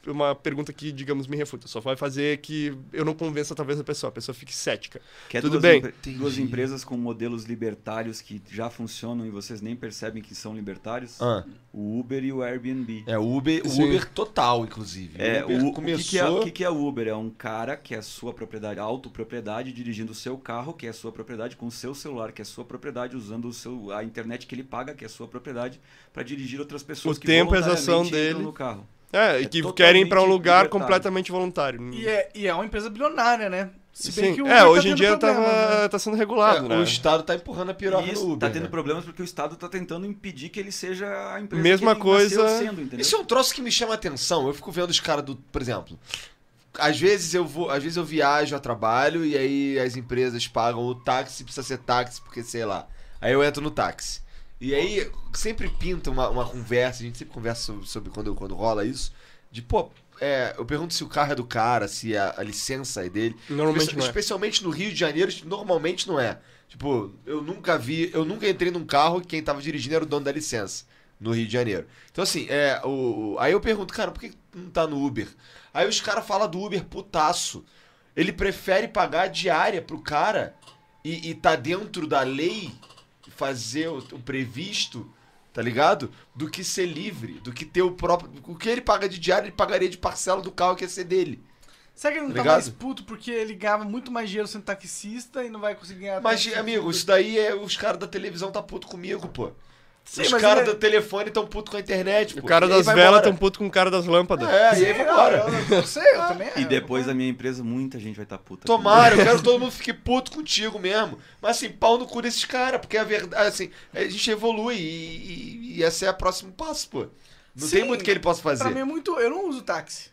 [SPEAKER 4] uma pergunta que, digamos, me refuta. Só vai fazer que eu não convença, talvez, a pessoa. A pessoa fique cética.
[SPEAKER 3] Que é
[SPEAKER 4] Tudo
[SPEAKER 3] duas
[SPEAKER 4] bem.
[SPEAKER 3] empre- duas
[SPEAKER 1] Entendi.
[SPEAKER 3] empresas com modelos libertários que já funcionam e vocês nem percebem que são libertários.
[SPEAKER 1] Ah,
[SPEAKER 3] O Uber e o Airbnb.
[SPEAKER 1] é o Uber, o
[SPEAKER 4] Sim.
[SPEAKER 1] Uber total, inclusive.
[SPEAKER 3] É,
[SPEAKER 1] Uber
[SPEAKER 3] o, o que, que é, o
[SPEAKER 1] começou-
[SPEAKER 3] que que é o Uber? É um cara que é sua propriedade, autopropriedade, dirigindo o seu carro, que é sua propriedade, com o seu celular, que é sua propriedade, usando o seu, a internet que ele paga, que é sua propriedade, para dirigir outras pessoas
[SPEAKER 4] O
[SPEAKER 3] que
[SPEAKER 4] tempo, é a exação
[SPEAKER 3] voluntariamente entram
[SPEAKER 4] dele.
[SPEAKER 3] no carro.
[SPEAKER 4] É, e
[SPEAKER 3] É
[SPEAKER 4] que
[SPEAKER 3] totalmente
[SPEAKER 4] querem ir pra um lugar
[SPEAKER 3] libertário.
[SPEAKER 4] completamente voluntário.
[SPEAKER 2] E é, e é uma empresa bilionária, né? Se bem
[SPEAKER 4] Sim.
[SPEAKER 2] que o
[SPEAKER 4] é,
[SPEAKER 2] Uber
[SPEAKER 4] hoje
[SPEAKER 2] tá
[SPEAKER 4] em
[SPEAKER 2] tendo
[SPEAKER 4] dia tava-
[SPEAKER 2] problemas, né?
[SPEAKER 4] tá sendo
[SPEAKER 1] É,
[SPEAKER 4] regulado, né?
[SPEAKER 1] O Estado tá empurrando a piroca
[SPEAKER 3] E
[SPEAKER 1] no
[SPEAKER 3] isso
[SPEAKER 1] Uber.
[SPEAKER 3] tá tendo
[SPEAKER 1] né?
[SPEAKER 3] problemas porque o Estado tá tentando impedir que ele seja a empresa
[SPEAKER 4] Mesma
[SPEAKER 3] que ele nasceu
[SPEAKER 4] coisa-
[SPEAKER 3] sendo, entendeu?
[SPEAKER 1] Isso é um troço que me chama a atenção. Eu fico vendo os caras do. Por exemplo, Às vezes eu vou, às vezes eu viajo a trabalho e aí as empresas pagam o táxi, precisa ser táxi, porque sei lá. Aí eu entro no táxi. E aí sempre pinta uma, uma conversa, a gente sempre conversa sobre, sobre quando, quando rola isso, de pô, é, eu pergunto se o carro é do cara, se a, a licença é dele.
[SPEAKER 4] Normalmente
[SPEAKER 1] Espe-
[SPEAKER 4] não é.
[SPEAKER 1] Especialmente no Rio de Janeiro, normalmente não é. Tipo, eu nunca vi, eu nunca entrei num carro que quem tava dirigindo era o dono da licença no Rio de Janeiro. Então assim, é, o, o- aí eu pergunto, cara, por que não tá no Uber? Aí os caras falam do Uber putaço. Ele prefere pagar a diária pro cara e, e tá dentro da lei fazer o, o previsto, tá ligado? Do que ser livre, do que ter o próprio. O que ele paga de diária, ele pagaria de parcela do carro que ia ser dele.
[SPEAKER 2] Será que ele não tá
[SPEAKER 1] Ligado?
[SPEAKER 2] mais puto porque ele ganhava muito mais dinheiro sendo taxista e não vai conseguir ganhar
[SPEAKER 1] Mas,
[SPEAKER 2] tanto?
[SPEAKER 1] amigo, isso daí é. Os caras da televisão tá puto comigo, pô.
[SPEAKER 2] Sim,
[SPEAKER 1] os
[SPEAKER 2] mas
[SPEAKER 1] caras
[SPEAKER 2] ele- é-
[SPEAKER 1] do telefone tão puto com a internet, pô.
[SPEAKER 4] O cara
[SPEAKER 1] E aí
[SPEAKER 4] das
[SPEAKER 1] vai
[SPEAKER 4] velas
[SPEAKER 1] embora.
[SPEAKER 4] tão puto com o cara das lâmpadas.
[SPEAKER 1] É, e aí vai embora.
[SPEAKER 2] Eu não sei, eu também.
[SPEAKER 3] E depois da minha empresa, muita gente vai estar puta.
[SPEAKER 1] Tomara, eu quero que todo mundo fique puto contigo mesmo. Mas assim, pau no cu desses caras, porque a verdade, assim, a gente evolui e, e, e esse é o próximo passo, pô. Não
[SPEAKER 2] Sim,
[SPEAKER 1] tem muito que ele possa fazer.
[SPEAKER 2] Pra mim é muito. Eu não uso táxi.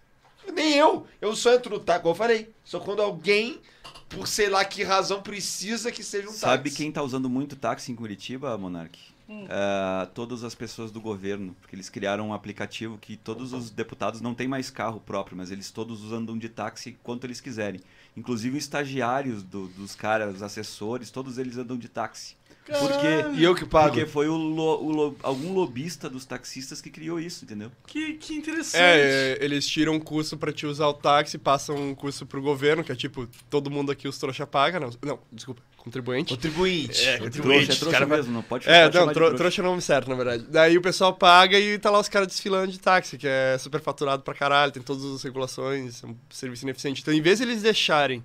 [SPEAKER 1] Nem eu. Eu só entro no táxi, como eu falei. Só quando alguém, por sei lá que razão, precisa que seja um
[SPEAKER 3] Sabe
[SPEAKER 1] táxi.
[SPEAKER 3] quem tá usando muito táxi em Curitiba, Monark?
[SPEAKER 4] Hum.
[SPEAKER 3] Ah, todas as pessoas do governo, porque eles criaram um aplicativo que todos os deputados não têm mais carro próprio, mas eles todos andam de táxi quanto eles quiserem. Inclusive os estagiários do- dos caras, os assessores, todos eles andam de táxi. Porque,
[SPEAKER 1] E eu que pago.
[SPEAKER 3] porque foi o lo- o lo- algum lobista dos taxistas que criou isso, entendeu?
[SPEAKER 2] Que, que interessante.
[SPEAKER 4] É, é, eles tiram um custo pra te usar o táxi, passam um custo pro governo, que é tipo, todo mundo aqui os trouxa paga. Não, não desculpa, contribuinte.
[SPEAKER 1] Contribuinte.
[SPEAKER 3] Trouxa, é trouxa
[SPEAKER 4] cara vai-
[SPEAKER 3] mesmo, não pode
[SPEAKER 4] É,
[SPEAKER 3] pode chamar
[SPEAKER 4] não,
[SPEAKER 3] de
[SPEAKER 4] tro, trouxa é o nome certo, na verdade. Daí o pessoal paga e tá lá os caras desfilando de táxi, que é super faturado pra caralho, tem todas as regulações, é um serviço ineficiente. Então, em vez de eles deixarem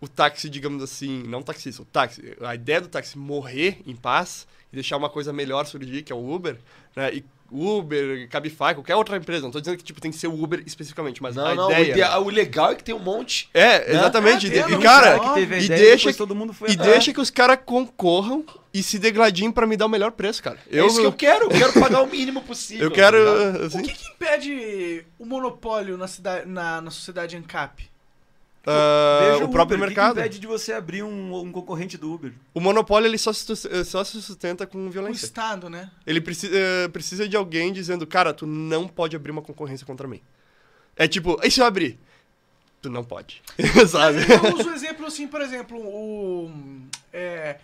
[SPEAKER 4] o táxi, digamos assim, não taxista, o táxi, a ideia do táxi morrer em paz e deixar uma coisa melhor surgir, que é o Uber, né? E Uber, Cabify, qualquer outra empresa, não tô dizendo que tipo, tem que ser o Uber especificamente, mas a
[SPEAKER 1] Não, não, o,
[SPEAKER 4] ideia...
[SPEAKER 1] ide- o legal é que tem um monte.
[SPEAKER 4] É, exatamente.
[SPEAKER 2] É,
[SPEAKER 4] e
[SPEAKER 2] tem,
[SPEAKER 4] de-
[SPEAKER 2] não
[SPEAKER 4] e,
[SPEAKER 2] sei.
[SPEAKER 4] cara,
[SPEAKER 3] que teve a
[SPEAKER 4] e
[SPEAKER 3] ideia
[SPEAKER 4] deixa
[SPEAKER 3] depois
[SPEAKER 4] que-
[SPEAKER 3] todo mundo foi
[SPEAKER 4] e
[SPEAKER 3] atrás.
[SPEAKER 4] deixa que os caras concorram e se degladiem pra me dar o melhor preço, cara.
[SPEAKER 1] É isso que eu quero. Eu quero pagar o mínimo possível.
[SPEAKER 4] Eu quero.
[SPEAKER 1] tá
[SPEAKER 3] né?
[SPEAKER 1] ligado?
[SPEAKER 4] assim,
[SPEAKER 2] O que, que impede o monopólio na, cidade, na, na sociedade ANCAP?
[SPEAKER 4] ah,
[SPEAKER 3] Veja
[SPEAKER 4] o, próprio
[SPEAKER 3] um Uber, o que que
[SPEAKER 4] mercado.
[SPEAKER 3] impede de você abrir um, um concorrente do Uber.
[SPEAKER 4] O monopólio ele só se, tu- eh, só se sustenta com
[SPEAKER 2] O
[SPEAKER 4] violência.
[SPEAKER 2] Estado, né?
[SPEAKER 4] Ele precisa, precisa de alguém dizendo, cara, tu não pode abrir uma concorrência contra mim. É tipo, e se eu abrir? Tu não pode. Sabe?
[SPEAKER 2] Eu uso o exemplo assim, por exemplo, o. É,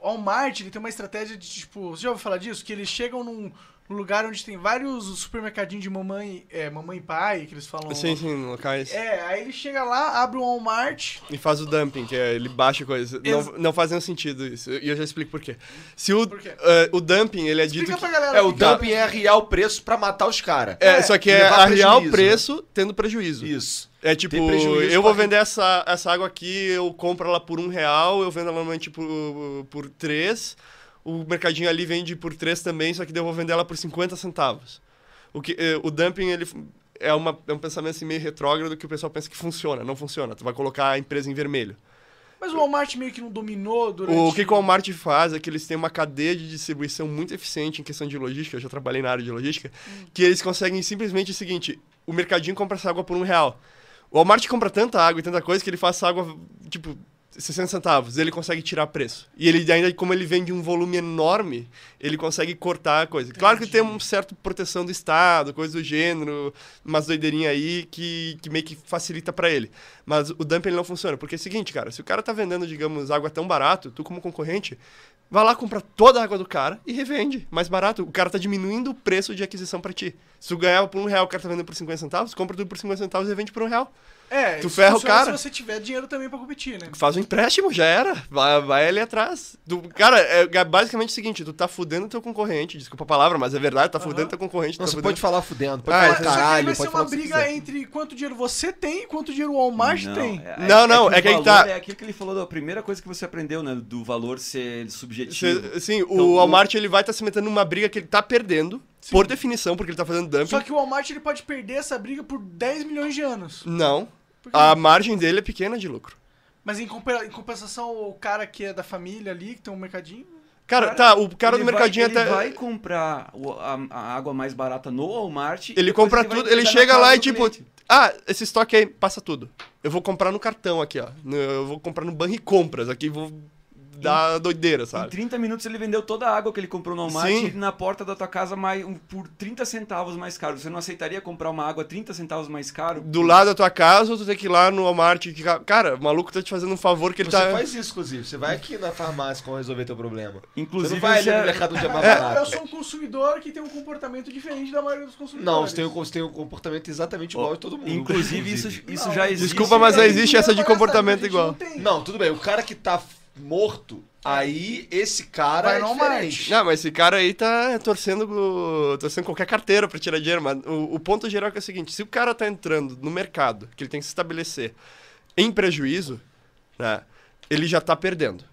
[SPEAKER 2] o Walmart, ele tem uma estratégia de tipo. Você já ouviu falar disso? Que eles chegam num lugar onde tem vários supermercadinhos de mamãe, é, mamãe e pai, que eles falam.
[SPEAKER 4] Sim, sim, em locais.
[SPEAKER 2] É, aí ele chega lá, abre um Walmart.
[SPEAKER 4] E faz o dumping, que é ele baixa coisa.
[SPEAKER 2] Ex-
[SPEAKER 4] Não, não faz nenhum sentido isso. E eu já explico por quê. Se o,
[SPEAKER 2] Por quê?
[SPEAKER 4] eh, o dumping, ele é dito
[SPEAKER 2] Explica
[SPEAKER 4] que...
[SPEAKER 2] pra galera.
[SPEAKER 1] É, o
[SPEAKER 2] que tá-
[SPEAKER 1] dumping é arriar o preço pra matar os caras.
[SPEAKER 4] É, só que é
[SPEAKER 1] levar
[SPEAKER 4] arriar o
[SPEAKER 1] prejuízo, né?
[SPEAKER 4] preço tendo prejuízo.
[SPEAKER 1] Isso.
[SPEAKER 4] É tipo,
[SPEAKER 1] Tem prejuízo
[SPEAKER 4] eu vou
[SPEAKER 1] pra-
[SPEAKER 4] vender essa, essa água aqui, eu compro ela por um real, eu vendo ela normalmente por, por três, o mercadinho ali vende por três também, só que daí eu vou vender ela por 50 centavos. O, que, eh, o dumping, ele f- é, uma, é um pensamento assim, meio retrógrado que o pessoal pensa que funciona. Não funciona, tu vai colocar a empresa em vermelho.
[SPEAKER 2] Mas o Walmart meio que não dominou durante.
[SPEAKER 4] O que que o Walmart faz é que eles têm uma cadeia de distribuição muito eficiente em questão de logística, eu já trabalhei na área de logística, que eles conseguem simplesmente o seguinte, o mercadinho compra essa água por um real. O Walmart compra tanta água e tanta coisa que ele faz essa água, tipo, 60 centavos, ele consegue tirar preço. E ele ainda, como ele vende um volume enorme, ele consegue cortar a coisa. Claro que tem um certo proteção do Estado, coisa do gênero, umas doideirinhas aí que, que meio que facilita pra ele. Mas o dumping ele não funciona, porque é o seguinte, cara, se o cara tá vendendo, digamos, água tão barato, tu como concorrente, vai lá comprar toda a água do cara e revende mais barato. O cara tá diminuindo o preço de aquisição pra ti. Se tu ganhava por um real, o cara tá vendendo por 50 centavos, compra tudo por 50 centavos e revende por um real.
[SPEAKER 2] É,
[SPEAKER 4] Tu
[SPEAKER 2] isso
[SPEAKER 4] ferra o
[SPEAKER 2] funciona
[SPEAKER 4] cara.
[SPEAKER 2] Se você tiver dinheiro também pra competir, né?
[SPEAKER 4] Faz um empréstimo, já era. Vai, vai ali atrás. Do, cara, é é basicamente o seguinte: tu tá fudendo teu concorrente. Desculpa a palavra, mas é verdade, tá fudendo teu concorrente.
[SPEAKER 1] Não,
[SPEAKER 4] tá
[SPEAKER 1] você
[SPEAKER 4] fudendo-
[SPEAKER 1] pode falar fudendo, pode
[SPEAKER 4] Ah,
[SPEAKER 1] falar
[SPEAKER 2] Só que aí
[SPEAKER 1] caralho,
[SPEAKER 2] vai
[SPEAKER 1] pode
[SPEAKER 2] ser
[SPEAKER 1] falar
[SPEAKER 2] uma
[SPEAKER 1] o que você
[SPEAKER 2] briga
[SPEAKER 1] quiser.
[SPEAKER 2] entre quanto dinheiro você tem e quanto dinheiro o Walmart tem.
[SPEAKER 4] Não, não, é que aí
[SPEAKER 3] o
[SPEAKER 4] tá.
[SPEAKER 3] valor É aquilo que ele falou, da primeira coisa que você aprendeu, né? Do valor ser subjetivo.
[SPEAKER 4] Cê- Sim,
[SPEAKER 3] Então,
[SPEAKER 4] o
[SPEAKER 3] o-
[SPEAKER 4] Walmart ele vai estar se metendo numa briga que ele tá perdendo, por definição, porque ele tá fazendo dumping.
[SPEAKER 2] Só que o Walmart ele pode perder essa briga por 10 milhões de anos.
[SPEAKER 4] Não.
[SPEAKER 2] Por quê?
[SPEAKER 4] A margem dele é pequena de lucro.
[SPEAKER 2] Mas em, compa- em compensação, o cara que é da família ali, que tem um mercadinho.
[SPEAKER 4] Cara, tá, o cara do mercadinho
[SPEAKER 3] vai,
[SPEAKER 4] até.
[SPEAKER 3] Ele vai comprar o- a, a água mais barata no Walmart. e
[SPEAKER 4] Ele
[SPEAKER 3] depois
[SPEAKER 4] compra
[SPEAKER 3] vai
[SPEAKER 4] tudo, ele
[SPEAKER 3] entregar na
[SPEAKER 4] chega
[SPEAKER 3] casa
[SPEAKER 4] lá e
[SPEAKER 3] do
[SPEAKER 4] tipo.
[SPEAKER 3] cliente.
[SPEAKER 4] Ah, esse estoque aí passa tudo. Eu vou comprar no cartão aqui, ó. No- Eu vou comprar no Banri Compras aqui, vou dar doideira,
[SPEAKER 3] Em
[SPEAKER 4] sabe?
[SPEAKER 3] 30 minutos ele vendeu toda a água que ele comprou no Walmart
[SPEAKER 4] Sim.
[SPEAKER 3] e na porta da tua casa mais, um- por 30 centavos mais caro. Você não aceitaria comprar uma água 30 centavos mais caro?
[SPEAKER 4] Do lado da tua casa, ou tu tem que ir lá no Walmart. que ca- Cara, o maluco tá te fazendo um favor que ele
[SPEAKER 1] Você
[SPEAKER 4] tá.
[SPEAKER 1] faz isso, inclusive. Você vai aqui na farmácia quando resolver teu problema. você
[SPEAKER 3] Inclusive, é
[SPEAKER 1] não vai
[SPEAKER 3] você-
[SPEAKER 1] ali no mercado de mais
[SPEAKER 2] Agora
[SPEAKER 4] É.
[SPEAKER 2] eu
[SPEAKER 1] barato.
[SPEAKER 2] sou um consumidor que tem um comportamento diferente da maioria dos consumidores.
[SPEAKER 1] Não, você tem, um, você tem um comportamento exatamente igual de todo mundo.
[SPEAKER 3] inclusive
[SPEAKER 1] é
[SPEAKER 3] isso, isso já existe.
[SPEAKER 4] Desculpa, mas
[SPEAKER 2] Tem
[SPEAKER 4] aí existe essa de
[SPEAKER 2] dinheiro pra gastar,
[SPEAKER 4] comportamento
[SPEAKER 2] a gente
[SPEAKER 4] igual.
[SPEAKER 2] não tem.
[SPEAKER 1] Não, tudo bem. O cara que tá f- morto, aí esse cara
[SPEAKER 2] Vai
[SPEAKER 1] é
[SPEAKER 2] no
[SPEAKER 1] diferente.
[SPEAKER 4] Não, mas esse cara aí tá torcendo, pro- torcendo qualquer carteira pra tirar dinheiro, mas o, o ponto geral é, que é o seguinte, se o cara tá entrando no mercado, que ele tem que se estabelecer em prejuízo, né, ele já tá perdendo.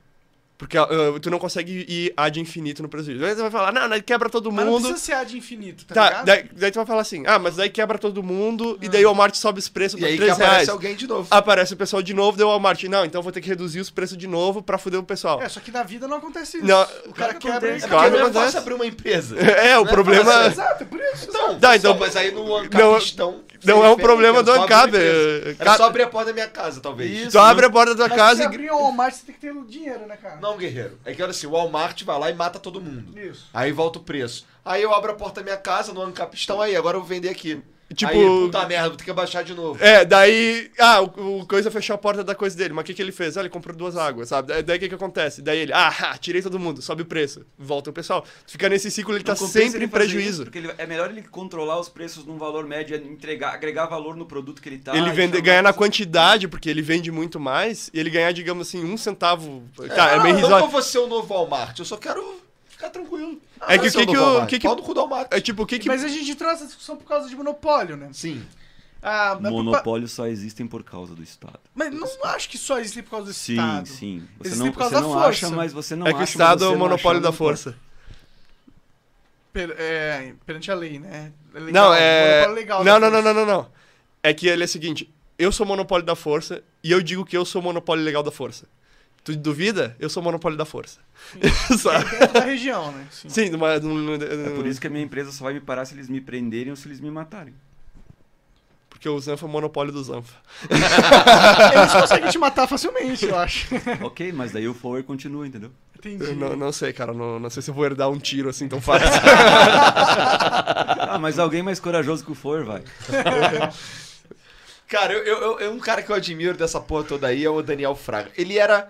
[SPEAKER 4] Porque ah, ah, tu não consegue ir ad infinito no prejuízo. Aí tu vai falar, não, não quebra todo
[SPEAKER 2] Mas não
[SPEAKER 4] mundo.
[SPEAKER 2] precisa ser a de infinito, tá,
[SPEAKER 4] Tá,
[SPEAKER 2] ligado?
[SPEAKER 4] daí, daí tu vai falar assim, ah, mas daí quebra todo mundo, e daí o Walmart sobe os preços
[SPEAKER 1] E
[SPEAKER 4] pra
[SPEAKER 1] aí
[SPEAKER 4] 3
[SPEAKER 1] que aparece
[SPEAKER 4] reais.
[SPEAKER 1] alguém de novo.
[SPEAKER 4] Aparece o pessoal de novo, deu o Walmart. Não, então eu vou ter que reduzir os preços de novo pra foder o pessoal.
[SPEAKER 2] É, só que na vida não acontece isso.
[SPEAKER 4] Não,
[SPEAKER 2] o cara
[SPEAKER 3] não
[SPEAKER 2] quebra
[SPEAKER 3] acontece.
[SPEAKER 2] isso.
[SPEAKER 1] É
[SPEAKER 4] claro
[SPEAKER 1] porque não é
[SPEAKER 4] que acontece.
[SPEAKER 1] fácil abrir uma empresa.
[SPEAKER 4] É, o
[SPEAKER 1] Não é
[SPEAKER 4] problema...
[SPEAKER 1] fácil,
[SPEAKER 2] Exato, é por isso.
[SPEAKER 1] Não,
[SPEAKER 4] Tá, então-
[SPEAKER 1] só- mas aí no ANCAP
[SPEAKER 4] Não,
[SPEAKER 1] estão.
[SPEAKER 4] não é um problema do ANCAP,
[SPEAKER 1] ANCAP.
[SPEAKER 4] é-
[SPEAKER 1] Era só abrir a porta da minha casa, talvez.
[SPEAKER 3] Isso.
[SPEAKER 4] Tu Então abre a porta da tua
[SPEAKER 2] Mas
[SPEAKER 4] casa
[SPEAKER 2] se
[SPEAKER 4] e.
[SPEAKER 2] abrir um Walmart, você tem que ter dinheiro, né, cara?
[SPEAKER 1] Não, guerreiro. É que olha assim, o Walmart vai lá e mata todo mundo.
[SPEAKER 2] Isso.
[SPEAKER 1] Aí volta o preço. Aí eu abro a porta da minha casa no ANCAP estão aí, agora eu vou vender aqui.
[SPEAKER 4] Tipo-
[SPEAKER 1] Aí, puta merda, vou ter que abaixar de novo.
[SPEAKER 4] É, daí. Ah, o, o coisa fechou a porta da coisa dele. Mas o que, que ele fez? Ah, ele comprou duas águas, sabe? Daí- Daí o que, que acontece? Daí ele, ah, ha, tirei todo mundo, sobe o preço. Volta o pessoal. Fica nesse ciclo, ele
[SPEAKER 3] Não
[SPEAKER 4] tá
[SPEAKER 3] compensa
[SPEAKER 4] sempre
[SPEAKER 3] ele
[SPEAKER 4] em
[SPEAKER 3] fazer isso,
[SPEAKER 4] prejuízo.
[SPEAKER 3] porque ele- é melhor ele controlar os preços num valor médio, é entregar, agregar valor no produto que ele tá.
[SPEAKER 4] ele
[SPEAKER 3] e
[SPEAKER 4] vende,
[SPEAKER 3] chamar-
[SPEAKER 4] ganhar na quantidade, porque ele vende muito mais, e ele ganhar, digamos assim, um centavo. Tá, é
[SPEAKER 1] não,
[SPEAKER 4] meio
[SPEAKER 1] não
[SPEAKER 4] risório.
[SPEAKER 1] que Ah, eu vou ser o novo Walmart, eu só quero ficar tranquilo. Ah,
[SPEAKER 4] É que o que que o- que que-
[SPEAKER 1] Pau no cu do Walmart.
[SPEAKER 4] É tipo, o que que.
[SPEAKER 2] Mas a gente trouxe essa discussão por causa de monopólio, né?
[SPEAKER 1] Sim.
[SPEAKER 2] Ah,
[SPEAKER 4] é
[SPEAKER 2] mas-
[SPEAKER 3] Monopólio só existem por causa do Estado.
[SPEAKER 2] Mas não acho que só existe por causa do
[SPEAKER 3] Sim,
[SPEAKER 2] Estado.
[SPEAKER 3] sim. Você
[SPEAKER 2] Existe
[SPEAKER 3] não,
[SPEAKER 2] por causa da
[SPEAKER 3] você não
[SPEAKER 2] força.
[SPEAKER 3] acha, mas você não
[SPEAKER 4] é
[SPEAKER 3] acha. um
[SPEAKER 4] que o
[SPEAKER 3] mas
[SPEAKER 4] Estado
[SPEAKER 3] você
[SPEAKER 4] é o
[SPEAKER 3] não
[SPEAKER 4] monopólio
[SPEAKER 3] achar, não
[SPEAKER 4] da
[SPEAKER 3] importa.
[SPEAKER 4] força.
[SPEAKER 2] Per- é, perante a lei, né? É legal,
[SPEAKER 4] Não, é.
[SPEAKER 2] monopólio legal,
[SPEAKER 4] não,
[SPEAKER 2] né?
[SPEAKER 4] não, não, não, não, não. É que ele é o seguinte: eu sou monopólio da força e eu digo que eu sou monopólio legal da força. Tu duvida? Eu sou monopólio da força. Sabe?
[SPEAKER 2] Dentro da região, né? Sim.
[SPEAKER 4] Sim, mas.
[SPEAKER 3] É por isso que a minha empresa só vai me parar se eles me prenderem ou se eles me matarem.
[SPEAKER 4] Porque o Zanfa é o monopólio do Zanfa.
[SPEAKER 2] Eles conseguem te matar facilmente, eu acho.
[SPEAKER 3] ok, mas daí o Flower continua, entendeu?
[SPEAKER 2] Entendi.
[SPEAKER 4] Eu não, não sei, cara. Não, não sei se eu vou herdar um tiro assim tão fácil.
[SPEAKER 3] Ah, mas alguém mais corajoso que o Flower vai.
[SPEAKER 1] Cara, eu, eu, eu- eu- um cara que eu admiro dessa porra toda aí é o Daniel Fraga. Ele era.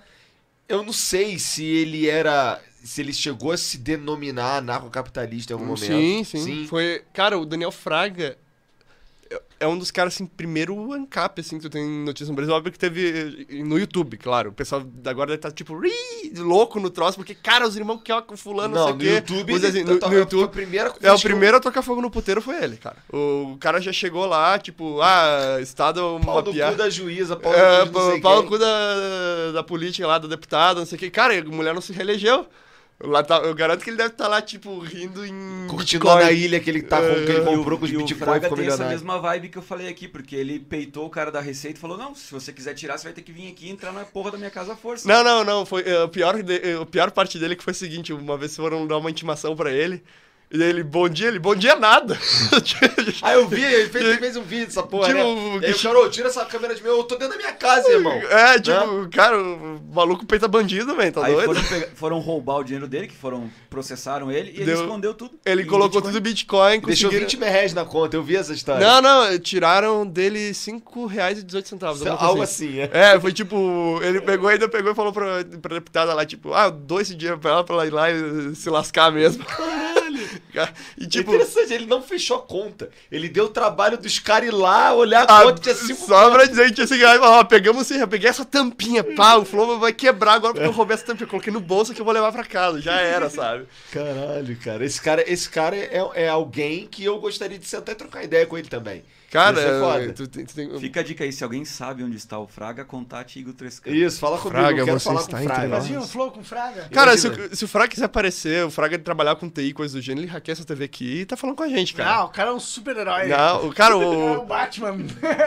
[SPEAKER 1] Eu não sei se ele era. Se ele chegou a se denominar anarcocapitalista em algum momento.
[SPEAKER 4] Hum, Sim, sim, Foi. Cara, o Daniel Fraga. é- É um dos caras, assim, primeiro ANCAP, assim, que tu tem notícia no Brasil. Óbvio que teve eh, no YouTube, claro. O pessoal da agora deve tá, tipo, "Ri", louco no troço, porque, cara, os irmãos que ó, com fulano,
[SPEAKER 1] Não,
[SPEAKER 4] sei o
[SPEAKER 1] no
[SPEAKER 4] quê.
[SPEAKER 1] YouTube,
[SPEAKER 4] Usa assim,
[SPEAKER 1] ele-
[SPEAKER 4] no,
[SPEAKER 1] tá-
[SPEAKER 4] no
[SPEAKER 1] Foi a
[SPEAKER 4] YouTube.
[SPEAKER 1] primeira
[SPEAKER 4] É, o
[SPEAKER 1] vez que eu-
[SPEAKER 4] primeiro a tocar fogo no puteiro foi ele, cara. O cara já chegou lá, tipo, ah, Estado é uma
[SPEAKER 1] Pau no cu
[SPEAKER 4] piada.
[SPEAKER 1] da juíza, pau no
[SPEAKER 4] É,
[SPEAKER 1] cu de não sei
[SPEAKER 4] pau no
[SPEAKER 1] quem.
[SPEAKER 4] cu da, da política lá, da deputada, não sei o que. Cara, a mulher não se reelegeu. Lá tá- eu garanto que ele deve estar lá, tipo, rindo em.
[SPEAKER 1] Curtindo
[SPEAKER 4] Bitcoin.
[SPEAKER 1] lá na ilha que ele tá
[SPEAKER 4] É.
[SPEAKER 1] com, que ele comprou com os
[SPEAKER 3] e o
[SPEAKER 1] Bitcoin e
[SPEAKER 3] Fraga
[SPEAKER 1] ficou
[SPEAKER 3] tem essa
[SPEAKER 1] milionário.
[SPEAKER 3] mesma vibe que eu falei aqui, porque ele peitou o cara da Receita e falou, não, se você quiser tirar, você vai ter que vir aqui e entrar na porra da minha casa à força.
[SPEAKER 4] Não, não, não. Foi, eh, o pior, de, eh, o pior parte dele que foi o seguinte: uma vez foram dar uma intimação pra ele. E daí ele, bom dia, ele, bom dia nada.
[SPEAKER 1] Ah, eu vi, ele fez, ele fez um vídeo dessa porra,
[SPEAKER 4] Tipo,
[SPEAKER 1] né?
[SPEAKER 4] o-
[SPEAKER 1] Ele chorou, tira essa câmera de mim, eu tô dentro da minha casa, irmão. Né?
[SPEAKER 4] é, tipo, cara, o maluco peita bandido, velho, tá
[SPEAKER 3] Aí
[SPEAKER 4] doido?
[SPEAKER 3] foram, pega- foram roubar o dinheiro dele, que foram processaram ele, e ele
[SPEAKER 4] Deu-
[SPEAKER 3] escondeu tudo.
[SPEAKER 4] Ele
[SPEAKER 3] Em
[SPEAKER 4] colocou
[SPEAKER 3] Bitcoin.
[SPEAKER 4] tudo Bitcoin,
[SPEAKER 1] Deixou
[SPEAKER 4] conseguiram-
[SPEAKER 1] 20 mil reais na conta, eu vi essa história.
[SPEAKER 4] Não, não, eh, tiraram dele R$ 5,18. alguma coisa
[SPEAKER 1] algo assim, é.
[SPEAKER 4] É, foi tipo, ele pegou, ainda pegou e falou pra, pra deputada lá, tipo, ah, eu dou esse dinheiro pra ela pra ela ir lá e se lascar mesmo. Caralho! E tipo,
[SPEAKER 1] Interessante, ele não fechou a conta. Ele deu o trabalho dos caras ir lá, olhar a
[SPEAKER 4] ah,
[SPEAKER 1] conta, tinha cinco
[SPEAKER 4] só
[SPEAKER 1] contas.
[SPEAKER 4] pra dizer que tinha esse reais, assim, ó, pegamos esse, eu peguei essa tampinha, pá, o Flow vai quebrar agora porque eu roubei essa tampinha, eu coloquei no bolso que eu vou levar pra casa, já era, sabe?
[SPEAKER 1] Caralho, cara. Esse cara, esse cara é, é alguém que eu gostaria de sentar e trocar ideia com ele também.
[SPEAKER 4] Cara,
[SPEAKER 1] Isso é foda.
[SPEAKER 4] tu tem- um tu tem-
[SPEAKER 3] Fica a dica aí, se alguém sabe onde está o Fraga, contate Igor Trescan.
[SPEAKER 1] Isso, fala comigo,
[SPEAKER 4] Fraga,
[SPEAKER 1] eu quero
[SPEAKER 4] você
[SPEAKER 1] falar
[SPEAKER 4] está
[SPEAKER 1] com o Fraga.
[SPEAKER 4] entre nós.
[SPEAKER 2] Imagina um flow com fraga.
[SPEAKER 4] Cara, se,
[SPEAKER 1] Imagina.
[SPEAKER 4] o- se o Fraga quiser aparecer, o Fraga trabalhar com TI, coisa do gênero, ele hackeia essa TV aqui e tá falando com a gente, cara.
[SPEAKER 2] Não, o cara é um super-herói.
[SPEAKER 4] Não, o cara,
[SPEAKER 2] É o
[SPEAKER 4] o,
[SPEAKER 2] Batman.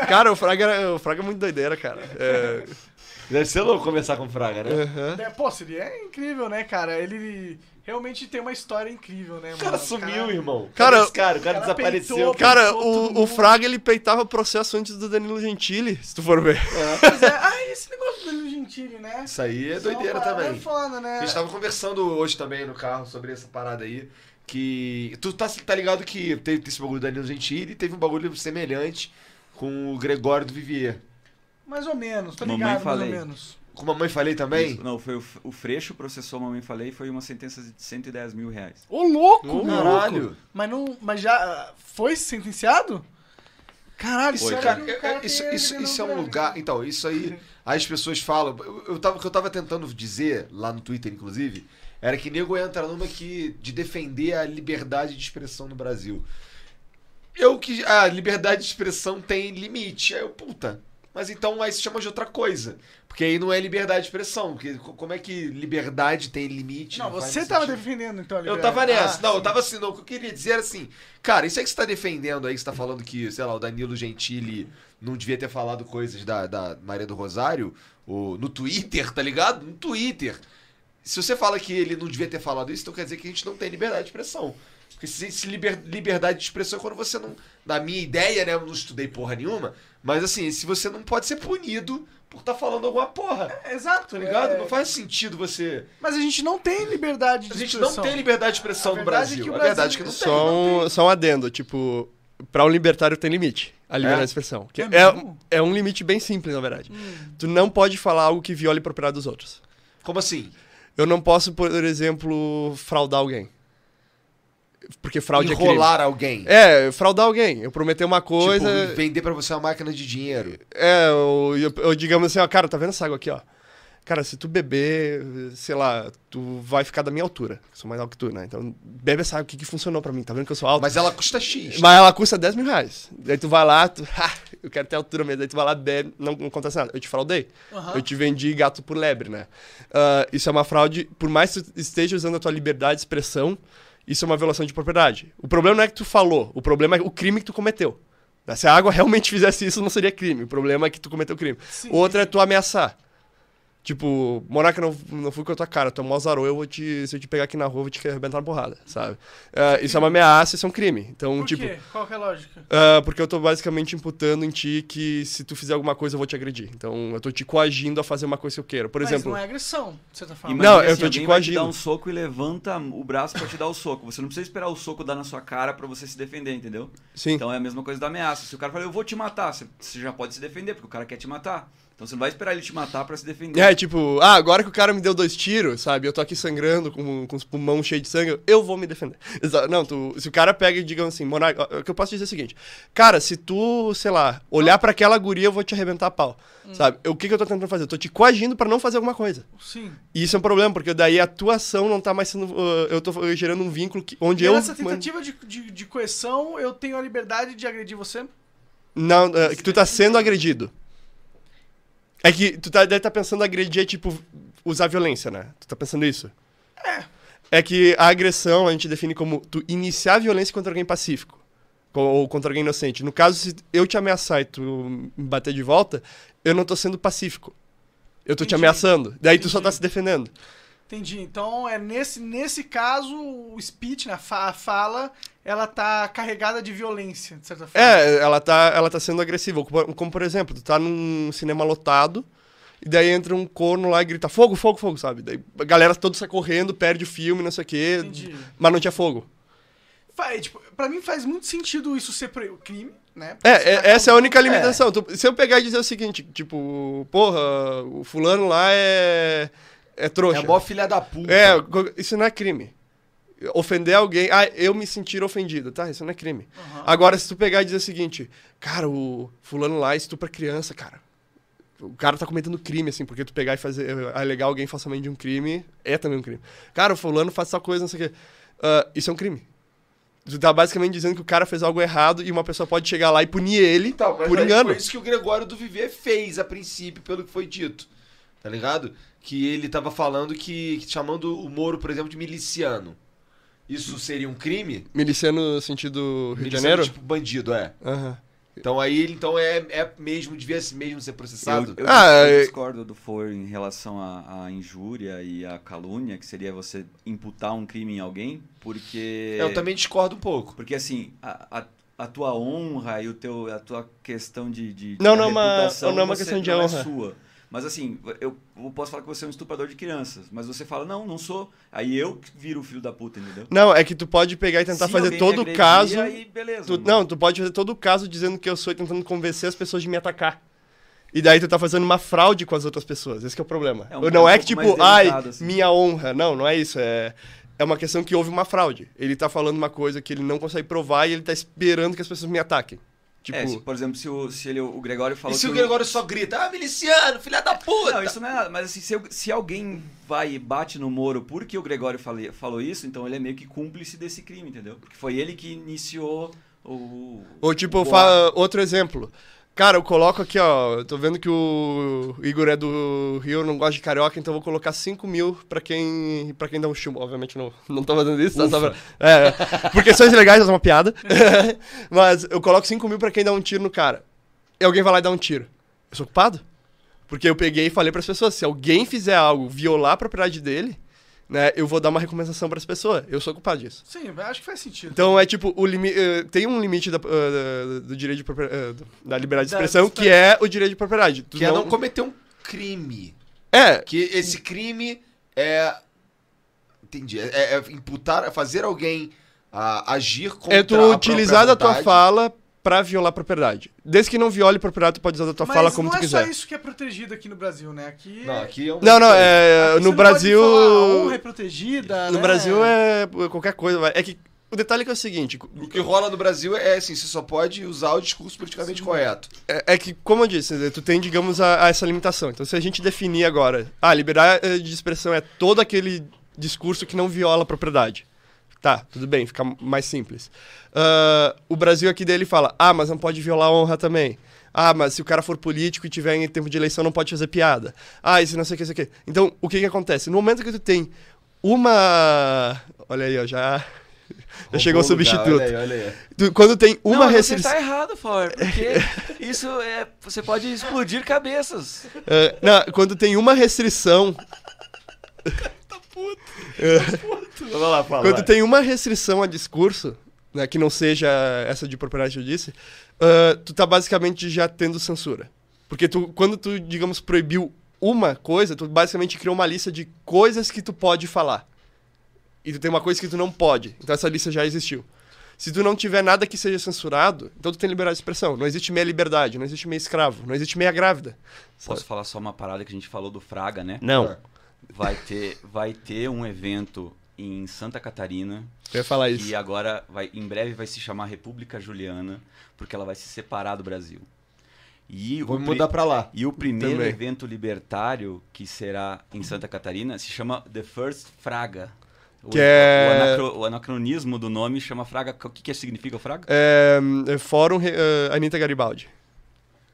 [SPEAKER 4] cara, o Fraga, era- o Fraga é muito doideira, cara. É,
[SPEAKER 1] Deve ser louco conversar com o Fraga, né?
[SPEAKER 4] aham.
[SPEAKER 2] É, Pô, seria incrível, né, cara? Ele Realmente tem uma história incrível, né, mano?
[SPEAKER 5] O cara sumiu,
[SPEAKER 2] Cara-
[SPEAKER 5] irmão.
[SPEAKER 4] Cara,
[SPEAKER 5] Cadê esse cara, o cara,
[SPEAKER 2] o cara
[SPEAKER 5] desapareceu.
[SPEAKER 2] peitou,
[SPEAKER 5] cara.
[SPEAKER 4] Cara,
[SPEAKER 2] Todo
[SPEAKER 4] o, o
[SPEAKER 2] mundo.
[SPEAKER 4] Fraga ele peitava processo antes do Danilo Gentili, se tu for ver.
[SPEAKER 2] Pois é. Ah, esse negócio do Danilo Gentili, né?
[SPEAKER 1] Isso aí é
[SPEAKER 2] Isso uma
[SPEAKER 1] doideira
[SPEAKER 2] parada
[SPEAKER 1] também.
[SPEAKER 2] foda, né?
[SPEAKER 1] A gente tava conversando hoje também no carro sobre essa parada aí. Que. Tu tá, tá ligado que teve esse bagulho do Danilo Gentili e teve um bagulho semelhante com o Gregório do Vivier.
[SPEAKER 2] Mais ou menos, tô
[SPEAKER 3] Mamãe
[SPEAKER 2] ligado, mais ou
[SPEAKER 3] falei.
[SPEAKER 2] menos.
[SPEAKER 1] Como a mãe falei também.
[SPEAKER 3] Isso, não, foi o, o Freixo processou a mamãe falei e foi uma sentença de 110 mil reais.
[SPEAKER 2] Ô, louco,
[SPEAKER 1] Ô,
[SPEAKER 2] maluco.
[SPEAKER 1] caralho.
[SPEAKER 2] Mas não. Mas já. ah, Foi sentenciado? Caralho,
[SPEAKER 1] Isso,
[SPEAKER 3] Foi,
[SPEAKER 2] sério
[SPEAKER 1] cara,
[SPEAKER 2] que o
[SPEAKER 1] eu-
[SPEAKER 2] é um cara
[SPEAKER 1] isso,
[SPEAKER 2] tem
[SPEAKER 1] isso,
[SPEAKER 2] ele
[SPEAKER 1] isso é
[SPEAKER 2] no
[SPEAKER 1] um lugar. Então, isso aí. As pessoas falam. Eu, eu tava, o que eu tava tentando dizer, lá no Twitter, inclusive, era que nego entra numa que. de defender a liberdade de expressão no Brasil. Eu que. A liberdade de expressão tem limite. Aí eu, puta. Mas então aí se chama de outra coisa. Porque aí não é liberdade de expressão. Porque co- como é que liberdade tem limite?
[SPEAKER 2] Não,
[SPEAKER 1] faz
[SPEAKER 2] você
[SPEAKER 1] sentido?
[SPEAKER 2] tava defendendo, então, a
[SPEAKER 1] Eu
[SPEAKER 2] liberdade.
[SPEAKER 1] tava nessa.
[SPEAKER 2] Ah,
[SPEAKER 1] não, eu tava assim, não, o que eu queria dizer era assim, cara, isso aí que você tá defendendo aí, que você tá falando que, sei lá, o Danilo Gentili não devia ter falado coisas da, da Maria do Rosário ou no Twitter, tá ligado? No Twitter. Se você fala que ele não devia ter falado isso, então quer dizer que a gente não tem liberdade de expressão. Porque se, se liber- liberdade de expressão é quando você não. Na minha ideia, né? Eu não estudei porra nenhuma. Mas assim, se você não pode ser punido por estar falando alguma porra,
[SPEAKER 2] Exato,
[SPEAKER 1] tá ligado?
[SPEAKER 2] é.
[SPEAKER 1] Não faz sentido você.
[SPEAKER 2] Mas a gente não tem liberdade de
[SPEAKER 1] A gente não
[SPEAKER 2] expressão.
[SPEAKER 1] tem liberdade de expressão
[SPEAKER 2] A
[SPEAKER 1] no
[SPEAKER 2] verdade é
[SPEAKER 1] Brasil.
[SPEAKER 2] que o
[SPEAKER 1] a
[SPEAKER 2] Brasil-
[SPEAKER 1] verdade é que não tem.
[SPEAKER 4] Só um, só um adendo, tipo, pra um libertário tem limite, a liberdade
[SPEAKER 1] É?
[SPEAKER 4] de expressão. Que
[SPEAKER 2] É
[SPEAKER 4] é,
[SPEAKER 2] mesmo? Hum.
[SPEAKER 4] é um limite bem simples, na verdade. Tu não pode falar algo que viole a propriedade dos outros.
[SPEAKER 1] Como assim?
[SPEAKER 4] Eu não posso, por exemplo, fraudar alguém. Porque fraude
[SPEAKER 1] Enrolar alguém.
[SPEAKER 4] é crime. É, fraudar alguém. Eu prometer uma coisa.
[SPEAKER 1] Tipo, vender pra você uma máquina de dinheiro.
[SPEAKER 4] É, eu, eu- eu digamos assim, ó, cara, tá vendo essa água aqui, ó? Cara, se tu beber, sei lá, tu vai ficar da minha altura. Eu sou mais alto que tu, né? Então, bebe essa água aqui que funcionou pra mim. Tá vendo que eu sou alto? Mas,
[SPEAKER 1] Mas ela custa X.
[SPEAKER 4] ela custa 10 mil reais. Daí tu vai lá, tu, "Ha, eu quero ter altura mesmo. Daí tu vai lá, bebe, não, não acontece nada. Eu te fraudei.
[SPEAKER 2] Aham.
[SPEAKER 4] Eu te vendi gato por lebre, né? Ah, isso é uma fraude, por mais que tu esteja usando a tua liberdade de expressão, isso é uma violação de propriedade. O problema não é que tu falou, o problema é o crime que tu cometeu. Né? Se a água realmente fizesse isso, não seria crime. O problema é que tu cometeu crime.
[SPEAKER 2] Sim.
[SPEAKER 4] Outra é tu ameaçar. Tipo, Monaca, não, não fui com a tua cara, tu é um azarou, eu vou te. Se eu te pegar aqui na rua, eu vou te arrebentar uma porrada, sabe? Ah, isso é uma ameaça, isso é um crime. Então,
[SPEAKER 2] Por
[SPEAKER 4] tipo.
[SPEAKER 2] quê? Qual que é a lógica?
[SPEAKER 4] Ah, porque eu tô basicamente imputando em ti que se tu fizer alguma coisa eu vou te agredir. Então eu tô te coagindo a fazer uma coisa que eu quero. Por
[SPEAKER 2] Mas
[SPEAKER 4] exemplo,
[SPEAKER 2] não é agressão, de certa forma.
[SPEAKER 3] Imagina
[SPEAKER 4] Não, eu tô
[SPEAKER 3] alguém
[SPEAKER 4] te
[SPEAKER 3] vai te
[SPEAKER 4] coagindo.
[SPEAKER 3] dar um soco e levanta o braço pra te dar o soco. Você não precisa esperar o soco dar na sua cara pra você se defender, entendeu?
[SPEAKER 4] sim.
[SPEAKER 3] Então é a mesma coisa da ameaça. Se o cara fala, eu vou te matar, você- você já pode se defender, porque o cara quer te matar. Então você não vai esperar ele te matar pra se defender.
[SPEAKER 4] É, tipo, ah, agora que o cara me deu dois tiros, sabe? Eu tô aqui sangrando com, com os pulmões cheios de sangue, eu vou me defender. Exa- Não, tu, se o cara pega e diga assim, Monaco, o que eu posso dizer é o seguinte: Cara, se tu, sei lá, olhar pra aquela guria, eu vou te arrebentar a pau.
[SPEAKER 2] Hum.
[SPEAKER 4] Sabe? O que, que eu tô tentando fazer? Eu tô te coagindo pra não fazer alguma coisa.
[SPEAKER 2] Sim.
[SPEAKER 4] E isso é um problema, porque daí a tua ação não tá mais sendo. ah, eu tô gerando um vínculo que, onde
[SPEAKER 2] E
[SPEAKER 4] eu.
[SPEAKER 2] nessa tentativa de, de, de coerção, eu tenho a liberdade de agredir você?
[SPEAKER 4] Não, é, que tu tá sendo agredido. É que tu tá, deve estar tá pensando agredir é tipo usar violência, né? Tu tá pensando isso? É. É que a agressão a gente define como tu iniciar a violência contra alguém pacífico. co- Ou contra alguém inocente. No caso, se eu te ameaçar e tu me bater de volta, eu não tô sendo pacífico. Eu tô te
[SPEAKER 2] Entendi.
[SPEAKER 4] ameaçando. Daí tu só
[SPEAKER 2] Entendi.
[SPEAKER 4] tá se defendendo.
[SPEAKER 2] Entendi. Então, é nesse, nesse caso, o speech, né, a fa- a fala, ela tá carregada de violência, de certa forma.
[SPEAKER 4] É, ela tá, ela tá sendo agressiva. Como, como, por exemplo, tu tá num cinema lotado e daí entra um corno lá e grita fogo, fogo, fogo, sabe? Daí a galera toda sai correndo, perde o filme, não sei o quê.
[SPEAKER 2] Entendi.
[SPEAKER 4] Mas não tinha fogo.
[SPEAKER 2] Fa- é, tipo, pra mim faz muito sentido isso ser pro- crime, né?
[SPEAKER 4] É, é- essa é a única limitação. Tu- se eu pegar e dizer o seguinte, tipo, porra, o fulano lá é. é trouxa.
[SPEAKER 1] É mó filha da puta.
[SPEAKER 4] É, co- isso não é crime. Ofender alguém. Ah, eu me sentir ofendido. Tá, isso não é crime. Agora, se tu pegar e dizer o seguinte, cara, o fulano lá estupra criança, cara. O cara tá cometendo crime, assim, porque tu pegar e fazer. alegar alguém falsamente de um crime é também um crime. Cara, o fulano faz essa coisa, não sei o quê. Ah, isso é um crime. Tu tá basicamente dizendo que o cara fez algo errado e uma pessoa pode chegar lá e punir ele
[SPEAKER 1] Então, mas
[SPEAKER 4] por
[SPEAKER 1] aí
[SPEAKER 4] engano.
[SPEAKER 1] Foi isso que o Gregório do Viver fez a princípio, pelo que foi dito. Tá ligado? Que ele tava falando que. que chamando o Moro, por exemplo, de miliciano. Isso seria um crime?
[SPEAKER 4] Miliciano no sentido Rio
[SPEAKER 1] Miliciano,
[SPEAKER 4] de
[SPEAKER 3] tipo?
[SPEAKER 4] Janeiro?
[SPEAKER 1] Tipo, bandido, é.
[SPEAKER 4] Aham.
[SPEAKER 1] Então aí, então é, é mesmo, devia mesmo ser processado.
[SPEAKER 3] Eu, eu
[SPEAKER 4] Ah, é-
[SPEAKER 3] discordo do For em relação à, à injúria e à calúnia, que seria você imputar um crime em alguém, porque.
[SPEAKER 1] Eu também discordo um pouco.
[SPEAKER 3] Porque assim, a, a- a tua honra e o teu, a tua questão de. de
[SPEAKER 4] Não,
[SPEAKER 3] da
[SPEAKER 4] não é uma-
[SPEAKER 3] reputação,
[SPEAKER 4] não é uma
[SPEAKER 3] você-
[SPEAKER 4] questão de
[SPEAKER 3] não
[SPEAKER 4] honra.
[SPEAKER 3] É sua. Mas assim, eu, eu posso falar que você é um estuprador de crianças, mas você fala, não, não sou. Aí eu que viro o filho da puta, entendeu?
[SPEAKER 4] Não, é que tu pode pegar e tentar
[SPEAKER 3] Se
[SPEAKER 4] fazer
[SPEAKER 3] alguém
[SPEAKER 4] todo
[SPEAKER 3] me
[SPEAKER 4] o
[SPEAKER 3] agredir,
[SPEAKER 4] caso.
[SPEAKER 3] Aí, beleza,
[SPEAKER 4] Tu-
[SPEAKER 3] mano. É,
[SPEAKER 4] não, tu pode fazer todo o caso dizendo que eu sou e tentando convencer as pessoas de me atacar. E daí tu tá fazendo uma fraude com as outras pessoas. Esse que é o problema.
[SPEAKER 3] É um-
[SPEAKER 4] não
[SPEAKER 3] um
[SPEAKER 4] é que
[SPEAKER 3] pouco
[SPEAKER 4] tipo,
[SPEAKER 3] mais
[SPEAKER 4] ai,
[SPEAKER 3] delicado, assim."
[SPEAKER 4] minha honra. Não, não é isso. É, é uma questão que houve uma fraude. Ele tá falando uma coisa que ele não consegue provar e ele tá esperando que as pessoas me ataquem. Tipo,
[SPEAKER 3] É, se, por exemplo, se, o, se ele, o Gregório falou
[SPEAKER 1] E se
[SPEAKER 3] que
[SPEAKER 1] o Gregório só grita, ah, miliciano, filha da puta!
[SPEAKER 3] Não, isso não é nada. Mas assim, se, eu- se alguém vai e bate no Moro porque o Gregório fale- falou isso, então ele é meio que cúmplice desse crime, entendeu? Porque foi ele que iniciou o.
[SPEAKER 4] Ou tipo, eu
[SPEAKER 3] Boa.
[SPEAKER 4] fa- outro exemplo. Cara, eu coloco aqui, ó. eu Tô vendo que o Igor é do Rio, eu não gosto de carioca, então eu vou colocar 5 mil pra quem, pra quem dá um chumbo. Obviamente não, não tô fazendo isso, tá? Só pra- é, por questões legais, é uma piada. Mas eu coloco 5 mil pra quem dá um tiro no cara. E alguém vai lá e dá um tiro. Eu sou culpado? Porque eu peguei e falei pras pessoas: se alguém fizer algo, violar a propriedade dele, né, eu vou dar uma recompensação pras pessoas. Eu sou culpado disso.
[SPEAKER 2] Sim, eu acho que faz sentido.
[SPEAKER 4] Então é tipo, o limi- eh, tem um limite da, eh, do direito de propria- eh, do- da liberdade de
[SPEAKER 2] Da-
[SPEAKER 4] expressão, que é o direito de propriedade. Tu
[SPEAKER 1] Que é não cometer um crime.
[SPEAKER 4] É,
[SPEAKER 1] Que esse crime é. Entendi. É, é imputar, é fazer alguém ah, agir contra
[SPEAKER 4] é tu
[SPEAKER 1] a
[SPEAKER 4] utilizar da
[SPEAKER 1] própria vontade.
[SPEAKER 4] tua fala pra violar a propriedade. Desde que não viole a propriedade, tu pode usar da tua
[SPEAKER 2] Mas
[SPEAKER 4] fala como
[SPEAKER 2] não
[SPEAKER 4] tu
[SPEAKER 2] é
[SPEAKER 4] quiser.
[SPEAKER 2] só isso que é protegido aqui no Brasil, né? Aqui.
[SPEAKER 1] Não, aqui é um.
[SPEAKER 4] Não, não, é,
[SPEAKER 2] aqui você
[SPEAKER 4] no
[SPEAKER 2] não pode
[SPEAKER 4] Brasil.
[SPEAKER 2] falar, a honra é protegida.
[SPEAKER 4] No
[SPEAKER 2] né?
[SPEAKER 4] Brasil é qualquer coisa, vai. É que o detalhe é que é o seguinte,
[SPEAKER 1] O que rola no Brasil é assim, você só pode usar o discurso politicamente correto.
[SPEAKER 4] É, é que, como eu disse, tu tem, digamos, a, a essa limitação. Então, se a gente definir agora, ah, liberdade de expressão é todo aquele discurso que não viola a propriedade. Tá, tudo bem, fica mais simples. Ah, o Brasil aqui dele fala, ah, mas não pode violar a honra também. Ah, mas se o cara for político e tiver em tempo de eleição, não pode fazer piada. Ah, isso não sei o que, isso aqui. Então, o que que acontece? No momento que tu tem uma... Olha aí, ó, já... Já chegou o
[SPEAKER 1] Roubou lugar,
[SPEAKER 4] substituto.
[SPEAKER 1] Olha aí, olha aí.
[SPEAKER 4] Tu- Quando tem
[SPEAKER 5] não,
[SPEAKER 4] uma restrição...
[SPEAKER 5] você tá errado, Fauer, porque isso é... Você pode explodir cabeças.
[SPEAKER 4] É, não, quando tem uma restrição. tá puto.
[SPEAKER 5] Vamos lá, Fauer.
[SPEAKER 4] quando tem uma restrição a discurso, né, que não seja essa de propriedade que eu disse, ah, tu tá basicamente já tendo censura. Porque tu, quando tu, digamos, proibiu uma coisa, tu basicamente criou uma lista de coisas que tu pode falar. E tu tem uma coisa que tu não pode. Então essa lista já existiu. Se tu não tiver nada que seja censurado, então tu tem liberdade de expressão. Não existe meia liberdade, não existe meia escravo, não existe meia grávida.
[SPEAKER 3] Posso falar só uma parada que a gente falou do Fraga, né?
[SPEAKER 4] Não.
[SPEAKER 3] Vai ter, vai ter um evento em Santa Catarina
[SPEAKER 4] Eu ia falar isso.
[SPEAKER 3] que agora vai, em breve vai se chamar República Juliana, porque ela vai se separar do Brasil. E o
[SPEAKER 1] Vou me
[SPEAKER 3] pri-
[SPEAKER 1] mudar pra lá.
[SPEAKER 3] E o primeiro
[SPEAKER 4] Também.
[SPEAKER 3] evento libertário que será em Santa Catarina se chama The First Fraga. O-
[SPEAKER 4] Que é-
[SPEAKER 3] o, anacro- o anacronismo do nome chama Fraga. O que, que significa o Fraga?
[SPEAKER 4] É, é, Fórum re- eh, Anitta Garibaldi.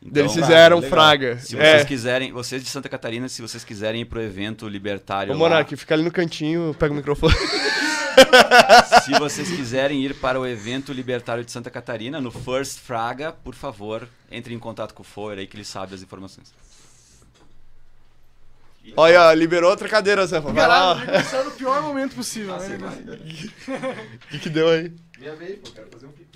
[SPEAKER 3] Então,
[SPEAKER 4] Eles fizeram
[SPEAKER 1] legal.
[SPEAKER 4] Fraga.
[SPEAKER 3] Se
[SPEAKER 4] É,
[SPEAKER 3] vocês quiserem, vocês de Santa Catarina, se vocês quiserem ir pro evento libertário
[SPEAKER 4] Ô,
[SPEAKER 3] lá,
[SPEAKER 4] Monark, fica ali no cantinho, pega o microfone.
[SPEAKER 3] se vocês quiserem ir para o evento libertário de Santa Catarina, no First Fraga, por favor, entre em contato com o Foer aí que ele sabe as informações.
[SPEAKER 4] Olha, ó, liberou outra cadeira, Zé. Vai lá.
[SPEAKER 2] Caralho,
[SPEAKER 4] ó.
[SPEAKER 2] começou no pior momento possível,
[SPEAKER 3] Ah,
[SPEAKER 2] né?
[SPEAKER 4] O que, que deu aí?
[SPEAKER 1] Minha vez, pô, quero fazer um pipi.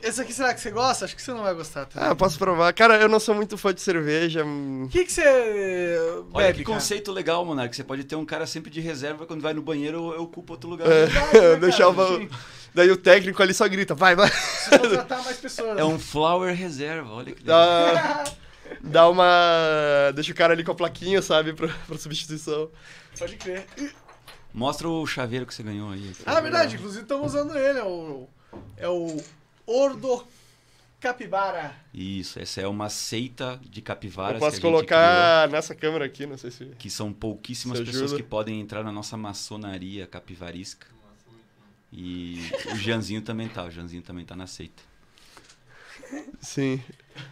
[SPEAKER 2] Esse aqui será que você gosta? Acho que você não vai gostar, tá?
[SPEAKER 4] Ah, posso provar. Cara, eu não sou muito fã de cerveja. hum.
[SPEAKER 2] O que, que você eh, bebe,
[SPEAKER 3] Olha que
[SPEAKER 2] cara?
[SPEAKER 3] conceito legal, Monark. Você pode ter um cara sempre de reserva quando vai no banheiro eu ocupo outro lugar.
[SPEAKER 4] É.
[SPEAKER 2] Verdade, né,
[SPEAKER 4] Deixar o
[SPEAKER 2] cara?
[SPEAKER 4] ba-
[SPEAKER 2] Gente,
[SPEAKER 4] Daí o técnico ali só grita, vai, vai.
[SPEAKER 2] preciso contratar mais pessoas.
[SPEAKER 3] É um flower reserva, olha que
[SPEAKER 4] Ah.
[SPEAKER 3] legal.
[SPEAKER 4] Dá, dá uma. Deixa o cara ali com a plaquinha, sabe, pra, pra substituição.
[SPEAKER 2] Pode crer.
[SPEAKER 3] Mostra o chaveiro que você ganhou aí.
[SPEAKER 4] é
[SPEAKER 2] Ah, verdade. Inclusive, estamos usando ele. É o, é o Ordo Capibara.
[SPEAKER 3] Isso, essa é uma seita de capivaras
[SPEAKER 4] eu
[SPEAKER 3] que a
[SPEAKER 4] posso
[SPEAKER 3] gente
[SPEAKER 4] colocar nessa câmera aqui, não sei se.
[SPEAKER 3] criou, que são pouquíssimas
[SPEAKER 4] Isso
[SPEAKER 3] pessoas
[SPEAKER 4] ajuda.
[SPEAKER 3] que podem entrar na nossa maçonaria capivarisca. E o Janzinho também tá, o Janzinho também tá na seita.
[SPEAKER 4] Sim.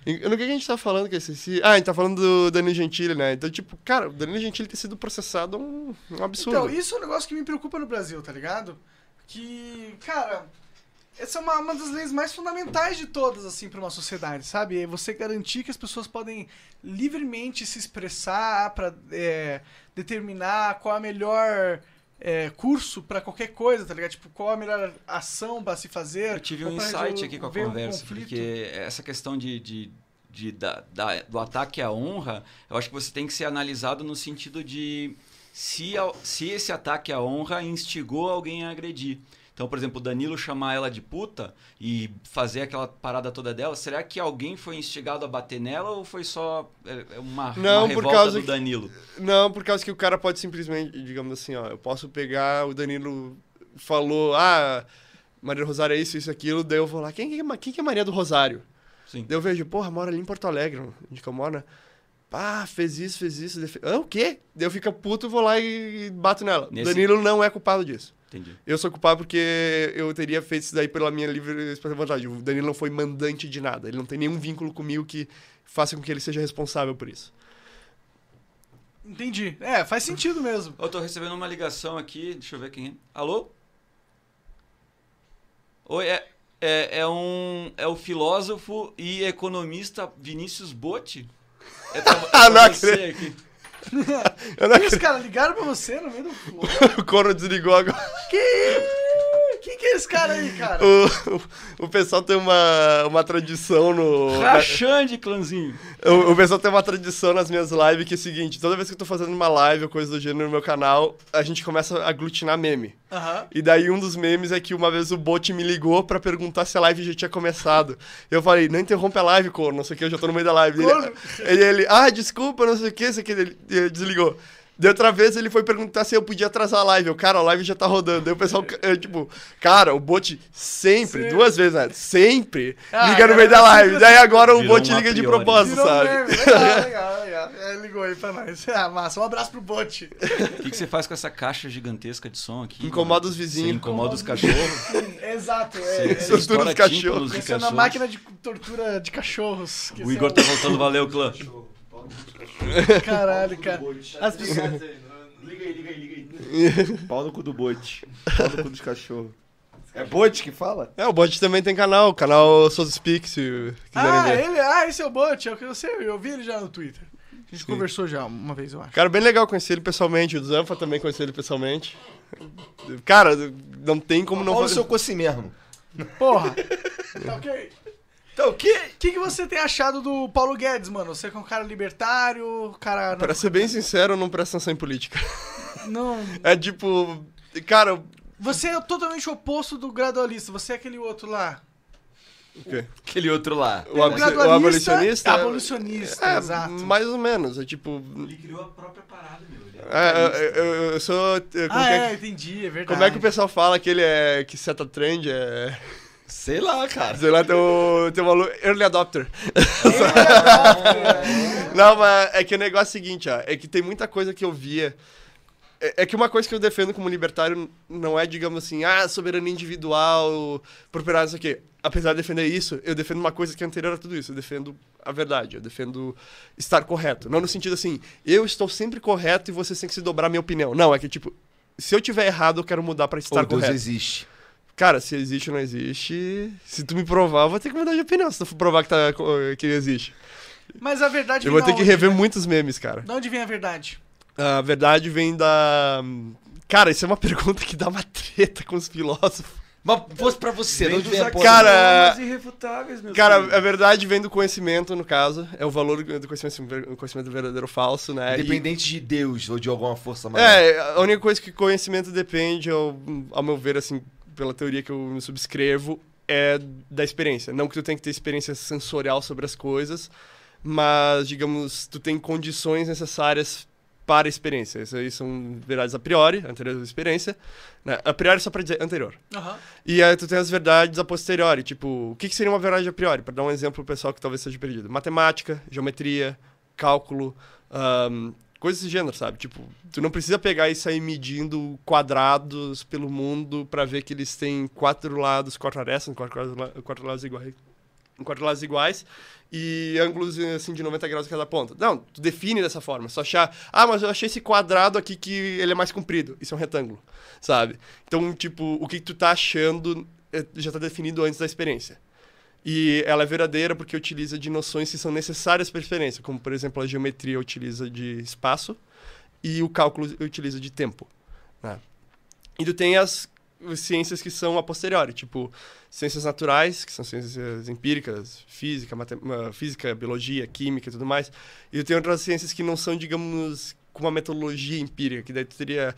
[SPEAKER 4] E No que a gente tá falando que eu esqueci? Ah, a gente tá falando do Danilo Gentili, né? Então, tipo, cara, o Danilo Gentili ter sido processado é um, um absurdo.
[SPEAKER 2] Então, isso é um negócio que me preocupa no Brasil, tá ligado? Que, cara, Essa é uma, uma das leis mais fundamentais de todas, assim, para uma sociedade, sabe? É Você garantir que as pessoas podem livremente se expressar para determinar qual é o melhor é, curso para qualquer coisa, tá ligado? Tipo, qual a melhor ação para se fazer.
[SPEAKER 3] Eu tive
[SPEAKER 2] ou
[SPEAKER 3] um
[SPEAKER 2] pra
[SPEAKER 3] insight aqui com a
[SPEAKER 2] resolver um
[SPEAKER 3] conversa,
[SPEAKER 2] conflito.
[SPEAKER 3] porque essa questão de, de- de- da- da- do ataque à honra, eu acho que você tem que ser analisado no sentido de se, a- se esse ataque à honra instigou alguém a agredir. Então, por exemplo, o Danilo chamar ela de puta e fazer aquela parada toda dela, será que alguém foi instigado a bater nela ou foi só é, é uma, uma
[SPEAKER 4] Não, por
[SPEAKER 3] revolta
[SPEAKER 4] causa
[SPEAKER 3] do
[SPEAKER 4] que-
[SPEAKER 3] Danilo?
[SPEAKER 4] Não, por causa que o cara pode simplesmente, digamos assim, ó, eu posso pegar, o Danilo falou, ah, Maria do Rosário é isso, isso, aquilo, daí eu vou lá, quem, que é Ma- quem que é Maria do Rosário?
[SPEAKER 3] Sim.
[SPEAKER 4] Daí eu vejo, porra, mora ali em Porto Alegre, onde que eu moro, né? Ah, fez isso, fez isso, defe- ah, o quê? Daí eu fico puto, vou lá e e bato nela.
[SPEAKER 3] Nesse-
[SPEAKER 4] Danilo não é culpado disso.
[SPEAKER 3] Entendi.
[SPEAKER 4] Eu sou culpado porque eu teria feito isso daí pela minha livre expressão de vontade. O Danilo não foi mandante de nada. Ele não tem nenhum vínculo comigo que faça com que ele seja responsável por isso.
[SPEAKER 2] Entendi. É, faz sentido mesmo.
[SPEAKER 3] Eu tô recebendo uma ligação aqui, deixa eu ver quem é. Alô? Oi, é, é, é um. É o filósofo e economista Vinícius Botti? É pra,
[SPEAKER 4] Ah,
[SPEAKER 3] é pra
[SPEAKER 4] não
[SPEAKER 3] você
[SPEAKER 4] acredito.
[SPEAKER 3] aqui.
[SPEAKER 4] Eu não
[SPEAKER 2] Os caras ligaram pra você no meio do flow.
[SPEAKER 4] O Cono desligou agora.
[SPEAKER 2] Que, que que é esse cara aí, cara?
[SPEAKER 4] O, o, o pessoal tem uma, uma tradição no. na-
[SPEAKER 3] Rachande, clãzinho.
[SPEAKER 4] o, o pessoal tem uma tradição nas minhas lives que é o seguinte: toda vez que eu tô fazendo uma live ou coisa do gênero no meu canal, a gente começa a aglutinar meme.
[SPEAKER 2] Aham.
[SPEAKER 4] E daí um dos memes é que uma vez o bot me ligou pra perguntar se a live já tinha começado. Eu falei, não interrompe a live, corno, não sei o que, eu já tô no meio da live. Ele,
[SPEAKER 2] Corno.
[SPEAKER 4] ele, ele, ah, desculpa, não sei o que, sei o que, ele ele desligou. De outra vez ele foi perguntar se eu podia atrasar a live. Eu, cara, a live já tá rodando. Daí o pessoal,
[SPEAKER 2] É.
[SPEAKER 4] eu, tipo, cara, o bot sempre,
[SPEAKER 2] Sempre.
[SPEAKER 4] duas vezes, né? Sempre
[SPEAKER 2] Ah,
[SPEAKER 4] liga no
[SPEAKER 2] galera,
[SPEAKER 4] meio da live. Daí agora o
[SPEAKER 3] Virou
[SPEAKER 4] bot
[SPEAKER 3] um a
[SPEAKER 4] liga de
[SPEAKER 3] priori.
[SPEAKER 4] propósito,
[SPEAKER 2] Virou
[SPEAKER 4] sabe?
[SPEAKER 2] meme. Legal, legal, legal. É, ligou aí pra nós. Ah, massa. Um abraço pro Bote.
[SPEAKER 3] O que, que você faz com essa caixa gigantesca de som aqui?
[SPEAKER 4] Incomoda os vizinhos.
[SPEAKER 3] Você incomoda os cachorros.
[SPEAKER 2] Exato. É, é,
[SPEAKER 3] Você, você
[SPEAKER 4] Tortura os
[SPEAKER 3] estoura
[SPEAKER 4] cachorros.
[SPEAKER 3] tímpanos de
[SPEAKER 2] Essa é uma
[SPEAKER 3] cachorros.
[SPEAKER 2] máquina de tortura de cachorros. Que
[SPEAKER 3] O
[SPEAKER 2] esse
[SPEAKER 3] Igor
[SPEAKER 2] é
[SPEAKER 3] tá voltando, valeu, clã.
[SPEAKER 4] Um
[SPEAKER 2] o- Caralho, cara. As pessoas...
[SPEAKER 6] Liga aí, liga aí, liga aí. Pau no cu do bote. Pau no cu dos cachorros. É bote que fala?
[SPEAKER 4] É, o bot também tem canal, o canal Souls Speak, se quiserem
[SPEAKER 2] Ah,
[SPEAKER 4] ver.
[SPEAKER 2] ele... Ah, esse é o Bote. É o que eu sei. Eu vi ele já no Twitter. A gente conversou já uma vez, eu acho.
[SPEAKER 4] Cara, bem legal conhecer ele pessoalmente. O Zanfa também conheci ele pessoalmente. Cara, não tem como não
[SPEAKER 1] Olha o
[SPEAKER 4] fazer.
[SPEAKER 1] seu cu assim mesmo.
[SPEAKER 2] Porra. tá ok.
[SPEAKER 1] Então, o quê?
[SPEAKER 2] O que, que você tem achado do Paulo Guedes, mano? Você que é um cara libertário, cara.
[SPEAKER 4] Pra ser bem sincero, eu não presto atenção em política.
[SPEAKER 2] Não.
[SPEAKER 4] É tipo. Cara, o
[SPEAKER 2] Você é totalmente oposto do gradualista. Você é aquele outro lá.
[SPEAKER 4] quê?
[SPEAKER 1] Aquele outro lá.
[SPEAKER 4] O, aboli- o abolicionista.
[SPEAKER 2] Abolicionista,
[SPEAKER 4] É,
[SPEAKER 2] exato.
[SPEAKER 4] mais ou menos. É tipo.
[SPEAKER 3] Ele criou a própria parada, meu. Ele é-
[SPEAKER 4] é, eu, eu- eu sou. eu- como,
[SPEAKER 2] Ah,
[SPEAKER 4] que
[SPEAKER 2] é,
[SPEAKER 4] é, que-
[SPEAKER 2] entendi, é verdade.
[SPEAKER 4] como é que o pessoal fala que ele é. que seta trend? É.
[SPEAKER 1] Sei lá, cara.
[SPEAKER 4] Sei lá, tem o tem o maluco. Early adopter.
[SPEAKER 2] pessoal...
[SPEAKER 4] Não, mas é que o negócio é o seguinte, ó, é que tem muita coisa que eu via. É, é que uma coisa que eu defendo como libertário não é, digamos assim, ah, soberania individual, propriedade, não sei o quê. Apesar de defender isso, eu defendo uma coisa que é anterior a tudo isso. Eu defendo a verdade, eu defendo estar correto. Não no sentido assim, eu estou sempre correto e vocês têm que se dobrar à minha opinião. Não, é que tipo, se eu tiver errado, eu quero mudar pra estar
[SPEAKER 1] Ou Deus
[SPEAKER 4] tá correto.
[SPEAKER 1] existe.
[SPEAKER 4] Cara, se existe ou não existe, se tu me provar, eu vou ter que mudar de opinião se tu for provar que, tá, que ele existe.
[SPEAKER 2] Mas a verdade
[SPEAKER 4] Eu
[SPEAKER 2] vem
[SPEAKER 4] vou
[SPEAKER 2] da
[SPEAKER 4] ter que
[SPEAKER 2] onde,
[SPEAKER 4] rever
[SPEAKER 2] né?
[SPEAKER 4] muitos memes, cara.
[SPEAKER 2] De onde vem a verdade?
[SPEAKER 4] A verdade vem da. Cara, isso é uma pergunta que dá uma treta com os filósofos.
[SPEAKER 1] Mas fosse pra você,
[SPEAKER 3] Vem
[SPEAKER 1] não
[SPEAKER 3] dos
[SPEAKER 1] vem a porra.
[SPEAKER 4] cara-
[SPEAKER 3] axiomas irrefutáveis, meu
[SPEAKER 4] Cara,
[SPEAKER 3] filho.
[SPEAKER 4] a verdade vem do conhecimento, no caso. É o valor do conhecimento, o conhecimento verdadeiro ou falso, né? E-
[SPEAKER 1] Independente de Deus ou de alguma força maior.
[SPEAKER 4] É, a única coisa que conhecimento depende, ao, ao meu ver, assim, pela teoria que eu me subscrevo, é da experiência. Não que tu tenha que ter experiência sensorial sobre as coisas, mas, digamos, tu tem condições necessárias para a experiência. Isso aí são verdades a priori, anterior à experiência. né? A priori só pra dizer anterior.
[SPEAKER 2] Aham.
[SPEAKER 4] E aí tu tem as verdades a posteriori, tipo, o que, que seria uma verdade a priori? Para dar um exemplo pro pessoal que talvez seja perdido. Matemática, geometria, cálculo, ahn, coisas desse gênero, sabe? Tipo, tu não precisa pegar e sair medindo quadrados pelo mundo para ver que eles têm quatro lados, quatro arestas, quatro, quatro, la- quatro lados iguais. Quatro lados iguais e ângulos assim de 90 graus a cada ponta. Não, tu define dessa forma. Só achar, ah, mas eu achei esse quadrado aqui que ele é mais comprido. Isso é um retângulo, sabe? Então, tipo, o que tu tá achando eh, já está definido antes da experiência. E ela é verdadeira porque utiliza de noções que são necessárias para a experiência, como, por exemplo, a geometria utiliza de espaço e o cálculo utiliza de tempo. né? E tu tem as ciências que são a posteriori, tipo ciências naturais, que são ciências empíricas, física, matem- ah, física, biologia, química e tudo mais. E tu tem outras ciências que não são, digamos, com uma metodologia empírica, que daí tu teria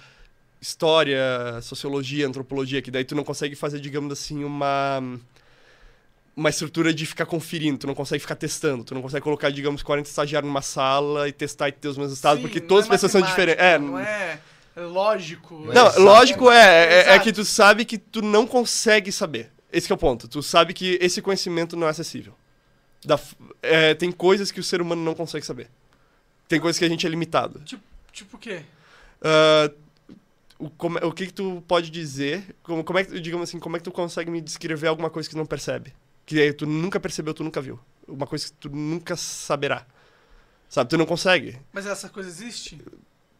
[SPEAKER 4] história, sociologia, antropologia, que daí tu não consegue fazer, digamos assim, uma uma estrutura de ficar conferindo, tu não consegue ficar testando, tu não consegue colocar, digamos, 40 estagiários numa sala e testar e ter os mesmos resultados,
[SPEAKER 2] Sim,
[SPEAKER 4] porque
[SPEAKER 2] não
[SPEAKER 4] todas as
[SPEAKER 2] é
[SPEAKER 4] pessoas são
[SPEAKER 2] matemática,
[SPEAKER 4] diferentes. É,
[SPEAKER 2] Não é lógico.
[SPEAKER 4] não,
[SPEAKER 2] é-
[SPEAKER 4] lógico é, é, é
[SPEAKER 2] Exato.
[SPEAKER 4] que tu sabe que tu não consegue saber. Esse que é o ponto. Tu sabe que esse conhecimento não é acessível. Da f- é, tem coisas que o ser humano não consegue saber. Tem coisas que a gente é limitado.
[SPEAKER 2] Tipo o quê?
[SPEAKER 4] Ah, o, como- o que que tu pode dizer? Como, como é que, tu- digamos assim, como é que tu consegue me descrever alguma coisa que tu não percebe? Que aí tu nunca percebeu, tu nunca viu. Uma coisa que tu nunca saberá. Sabe? Tu não consegue.
[SPEAKER 2] Mas essa coisa existe?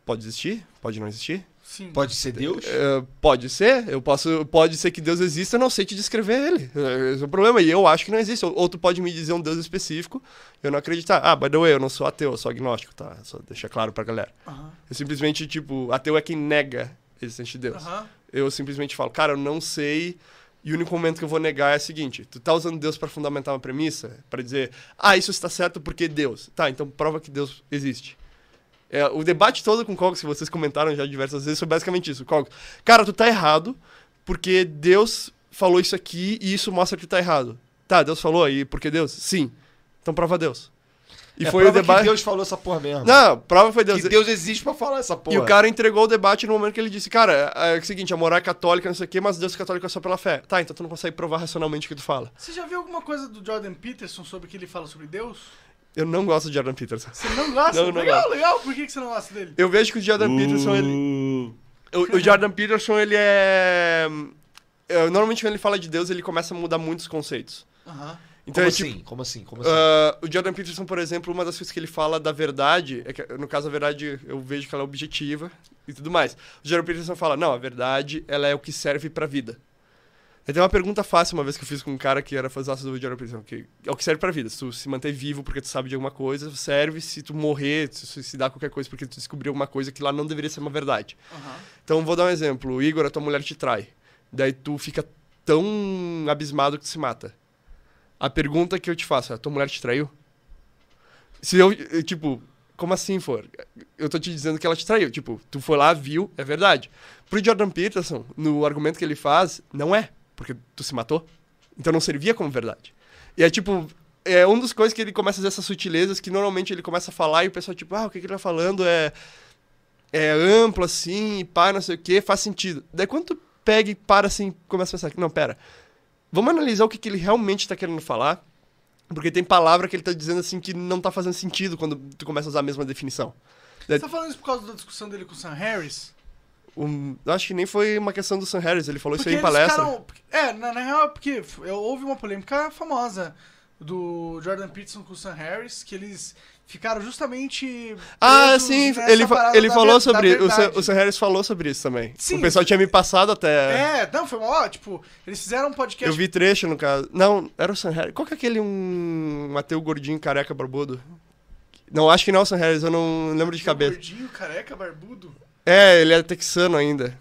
[SPEAKER 4] Pode existir, pode não existir.
[SPEAKER 2] Sim.
[SPEAKER 1] Pode ser Deus?
[SPEAKER 4] É, pode ser, eu posso, pode ser que Deus exista, eu não sei te descrever ele. É, Esse é o problema, e eu acho que não existe. Ou, ou tu pode me dizer um Deus específico, eu não acreditar. Ah, by the way, eu não sou ateu, eu sou agnóstico, tá? Só deixar claro pra galera.
[SPEAKER 2] Aham.
[SPEAKER 4] Eu simplesmente, tipo, ateu é quem nega a existência de Deus.
[SPEAKER 2] Aham.
[SPEAKER 4] Eu simplesmente falo, cara, eu não sei. E o único momento que eu vou negar é o seguinte: tu tá usando Deus pra fundamentar uma premissa, pra dizer, ah, isso está certo porque Deus. Tá, então prova que Deus existe. É, o debate todo com o Cox, que vocês comentaram já diversas vezes, foi basicamente isso. Cox, cara, tu tá errado porque Deus falou isso aqui e isso mostra que tu tá errado. Tá, Deus falou e porque Deus? Sim. Então prova Deus. E
[SPEAKER 1] É
[SPEAKER 4] foi o
[SPEAKER 1] prova
[SPEAKER 4] debate.
[SPEAKER 1] que Deus falou essa porra mesmo.
[SPEAKER 4] Não, prova foi Deus.
[SPEAKER 1] Que Deus existe pra falar essa porra.
[SPEAKER 4] E o cara entregou o debate no momento que ele disse, cara, é o seguinte, a moral é católica, não sei o quê, mas Deus é católico é só pela fé. Tá, então tu não consegue provar racionalmente o que tu fala.
[SPEAKER 2] Você já viu alguma coisa do Jordan Peterson sobre o que ele fala sobre Deus?
[SPEAKER 4] Eu não gosto de Jordan Peterson.
[SPEAKER 2] Você não gosta?
[SPEAKER 4] Não, não
[SPEAKER 2] legal,
[SPEAKER 4] gosto.
[SPEAKER 2] legal. Por que que você não gosta dele?
[SPEAKER 4] Eu vejo que o Jordan
[SPEAKER 1] Uh.
[SPEAKER 4] Peterson, ele... O, o Jordan Peterson, ele é... é, Normalmente quando ele fala de Deus, ele começa a mudar muitos conceitos.
[SPEAKER 2] Aham.
[SPEAKER 4] Então
[SPEAKER 1] Como
[SPEAKER 4] é
[SPEAKER 1] assim?
[SPEAKER 4] tipo...
[SPEAKER 1] Como assim? Como assim?
[SPEAKER 4] ah, o Jordan Peterson, por exemplo, uma das coisas que ele fala da verdade, é que, no caso a verdade eu vejo que ela é objetiva e tudo mais. O Jordan Peterson fala, não, a verdade ela é o que serve pra vida. Eu tenho uma pergunta fácil uma vez que eu fiz com um cara que era fãzão do Jordan Peterson, que é o que serve pra vida. Se tu se manter vivo porque tu sabe de alguma coisa, serve. Se tu morrer, se suicidar qualquer coisa porque tu descobriu alguma coisa que lá não deveria ser uma verdade.
[SPEAKER 2] Aham.
[SPEAKER 4] Então, vou dar um exemplo. Igor, a tua mulher te trai. Daí tu fica tão abismado que tu se mata. A pergunta que eu te faço é, a tua mulher te traiu? Se eu, eu, tipo, como assim for? Eu tô te dizendo que ela te traiu. Tipo, tu foi lá, viu, é verdade. Pro Jordan Peterson, no argumento que ele faz, não é. Porque tu se matou. Então não servia como verdade. E é tipo... É uma das coisas que ele começa a fazer essas sutilezas que normalmente ele começa a falar e o pessoal, tipo, ah, o que, que ele tá falando é é amplo assim, e pá, não sei o que, faz sentido. Daí quando tu pega e para assim, começa a pensar que, não, pera, vamos analisar o que, que ele realmente tá querendo falar, porque tem palavra que ele tá dizendo assim que não tá fazendo sentido quando tu começa a usar a mesma definição.
[SPEAKER 2] Você tá falando isso por causa da discussão dele com o Sam Harris?
[SPEAKER 4] Um, eu acho que nem foi uma questão do Sam Harris, ele falou
[SPEAKER 2] Porque
[SPEAKER 4] isso aí em
[SPEAKER 2] eles
[SPEAKER 4] palestra.
[SPEAKER 2] ficaram- É, na, na real, é porque f- eu- houve uma polêmica famosa do Jordan Peterson com o Sam Harris, que eles ficaram justamente.
[SPEAKER 4] Ah,
[SPEAKER 2] presos
[SPEAKER 4] sim,
[SPEAKER 2] nessa
[SPEAKER 4] ele, fa-
[SPEAKER 2] parada
[SPEAKER 4] ele
[SPEAKER 2] da
[SPEAKER 4] falou
[SPEAKER 2] ver-
[SPEAKER 4] sobre
[SPEAKER 2] da
[SPEAKER 4] o Sam,
[SPEAKER 2] verdade.
[SPEAKER 4] o Sam Harris falou sobre isso também.
[SPEAKER 2] Sim.
[SPEAKER 4] o pessoal tinha me passado até.
[SPEAKER 2] É, não, foi uma ó, tipo, eles fizeram um podcast.
[SPEAKER 4] Eu vi trecho no caso. Não, era o Sam Harris. Qual que é aquele um, um ateu gordinho careca barbudo? Não, acho que não é o Sam Harris, eu não lembro de cabeça.
[SPEAKER 2] Gordinho, careca, barbudo.
[SPEAKER 4] É, ele é texano ainda.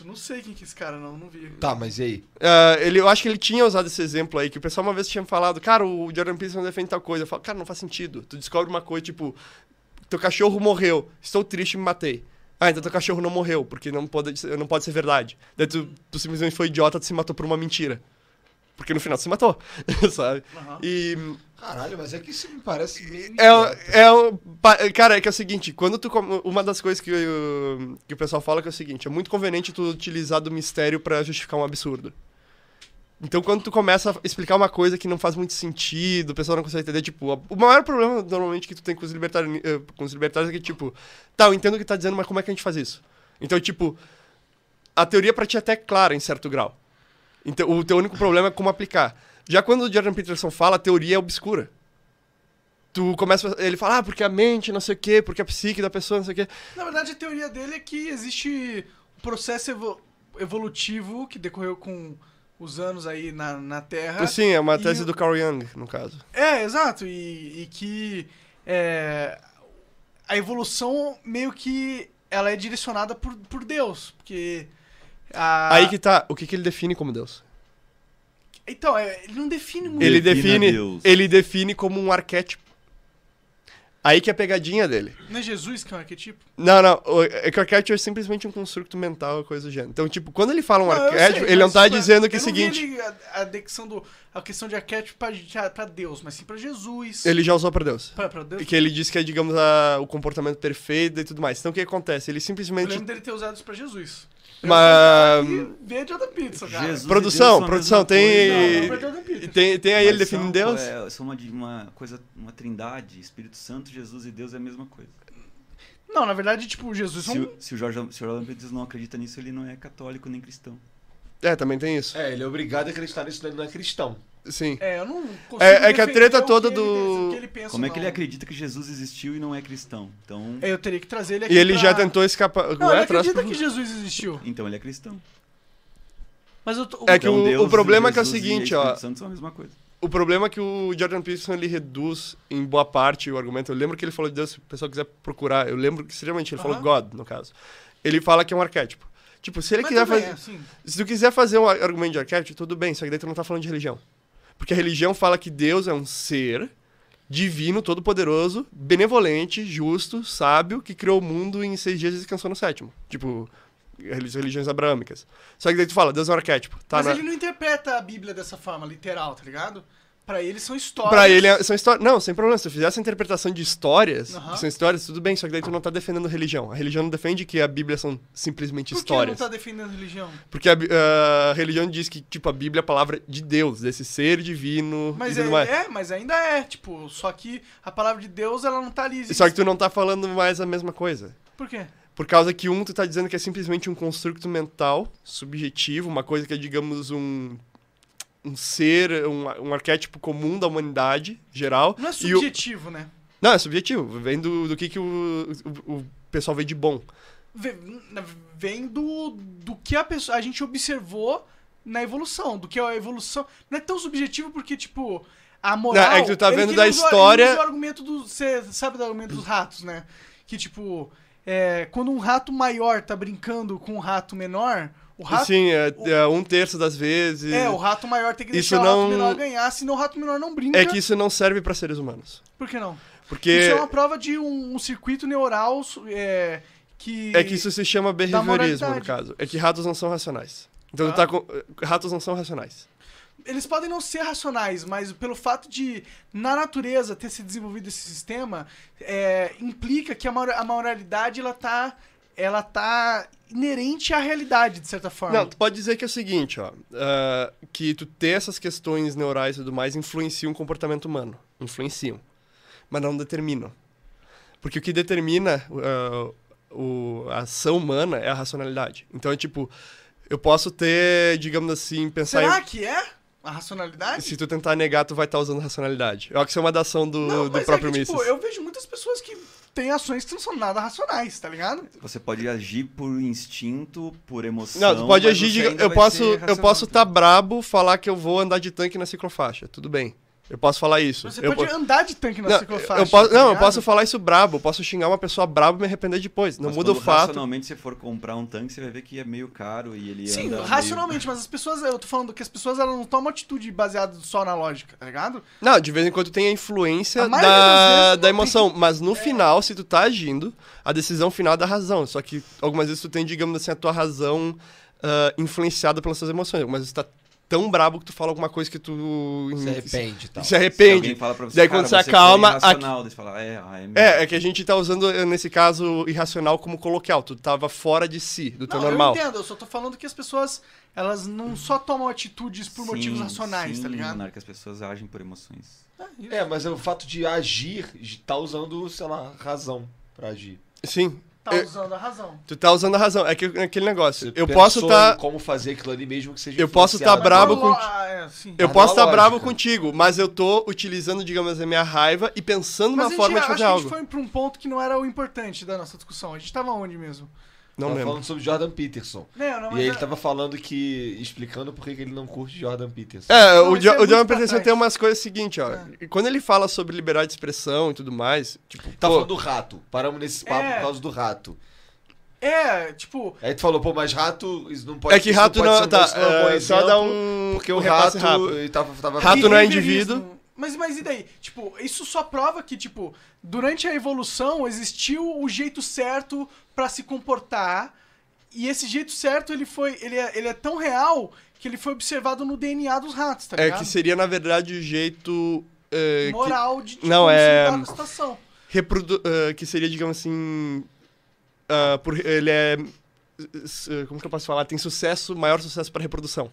[SPEAKER 2] Eu não sei quem que é esse cara, não, não vi.
[SPEAKER 1] Tá, mas e aí?
[SPEAKER 4] Ah, ele, eu acho que ele tinha usado esse exemplo aí, que o pessoal uma vez tinha falado, cara, o Jordan Peterson defende tal coisa. Eu falo, cara, não faz sentido. Tu descobre uma coisa, tipo, teu cachorro morreu, estou triste, me matei. Ah, então teu cachorro não morreu, porque não pode, não pode ser verdade. Daí tu, tu simplesmente foi idiota, tu se matou por uma mentira. Porque no final tu se matou, sabe?
[SPEAKER 2] Aham.
[SPEAKER 4] E
[SPEAKER 1] Caralho, mas é que isso me parece. meio idiota.
[SPEAKER 4] É, é um, pa- cara, é que é o seguinte, quando tu com- uma das coisas que, eu- que o pessoal fala que é o seguinte, é muito conveniente tu utilizar do mistério pra justificar um absurdo. Então quando tu começa a explicar uma coisa que não faz muito sentido, o pessoal não consegue entender, tipo, a- o maior problema normalmente que tu tem com os libertários, com os libertários é que tipo, tá, eu entendo o que tá dizendo, mas como é que a gente faz isso? Então, tipo, a teoria pra ti é até clara em certo grau. Então, o teu único problema é como aplicar. Já quando o Jordan Peterson fala, a teoria é obscura. Tu começa. Ele fala, ah, porque a mente, não sei o quê, porque a psique da pessoa, não sei o quê.
[SPEAKER 2] Na verdade, a teoria dele é que existe um processo evo- evolutivo que decorreu com os anos aí na, na Terra.
[SPEAKER 4] Sim, é uma
[SPEAKER 2] Ah, E
[SPEAKER 4] tese
[SPEAKER 2] o-
[SPEAKER 4] do Carl Jung, no caso.
[SPEAKER 2] É, exato. E, e que é, a evolução meio que ela é direcionada por, por Deus. Porque. a-
[SPEAKER 4] Aí que tá, o que, que ele define como Deus?
[SPEAKER 2] Então, é, ele não define muito.
[SPEAKER 4] Ele
[SPEAKER 3] Defina
[SPEAKER 4] define,
[SPEAKER 3] Deus.
[SPEAKER 4] ele define como um arquétipo. Aí que é a pegadinha dele.
[SPEAKER 2] Não é Jesus que é um arquétipo?
[SPEAKER 4] Não, não, o- é que o arquétipo é simplesmente um construto mental, coisa do gênero. Então, tipo, quando ele fala um
[SPEAKER 2] Não, eu
[SPEAKER 4] arquétipo,
[SPEAKER 2] sei,
[SPEAKER 4] ele não
[SPEAKER 2] mas,
[SPEAKER 4] tá
[SPEAKER 2] tipo,
[SPEAKER 4] dizendo que é
[SPEAKER 2] eu
[SPEAKER 4] o
[SPEAKER 2] não vi
[SPEAKER 4] seguinte,
[SPEAKER 2] ele- a, a dicção do, a questão de arquétipo pra, já- pra Deus, mas sim pra Jesus.
[SPEAKER 4] ele já usou pra Deus.
[SPEAKER 2] Pra, pra Deus.
[SPEAKER 4] Que ele diz que é, digamos, a- o comportamento perfeito e tudo mais. Então, o que acontece? Ele
[SPEAKER 2] Eu
[SPEAKER 4] simplesmente...
[SPEAKER 2] lembro dele ter usado isso pra Jesus.
[SPEAKER 4] Uma...
[SPEAKER 2] E vende outra pizza, cara.
[SPEAKER 3] Jesus e
[SPEAKER 4] Produção,
[SPEAKER 3] Deus são a
[SPEAKER 4] produção,
[SPEAKER 3] mesma
[SPEAKER 4] tem-
[SPEAKER 2] Não,
[SPEAKER 3] coisa.
[SPEAKER 2] não vende outra
[SPEAKER 4] E
[SPEAKER 2] pizza.
[SPEAKER 4] tem, tem aí
[SPEAKER 3] Mas
[SPEAKER 4] ele definindo
[SPEAKER 3] são,
[SPEAKER 4] Deus?
[SPEAKER 3] É, são uma, de- uma coisa, uma trindade, Espírito Santo, Jesus e Deus é a mesma coisa.
[SPEAKER 2] Não, na verdade, tipo, Jesus é
[SPEAKER 3] Se,
[SPEAKER 2] um...
[SPEAKER 3] o- se o Jorge se o Jorge Lampedus não acredita nisso, ele não é católico nem cristão.
[SPEAKER 4] É, também tem isso.
[SPEAKER 6] É, ele é obrigado a acreditar nisso, ele não é cristão.
[SPEAKER 4] Sim.
[SPEAKER 2] É, eu não consigo
[SPEAKER 4] É- é que a
[SPEAKER 2] defender
[SPEAKER 4] treta
[SPEAKER 2] o que
[SPEAKER 4] toda
[SPEAKER 2] ele-
[SPEAKER 4] do-
[SPEAKER 2] o que ele pensa,
[SPEAKER 3] Como é que
[SPEAKER 2] não.
[SPEAKER 3] ele acredita que Jesus existiu e não é cristão? Então,
[SPEAKER 2] É, eu teria que trazer ele aqui
[SPEAKER 4] E ele
[SPEAKER 2] pra-
[SPEAKER 4] já tentou escapar...
[SPEAKER 2] Não,
[SPEAKER 4] é,
[SPEAKER 2] ele
[SPEAKER 4] atrás
[SPEAKER 2] acredita
[SPEAKER 4] pro-
[SPEAKER 2] que Jesus existiu.
[SPEAKER 3] então ele é cristão.
[SPEAKER 2] Mas eu tô...
[SPEAKER 4] É que
[SPEAKER 3] Então
[SPEAKER 4] o- o
[SPEAKER 3] Deus,
[SPEAKER 4] problema é que é o
[SPEAKER 3] Jesus e
[SPEAKER 4] seguinte,
[SPEAKER 3] Espírito
[SPEAKER 4] ó.
[SPEAKER 3] Santo são a mesma coisa.
[SPEAKER 4] O problema é que o Jordan Peterson ele reduz em boa parte o argumento. Eu lembro que ele falou de Deus, se o pessoal quiser procurar, eu lembro que extremamente ele falou
[SPEAKER 2] Aham.
[SPEAKER 4] God, no caso. Ele fala que é um arquétipo. Tipo, se ele
[SPEAKER 2] Mas
[SPEAKER 4] quiser
[SPEAKER 2] também
[SPEAKER 4] fazer,
[SPEAKER 2] é assim.
[SPEAKER 4] se tu quiser fazer um ar- argumento de arquétipo, tudo bem, só que daí tu não tá falando de religião. Porque a religião fala que Deus é um ser divino, todo-poderoso, benevolente, justo, sábio, que criou o mundo em seis dias e descansou no sétimo. Tipo, relig- religiões abraâmicas. Só que daí tu fala, Deus é um arquétipo. Tá,
[SPEAKER 2] Mas
[SPEAKER 4] na-
[SPEAKER 2] ele não interpreta a Bíblia dessa forma literal, tá ligado? Pra ele são histórias.
[SPEAKER 4] Pra ele é- são histórias. Não, sem problema. Se tu fizer essa interpretação de histórias,
[SPEAKER 2] Aham.
[SPEAKER 4] que são histórias, tudo bem, só que daí tu não tá defendendo religião. A religião não defende que a Bíblia são simplesmente
[SPEAKER 2] Por que ele não
[SPEAKER 4] histórias.
[SPEAKER 2] tá defendendo religião?
[SPEAKER 4] Porque a, Bí- a religião diz que, tipo, a Bíblia é a palavra de Deus, desse ser divino
[SPEAKER 2] Mas
[SPEAKER 4] e
[SPEAKER 2] é,
[SPEAKER 4] tudo mais.
[SPEAKER 2] é, mas ainda é, tipo, só que a palavra de Deus ela não tá ali.
[SPEAKER 4] Só que tu não tá falando mais a mesma coisa.
[SPEAKER 2] Por quê?
[SPEAKER 4] Por causa que um, tu tá dizendo que é simplesmente um construto mental, subjetivo, uma coisa que é, digamos, um, um ser, um, um arquétipo comum da humanidade geral.
[SPEAKER 2] Não é
[SPEAKER 4] e o-
[SPEAKER 2] subjetivo, né?
[SPEAKER 4] Não, é subjetivo. Vem do, do que, que o, o, o pessoal vê de bom.
[SPEAKER 2] Vem, vem do, do que a, pessoa, a gente observou na evolução, do que a evolução. Não é tão subjetivo porque, tipo, a moral.
[SPEAKER 4] Não, é que tu tá
[SPEAKER 2] ele-
[SPEAKER 4] vendo
[SPEAKER 2] ele
[SPEAKER 4] da
[SPEAKER 2] usa- ele
[SPEAKER 4] história-
[SPEAKER 2] usa o argumento do. Você sabe do argumento dos ratos, né? Que, tipo, é, quando um rato maior tá brincando com um rato menor, o rato.
[SPEAKER 4] Sim, é,
[SPEAKER 2] o-
[SPEAKER 4] é um terço das vezes.
[SPEAKER 2] É, o rato maior tem que
[SPEAKER 4] Isso
[SPEAKER 2] deixar o
[SPEAKER 4] não-
[SPEAKER 2] rato menor ganhar, senão o rato menor não brinca.
[SPEAKER 4] É que isso não serve pra seres humanos.
[SPEAKER 2] Por que não?
[SPEAKER 4] Porque
[SPEAKER 2] Isso é uma prova de um, um circuito neural su- é, que.
[SPEAKER 4] é que isso se chama behaviorismo, no
[SPEAKER 2] moralidade.
[SPEAKER 4] caso. É que ratos não são racionais. Então
[SPEAKER 2] Ah.
[SPEAKER 4] tá com... ratos não são racionais.
[SPEAKER 2] Eles podem não ser racionais, mas pelo fato de, na natureza, ter se desenvolvido esse sistema, é, implica que a, mora- a moralidade ela tá, ela tá inerente à realidade, de certa forma.
[SPEAKER 4] Não, tu pode dizer que é o seguinte, ó, ah, que tu ter essas questões neurais e tudo mais influenciam o comportamento humano, influenciam, mas não determinam. Porque o que determina ah, o, a ação humana é a racionalidade. Então é tipo, eu posso ter, digamos assim, pensar em
[SPEAKER 2] Será que é a racionalidade?
[SPEAKER 4] Se tu tentar negar, tu vai estar usando racionalidade. Eu acho que isso é uma dação do,
[SPEAKER 2] não,
[SPEAKER 4] do
[SPEAKER 2] mas
[SPEAKER 4] próprio
[SPEAKER 2] é que, tipo,
[SPEAKER 4] Mises.
[SPEAKER 2] eu vejo muitas pessoas que têm ações que não são nada racionais, tá ligado?
[SPEAKER 3] Você pode agir por instinto, por emoção.
[SPEAKER 4] Não, tu pode
[SPEAKER 3] mas
[SPEAKER 4] agir,
[SPEAKER 3] você
[SPEAKER 4] diga,
[SPEAKER 3] ainda
[SPEAKER 4] eu
[SPEAKER 3] vai
[SPEAKER 4] posso,
[SPEAKER 3] ser
[SPEAKER 4] eu
[SPEAKER 3] racional,
[SPEAKER 4] posso tá,
[SPEAKER 3] entendeu?
[SPEAKER 4] estar brabo, falar que eu vou andar de tanque na ciclofaixa, tudo bem. Eu posso falar isso.
[SPEAKER 2] Você
[SPEAKER 4] eu
[SPEAKER 2] pode
[SPEAKER 4] po-
[SPEAKER 2] andar de tanque na
[SPEAKER 4] não,
[SPEAKER 2] ciclofaixa.
[SPEAKER 4] eu posso,
[SPEAKER 2] tá
[SPEAKER 4] não, eu
[SPEAKER 2] ligado?
[SPEAKER 4] posso falar isso brabo, eu posso xingar uma pessoa brabo e me arrepender depois. Não
[SPEAKER 3] Mas
[SPEAKER 4] muda o
[SPEAKER 3] quando
[SPEAKER 4] fato.
[SPEAKER 3] Racionalmente, você for comprar um tanque, você vai ver que é meio caro e ele
[SPEAKER 2] Sim,
[SPEAKER 3] anda meio-
[SPEAKER 2] racionalmente, mas as pessoas, eu tô falando que as pessoas elas não tomam atitude baseada só na lógica, tá ligado?
[SPEAKER 4] Não, de vez em quando tem a influência
[SPEAKER 2] A maioria das
[SPEAKER 4] da,
[SPEAKER 2] vezes
[SPEAKER 4] da
[SPEAKER 2] não tem.
[SPEAKER 4] emoção, mas no final, se tu tá agindo, a decisão final é da razão. Só que algumas vezes tu tem, digamos assim, a tua razão ah, influenciada pelas tuas emoções. Algumas vezes tu tá tão brabo que tu fala alguma coisa que tu.
[SPEAKER 1] Se arrepende e tal.
[SPEAKER 4] Se
[SPEAKER 3] Se alguém
[SPEAKER 4] arrepende.
[SPEAKER 3] fala pra você,
[SPEAKER 4] Daí
[SPEAKER 3] cara,
[SPEAKER 4] quando você
[SPEAKER 3] foi
[SPEAKER 4] acalma,
[SPEAKER 3] irracional, daí você fala, é, ah, é,
[SPEAKER 4] É, é que a gente tá usando, eh, nesse caso, irracional como coloquial. Tu tava fora de si, do teu
[SPEAKER 2] não,
[SPEAKER 4] Então, normal.
[SPEAKER 2] eu entendo, eu só tô falando que as pessoas, elas não só tomam atitudes por motivos racionais, tá
[SPEAKER 1] né?
[SPEAKER 2] ligado?
[SPEAKER 3] Monarca, as pessoas agem por emoções.
[SPEAKER 6] É, mas é o fato de agir, de tá usando, sei lá, razão pra agir.
[SPEAKER 4] Sim.
[SPEAKER 2] Tá
[SPEAKER 4] Eu-
[SPEAKER 2] usando a razão.
[SPEAKER 4] Tu tá usando a razão. É, que, é aquele negócio.
[SPEAKER 6] Você
[SPEAKER 4] eu
[SPEAKER 6] pensou
[SPEAKER 4] posso tá.
[SPEAKER 6] em como fazer aquilo ali mesmo que seja
[SPEAKER 4] Eu posso tá
[SPEAKER 2] Mas
[SPEAKER 6] influenciado.
[SPEAKER 4] brabo
[SPEAKER 2] eu-
[SPEAKER 4] com-
[SPEAKER 2] ah, é, sim.
[SPEAKER 4] Eu
[SPEAKER 6] Mas
[SPEAKER 4] posso
[SPEAKER 6] não a
[SPEAKER 4] estar bravo
[SPEAKER 6] lógica.
[SPEAKER 4] contigo, mas eu tô utilizando, digamos assim, a minha raiva e pensando
[SPEAKER 2] Mas a
[SPEAKER 4] uma
[SPEAKER 2] gente-
[SPEAKER 4] forma de
[SPEAKER 2] acho
[SPEAKER 4] fazer
[SPEAKER 2] que a
[SPEAKER 4] algo.
[SPEAKER 2] gente foi pra um ponto que não era o importante da nossa discussão. A gente tava onde mesmo?
[SPEAKER 4] Não
[SPEAKER 1] tava
[SPEAKER 4] lembro.
[SPEAKER 1] Tá falando sobre Jordan Peterson.
[SPEAKER 2] Não,
[SPEAKER 1] e aí
[SPEAKER 2] não, mas é-
[SPEAKER 1] ele tá- tava falando que. explicando por que que ele não curte Jordan Peterson.
[SPEAKER 4] É,
[SPEAKER 2] Não,
[SPEAKER 4] o,
[SPEAKER 2] mas
[SPEAKER 4] Jo-
[SPEAKER 2] é
[SPEAKER 4] o John
[SPEAKER 2] muito pra
[SPEAKER 4] Peterson
[SPEAKER 2] trás.
[SPEAKER 4] tem umas coisas seguintes, ó.
[SPEAKER 2] Ah.
[SPEAKER 4] E Quando ele fala sobre liberdade de expressão e tudo mais, tipo,
[SPEAKER 1] Tá
[SPEAKER 4] pô,
[SPEAKER 1] falando do rato. Paramos nesse papo
[SPEAKER 2] É.
[SPEAKER 1] por causa do rato.
[SPEAKER 2] É, tipo,
[SPEAKER 1] Aí tu falou, pô, mas rato, isso não pode
[SPEAKER 4] é que
[SPEAKER 1] isso
[SPEAKER 4] rato
[SPEAKER 1] pode ser
[SPEAKER 4] não,
[SPEAKER 1] um
[SPEAKER 4] tá,
[SPEAKER 1] bom- isso não é um bom
[SPEAKER 4] é, só dá
[SPEAKER 1] exemplo,
[SPEAKER 4] um
[SPEAKER 1] Porque o
[SPEAKER 4] um repasse
[SPEAKER 1] rato.
[SPEAKER 4] rápido.
[SPEAKER 1] Ele tava, tava
[SPEAKER 4] Rato
[SPEAKER 2] E
[SPEAKER 4] não é
[SPEAKER 2] behaviorismo.
[SPEAKER 4] indivíduo.
[SPEAKER 2] Mas, mas e daí? Tipo, isso só prova que, tipo, durante a evolução existiu o jeito certo pra se comportar. E esse jeito certo, ele foi. Ele é, ele é tão real que ele foi observado no DNA dos ratos, tá
[SPEAKER 4] É
[SPEAKER 2] ligado?
[SPEAKER 4] que seria na verdade o jeito é, que-
[SPEAKER 2] Moral de tipo,
[SPEAKER 4] Não,
[SPEAKER 2] se
[SPEAKER 4] é-
[SPEAKER 2] lidar na situação.
[SPEAKER 4] reprodu- ah, que seria, digamos assim. ah, por- ele é. s- s- Como que eu posso falar? Tem sucesso, maior sucesso para reprodução.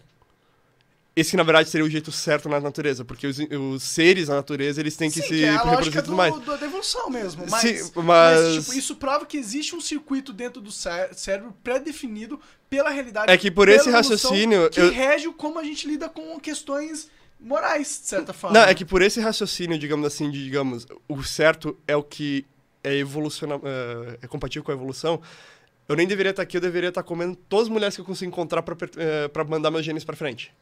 [SPEAKER 4] Esse que, na verdade, seria o jeito certo na natureza, porque os, os seres na natureza eles têm
[SPEAKER 2] Sim,
[SPEAKER 4] que se
[SPEAKER 2] que é a
[SPEAKER 4] reproduzir
[SPEAKER 2] lógica
[SPEAKER 4] e tudo mais.
[SPEAKER 2] do, do, da evolução mesmo.
[SPEAKER 4] Sim,
[SPEAKER 2] Mas,
[SPEAKER 4] mas-
[SPEAKER 2] tipo, isso prova que existe um circuito dentro do cé- cérebro pré-definido pela realidade.
[SPEAKER 4] É que por
[SPEAKER 2] pela
[SPEAKER 4] esse
[SPEAKER 2] evolução,
[SPEAKER 4] raciocínio,
[SPEAKER 2] Que
[SPEAKER 4] eu-
[SPEAKER 2] rege o como a gente lida com questões morais, de certa forma.
[SPEAKER 4] Não, é que por esse raciocínio, digamos assim, de, digamos, o certo é o que é evoluciona, eh, é compatível com a evolução. Eu nem deveria estar aqui, eu deveria estar comendo todas as mulheres que eu consigo encontrar pra per- eh, pra mandar meus genes pra frente.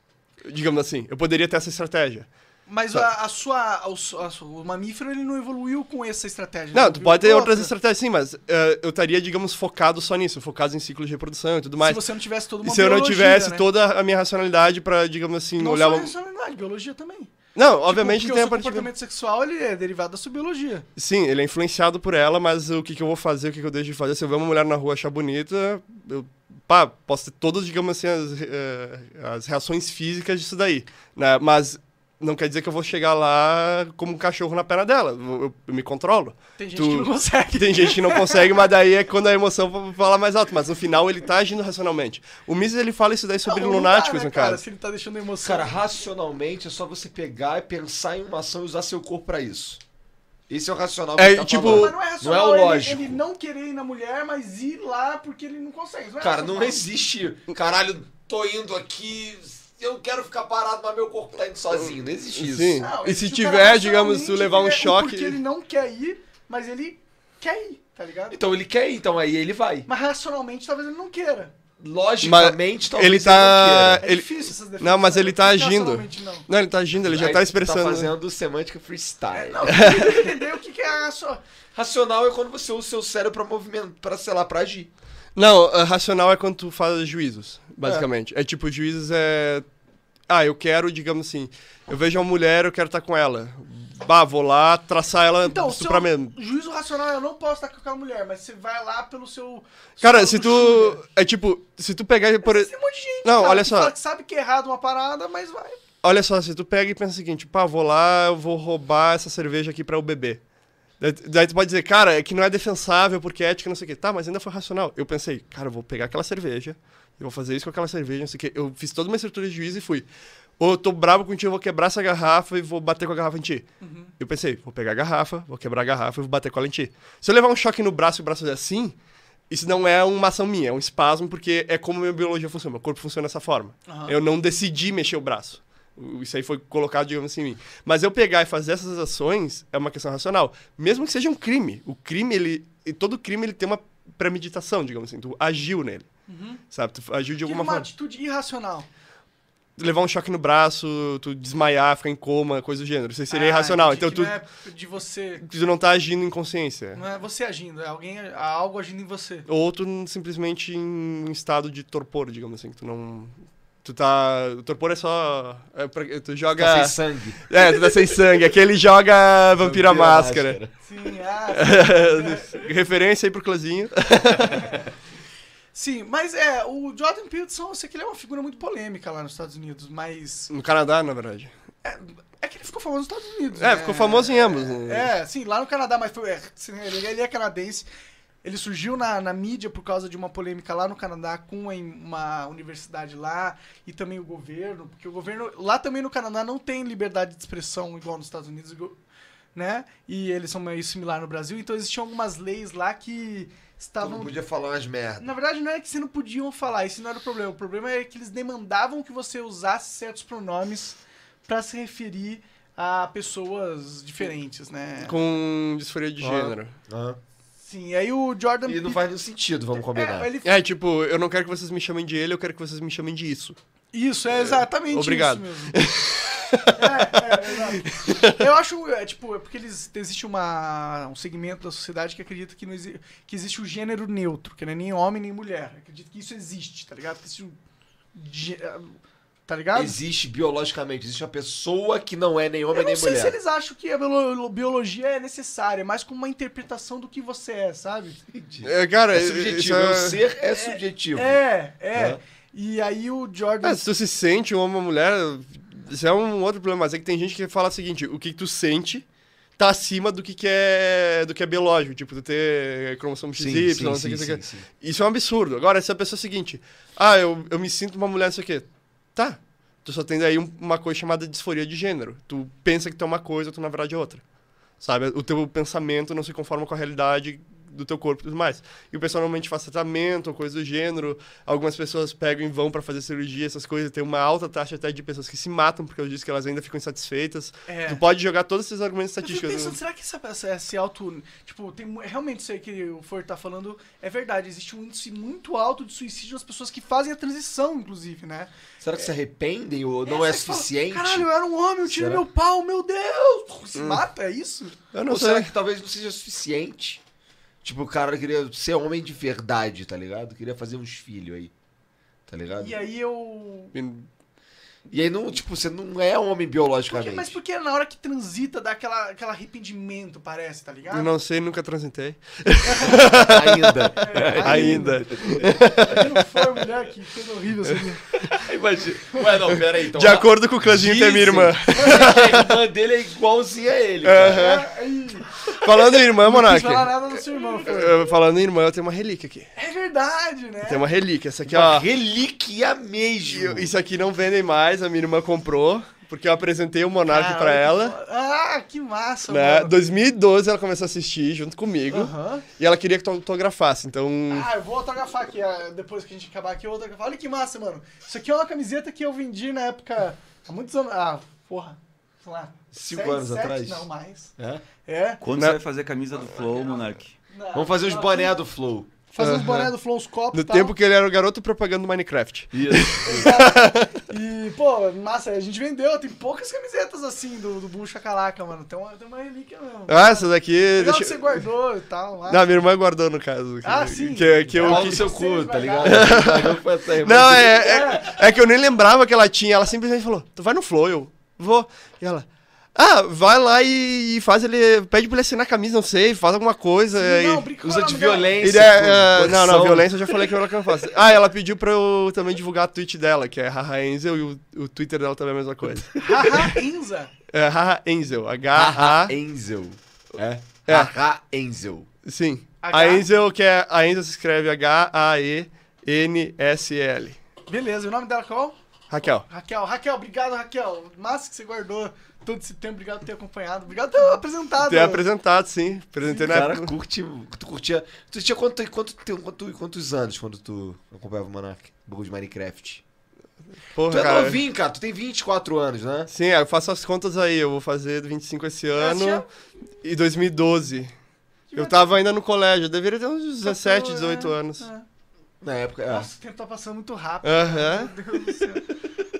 [SPEAKER 4] Digamos assim, eu poderia ter essa estratégia.
[SPEAKER 2] Mas
[SPEAKER 4] tá.
[SPEAKER 2] a, a sua, o, su- a su- o mamífero ele não evoluiu com essa estratégia. né, ele
[SPEAKER 4] Não, tu
[SPEAKER 2] evoluiu
[SPEAKER 4] pode ter
[SPEAKER 2] com
[SPEAKER 4] outras
[SPEAKER 2] outra.
[SPEAKER 4] estratégias sim, mas eh, eu estaria, digamos, focado só nisso, focado em ciclo de reprodução e tudo mais.
[SPEAKER 2] Se você não tivesse toda
[SPEAKER 4] E
[SPEAKER 2] uma
[SPEAKER 4] se eu não
[SPEAKER 2] biologia,
[SPEAKER 4] tivesse
[SPEAKER 2] né?
[SPEAKER 4] toda a minha racionalidade pra, digamos assim,
[SPEAKER 2] Não
[SPEAKER 4] olhar
[SPEAKER 2] só
[SPEAKER 4] uma...
[SPEAKER 2] racionalidade, biologia também. Tipo,
[SPEAKER 4] Não, obviamente
[SPEAKER 2] porque o
[SPEAKER 4] tem a
[SPEAKER 2] seu
[SPEAKER 4] parte...
[SPEAKER 2] comportamento sexual ele é derivado da sua biologia.
[SPEAKER 4] Sim, ele é influenciado por ela, mas o que, que eu vou fazer, o que, que eu deixo de fazer? Se eu ver uma mulher na rua e achar bonita, eu pá, posso ter todas, digamos assim, as, eh, as reações físicas disso daí. Né? Mas não quer dizer que eu vou chegar lá como um cachorro na perna dela. Eu, eu- eu me controlo.
[SPEAKER 2] Tem gente
[SPEAKER 4] Tu-
[SPEAKER 2] que não consegue.
[SPEAKER 4] Tem gente que não consegue, mas daí é quando a emoção fala mais alto. Mas no final ele tá agindo racionalmente. O Mises ele fala isso daí sobre
[SPEAKER 2] Não, não dá,
[SPEAKER 4] lunáticos,
[SPEAKER 2] né,
[SPEAKER 4] no caso.
[SPEAKER 2] Se ele tá deixando a emoção.
[SPEAKER 1] Cara, racionalmente é só você pegar e pensar em uma ação e usar seu corpo pra isso. Esse é o racional que
[SPEAKER 4] É,
[SPEAKER 1] ele tá
[SPEAKER 4] tipo,
[SPEAKER 1] falando.
[SPEAKER 4] Mas
[SPEAKER 2] racional
[SPEAKER 1] Não é o
[SPEAKER 2] ele-
[SPEAKER 1] lógico.
[SPEAKER 2] Ele, não querer ir na mulher, mas ir lá porque ele não consegue. é
[SPEAKER 1] Cara, não
[SPEAKER 2] racional.
[SPEAKER 1] existe. Caralho, tô indo aqui. Eu quero ficar parado, mas meu corpo tá indo sozinho. Não existe isso.
[SPEAKER 4] Sim.
[SPEAKER 2] Não,
[SPEAKER 4] E se
[SPEAKER 2] existe o cara
[SPEAKER 4] tiver, digamos, tu
[SPEAKER 2] racionalmente
[SPEAKER 4] levar um
[SPEAKER 2] querer-
[SPEAKER 4] choque-
[SPEAKER 2] Porque ele não quer ir, mas ele quer ir, tá ligado?
[SPEAKER 1] Então ele quer ir, então aí ele vai.
[SPEAKER 2] Mas racionalmente talvez ele não queira.
[SPEAKER 1] Logicamente, talvez
[SPEAKER 4] ele
[SPEAKER 1] ele não
[SPEAKER 4] tá-
[SPEAKER 1] queira.
[SPEAKER 2] É
[SPEAKER 4] Ele-
[SPEAKER 2] difícil essas definições.
[SPEAKER 4] Não, mas ele tá agindo.
[SPEAKER 2] Racionalmente não.
[SPEAKER 4] Não, ele tá agindo, ele já
[SPEAKER 1] Aí
[SPEAKER 4] tá
[SPEAKER 1] tu
[SPEAKER 4] expressando.
[SPEAKER 1] Tá fazendo semântica freestyle. É,
[SPEAKER 2] Não, tem que entender o que que é racional.
[SPEAKER 1] Racional é quando você usa o seu cérebro pra movimentar, pra, sei lá, pra agir.
[SPEAKER 4] Não, uh, racional é quando tu faz juízos, basicamente. É, tipo, juízos é. Ah, eu quero, digamos assim, eu vejo uma mulher, eu quero estar com ela. Bah, vou lá traçar ela
[SPEAKER 2] Então, o seu
[SPEAKER 4] pra é- mesmo.
[SPEAKER 2] juízo racional eu não posso estar com aquela mulher, mas você vai lá pelo seu...
[SPEAKER 4] Cara,
[SPEAKER 2] seu
[SPEAKER 4] se
[SPEAKER 2] luxúria.
[SPEAKER 4] tu. É tipo, se tu pegar. Por...
[SPEAKER 2] Tem um monte de gente,
[SPEAKER 4] Não,
[SPEAKER 2] cara,
[SPEAKER 4] olha
[SPEAKER 2] que
[SPEAKER 4] só.
[SPEAKER 2] fala que sabe que é errado uma parada, mas vai.
[SPEAKER 4] Olha só, se tu pega e pensa o seguinte, pá, vou lá, eu vou roubar essa cerveja aqui pra eu beber. Daí, daí tu pode dizer, cara, é que não é defensável porque é ética, não sei o quê. Tá, mas ainda foi racional. Eu pensei, cara, eu vou pegar aquela cerveja, eu vou fazer isso com aquela cerveja, não sei o quê. Eu fiz toda uma estrutura de juízo e fui. Ou eu tô bravo contigo, eu vou quebrar essa garrafa e vou bater com a garrafa em ti. Eu pensei, vou pegar a garrafa, vou quebrar a garrafa e vou bater com ela em ti. Se eu levar um choque no braço e o braço fazer assim, isso não é uma ação minha, é um espasmo, porque é como minha biologia funciona, meu corpo funciona dessa forma. Eu não decidi mexer o braço. O- Isso aí foi colocado, digamos assim, em mim. Mas eu pegar e fazer essas ações é uma questão racional. Mesmo que seja um crime. O crime, ele. e Todo crime ele tem uma premeditação, digamos assim. Tu agiu nele. Sabe? Tu agiu de
[SPEAKER 2] Uhum. Tira um
[SPEAKER 4] alguma
[SPEAKER 2] uma
[SPEAKER 4] forma.
[SPEAKER 2] atitude irracional.
[SPEAKER 4] Levar um choque no braço, tu desmaiar, ficar em coma, coisa do gênero. Isso aí seria
[SPEAKER 2] Ah,
[SPEAKER 4] irracional.
[SPEAKER 2] entendi,
[SPEAKER 4] Então
[SPEAKER 2] que
[SPEAKER 4] tu,
[SPEAKER 2] Não é de você.
[SPEAKER 4] tu não tá agindo em consciência.
[SPEAKER 2] Não é você agindo, é alguém, é algo agindo em você.
[SPEAKER 4] Ou tu n- simplesmente em um estado de torpor, digamos assim, que tu não. Tu tá. O torpor é só. é pra- tu joga.
[SPEAKER 1] Tá sem sangue.
[SPEAKER 4] É, tu tá sem sangue. Aqui ele joga Vampira, Máscara.
[SPEAKER 2] Sim, ah,
[SPEAKER 4] Referência aí pro Clozinho.
[SPEAKER 2] sim, mas é, o Jordan Peterson, eu sei que ele é uma figura muito polêmica lá nos Estados Unidos, mas
[SPEAKER 4] No Canadá, na verdade.
[SPEAKER 2] é que ele ficou famoso nos Estados Unidos.
[SPEAKER 4] É,
[SPEAKER 2] né?
[SPEAKER 4] ficou famoso em ambos. né?
[SPEAKER 2] É, sim, lá no Canadá, mas foi, é, sim, ele, ele é canadense. Ele surgiu na, na mídia por causa de uma polêmica lá no Canadá com uma, uma universidade lá e também o governo, porque o governo lá também no Canadá não tem liberdade de expressão igual nos Estados Unidos, igual- né? E eles são meio similar no Brasil, então existiam algumas leis lá que
[SPEAKER 1] Tu não
[SPEAKER 2] estavam
[SPEAKER 1] podia falar umas merdas.
[SPEAKER 2] na verdade, não é que vocês não podiam falar, esse não era o problema. O problema é que eles demandavam que você usasse certos pronomes pra se referir a pessoas diferentes, né?
[SPEAKER 4] É. Com disforia de
[SPEAKER 1] Ah.
[SPEAKER 4] gênero.
[SPEAKER 1] Aham.
[SPEAKER 2] Sim, aí o Jordan
[SPEAKER 1] E não
[SPEAKER 2] Pe-
[SPEAKER 1] faz nenhum sentido, vamos combinar.
[SPEAKER 2] É, ele-
[SPEAKER 4] É, tipo, eu não quero que vocês me chamem de ele, eu quero que vocês me chamem de isso.
[SPEAKER 2] Isso, é exatamente
[SPEAKER 4] Obrigado.
[SPEAKER 2] isso mesmo. é, é, exato. Eu acho, é, tipo, é porque eles, existe uma, um segmento da sociedade que acredita que, não exi- que existe o gênero neutro, que não é nem homem nem mulher. Acredito que isso existe, tá ligado? Que isso, gê- tá ligado?
[SPEAKER 1] Existe biologicamente, existe uma pessoa que não é nem homem
[SPEAKER 2] Eu não
[SPEAKER 1] nem
[SPEAKER 2] sei
[SPEAKER 1] mulher.
[SPEAKER 2] se eles acham que a biolo- biologia é necessária, mas com uma interpretação do que você é, sabe?
[SPEAKER 4] É, cara,
[SPEAKER 1] É
[SPEAKER 4] isso
[SPEAKER 1] subjetivo,
[SPEAKER 4] é-
[SPEAKER 1] o ser é, subjetivo.
[SPEAKER 2] É, é. E aí o Jordan.
[SPEAKER 1] É,
[SPEAKER 4] Ah, se tu se sente um homem ou uma mulher, isso é um outro problema, mas é que tem gente que fala o seguinte, o que tu sente tá acima do que, que é do que é biológico, tipo, tu ter cromossomo XY, não sei o que, não sei o que. Isso é um absurdo. Agora, se a pessoa é o seguinte, ah, eu, eu me sinto uma mulher, não sei o quê. Tá. Tu só tem daí um- uma coisa chamada disforia de gênero. Tu pensa que tu é uma coisa, tu na verdade é outra. Sabe? O teu pensamento não se conforma com a realidade do teu corpo e tudo mais. E o pessoal normalmente faz tratamento, ou coisa do gênero. Algumas pessoas pegam e vão pra fazer cirurgia, essas coisas. Tem uma alta taxa até de pessoas que se matam porque eu disse que elas ainda ficam insatisfeitas.
[SPEAKER 2] É.
[SPEAKER 4] Tu pode jogar todos esses argumentos
[SPEAKER 2] Eu fico
[SPEAKER 4] estatísticos.
[SPEAKER 2] pensando, será que essa, essa, esse alto. Tipo, tem mu- realmente isso aí que o Ford tá falando é verdade. Existe um índice muito alto de suicídio das pessoas que fazem a transição, inclusive, né?
[SPEAKER 1] Será que se arrependem ou não é,
[SPEAKER 2] Você fala,
[SPEAKER 1] suficiente?
[SPEAKER 2] Caralho, eu era um homem, eu tirei
[SPEAKER 1] Será? Hum.
[SPEAKER 2] meu pau, meu Deus! Se mata, é isso?
[SPEAKER 4] Eu não
[SPEAKER 1] ou será
[SPEAKER 4] sei.
[SPEAKER 1] que talvez não seja suficiente? Tipo, o cara queria ser homem de verdade, tá ligado? Queria fazer uns filhos aí. Tá ligado?
[SPEAKER 2] E aí eu.
[SPEAKER 1] E aí não, tipo, você não é homem
[SPEAKER 2] Por quê?
[SPEAKER 1] biologicamente.
[SPEAKER 2] mas porque na hora que transita dá aquela, aquela arrependimento, parece, tá ligado?
[SPEAKER 4] Não sei, nunca transitei.
[SPEAKER 2] É,
[SPEAKER 1] Ainda.
[SPEAKER 4] Ainda.
[SPEAKER 2] Se não for mulher, que coisa horrível seria.
[SPEAKER 1] Imagina. Ué, não, pera aí. Então,
[SPEAKER 4] De acordo com o Clanzinho, tem minha irmã.
[SPEAKER 1] a irmã dele é igualzinha a ele. cara.
[SPEAKER 2] Aí,
[SPEAKER 4] Falando em irmã,
[SPEAKER 2] não quis
[SPEAKER 4] Monark.
[SPEAKER 2] falar nada do seu irmão, Ford.
[SPEAKER 4] eu- Falando em irmã, eu tenho uma relíquia aqui.
[SPEAKER 2] É verdade, né?
[SPEAKER 4] Tem uma relíquia. Essa aqui,
[SPEAKER 1] Uma
[SPEAKER 4] ó.
[SPEAKER 1] relíquia mesmo.
[SPEAKER 4] Isso aqui não vendem mais, a minha irmã comprou, porque eu apresentei o Monark
[SPEAKER 2] Caralho,
[SPEAKER 4] pra
[SPEAKER 2] Ah, que
[SPEAKER 4] ela.
[SPEAKER 2] foda. Ah, que massa,
[SPEAKER 4] Né?
[SPEAKER 2] mano.
[SPEAKER 4] 2012 ela começou a assistir junto comigo
[SPEAKER 2] Aham.
[SPEAKER 4] e ela queria que eu autografasse, então.
[SPEAKER 2] Ah, eu vou autografar aqui, ah, depois que a gente acabar aqui, eu vou autografar. Olha que massa, mano. Isso aqui é uma camiseta que eu vendi na época, há muitos anos, ah, porra, sei lá.
[SPEAKER 1] Cinco
[SPEAKER 2] sete-
[SPEAKER 1] anos
[SPEAKER 2] sete,
[SPEAKER 1] atrás?
[SPEAKER 2] Não, mais.
[SPEAKER 1] É?
[SPEAKER 2] É.
[SPEAKER 3] Quando
[SPEAKER 4] Na-
[SPEAKER 3] você vai fazer a camisa do Flow, Monark?
[SPEAKER 2] na-
[SPEAKER 1] Vamos fazer os
[SPEAKER 2] na-
[SPEAKER 1] boné do Flow.
[SPEAKER 2] Fazer os
[SPEAKER 4] Aham.
[SPEAKER 2] boné do tá? Flow, os copos
[SPEAKER 4] No
[SPEAKER 2] e tal.
[SPEAKER 4] tempo que ele era o garoto propaganda do Minecraft.
[SPEAKER 2] E, pô, massa, a gente vendeu, tem poucas camisetas assim do, do Bull Chacalaca, mano. Tem uma, tem uma relíquia mesmo.
[SPEAKER 4] Ah, essa daqui.
[SPEAKER 2] Legal
[SPEAKER 4] Deixa...
[SPEAKER 2] que você guardou e tal. lá.
[SPEAKER 4] Não, minha irmã guardou no caso.
[SPEAKER 2] Ah,
[SPEAKER 4] que,
[SPEAKER 2] sim.
[SPEAKER 4] Que, que eu,
[SPEAKER 1] Pau
[SPEAKER 4] que-
[SPEAKER 1] no seu cu, tá
[SPEAKER 2] Vocês
[SPEAKER 1] ligado?
[SPEAKER 4] Não, é, é, é que eu nem lembrava que ela tinha. Ela simplesmente falou: Tu vai no Flow, eu vou. E ela. Ah, vai lá e, e faz ele. Pede pra ele assinar a camisa, não sei, faz alguma coisa. e-
[SPEAKER 2] Não, brinca com
[SPEAKER 1] Usa
[SPEAKER 2] o
[SPEAKER 1] de
[SPEAKER 2] nome dela.
[SPEAKER 1] violência.
[SPEAKER 4] Ele é,
[SPEAKER 1] com
[SPEAKER 4] é, não, não,
[SPEAKER 1] coerção.
[SPEAKER 4] violência eu já falei que eu não faço. Ah, ela pediu pra eu também divulgar a tweet dela, que é Haha Enzel, e o, o Twitter dela também é a mesma coisa.
[SPEAKER 2] Haha, Enza.
[SPEAKER 4] É Haha Enzel,
[SPEAKER 1] Haha
[SPEAKER 4] H-A,
[SPEAKER 1] Enzel. É?
[SPEAKER 4] É.
[SPEAKER 1] Haha Enzel.
[SPEAKER 4] sim.
[SPEAKER 2] H?
[SPEAKER 4] A Enzel, que é, a Enzel se escreve H-A-E-N-S-L.
[SPEAKER 2] Beleza, e o nome dela qual?
[SPEAKER 4] Raquel.
[SPEAKER 2] Raquel, Raquel, obrigado, Raquel. Massa que você guardou todo esse tempo. Obrigado por ter acompanhado. Obrigado por ter apresentado.
[SPEAKER 4] Tem é apresentado, sim. Apresentei
[SPEAKER 1] O
[SPEAKER 4] na
[SPEAKER 1] Tá cara
[SPEAKER 4] época.
[SPEAKER 1] curte, tu curtia... Tu tinha quanto, quanto, tempo- quanto- quantos anos quando tu acompanhava o Monark? Bagulho de Minecraft. Tu
[SPEAKER 4] Porra,
[SPEAKER 1] é
[SPEAKER 4] cara.
[SPEAKER 1] novinho, cara. Tu tem 24 anos, né?
[SPEAKER 4] Sim, é, eu faço as contas aí, eu vou fazer 25 esse ano e 2012. Eu tava ainda no colégio, eu deveria ter uns 17,
[SPEAKER 2] né?
[SPEAKER 4] 18 anos.
[SPEAKER 2] Ah.
[SPEAKER 1] Na época... é.
[SPEAKER 2] Nossa, o tempo tá passando muito rápido.
[SPEAKER 4] Aham.
[SPEAKER 2] Meu Deus do céu.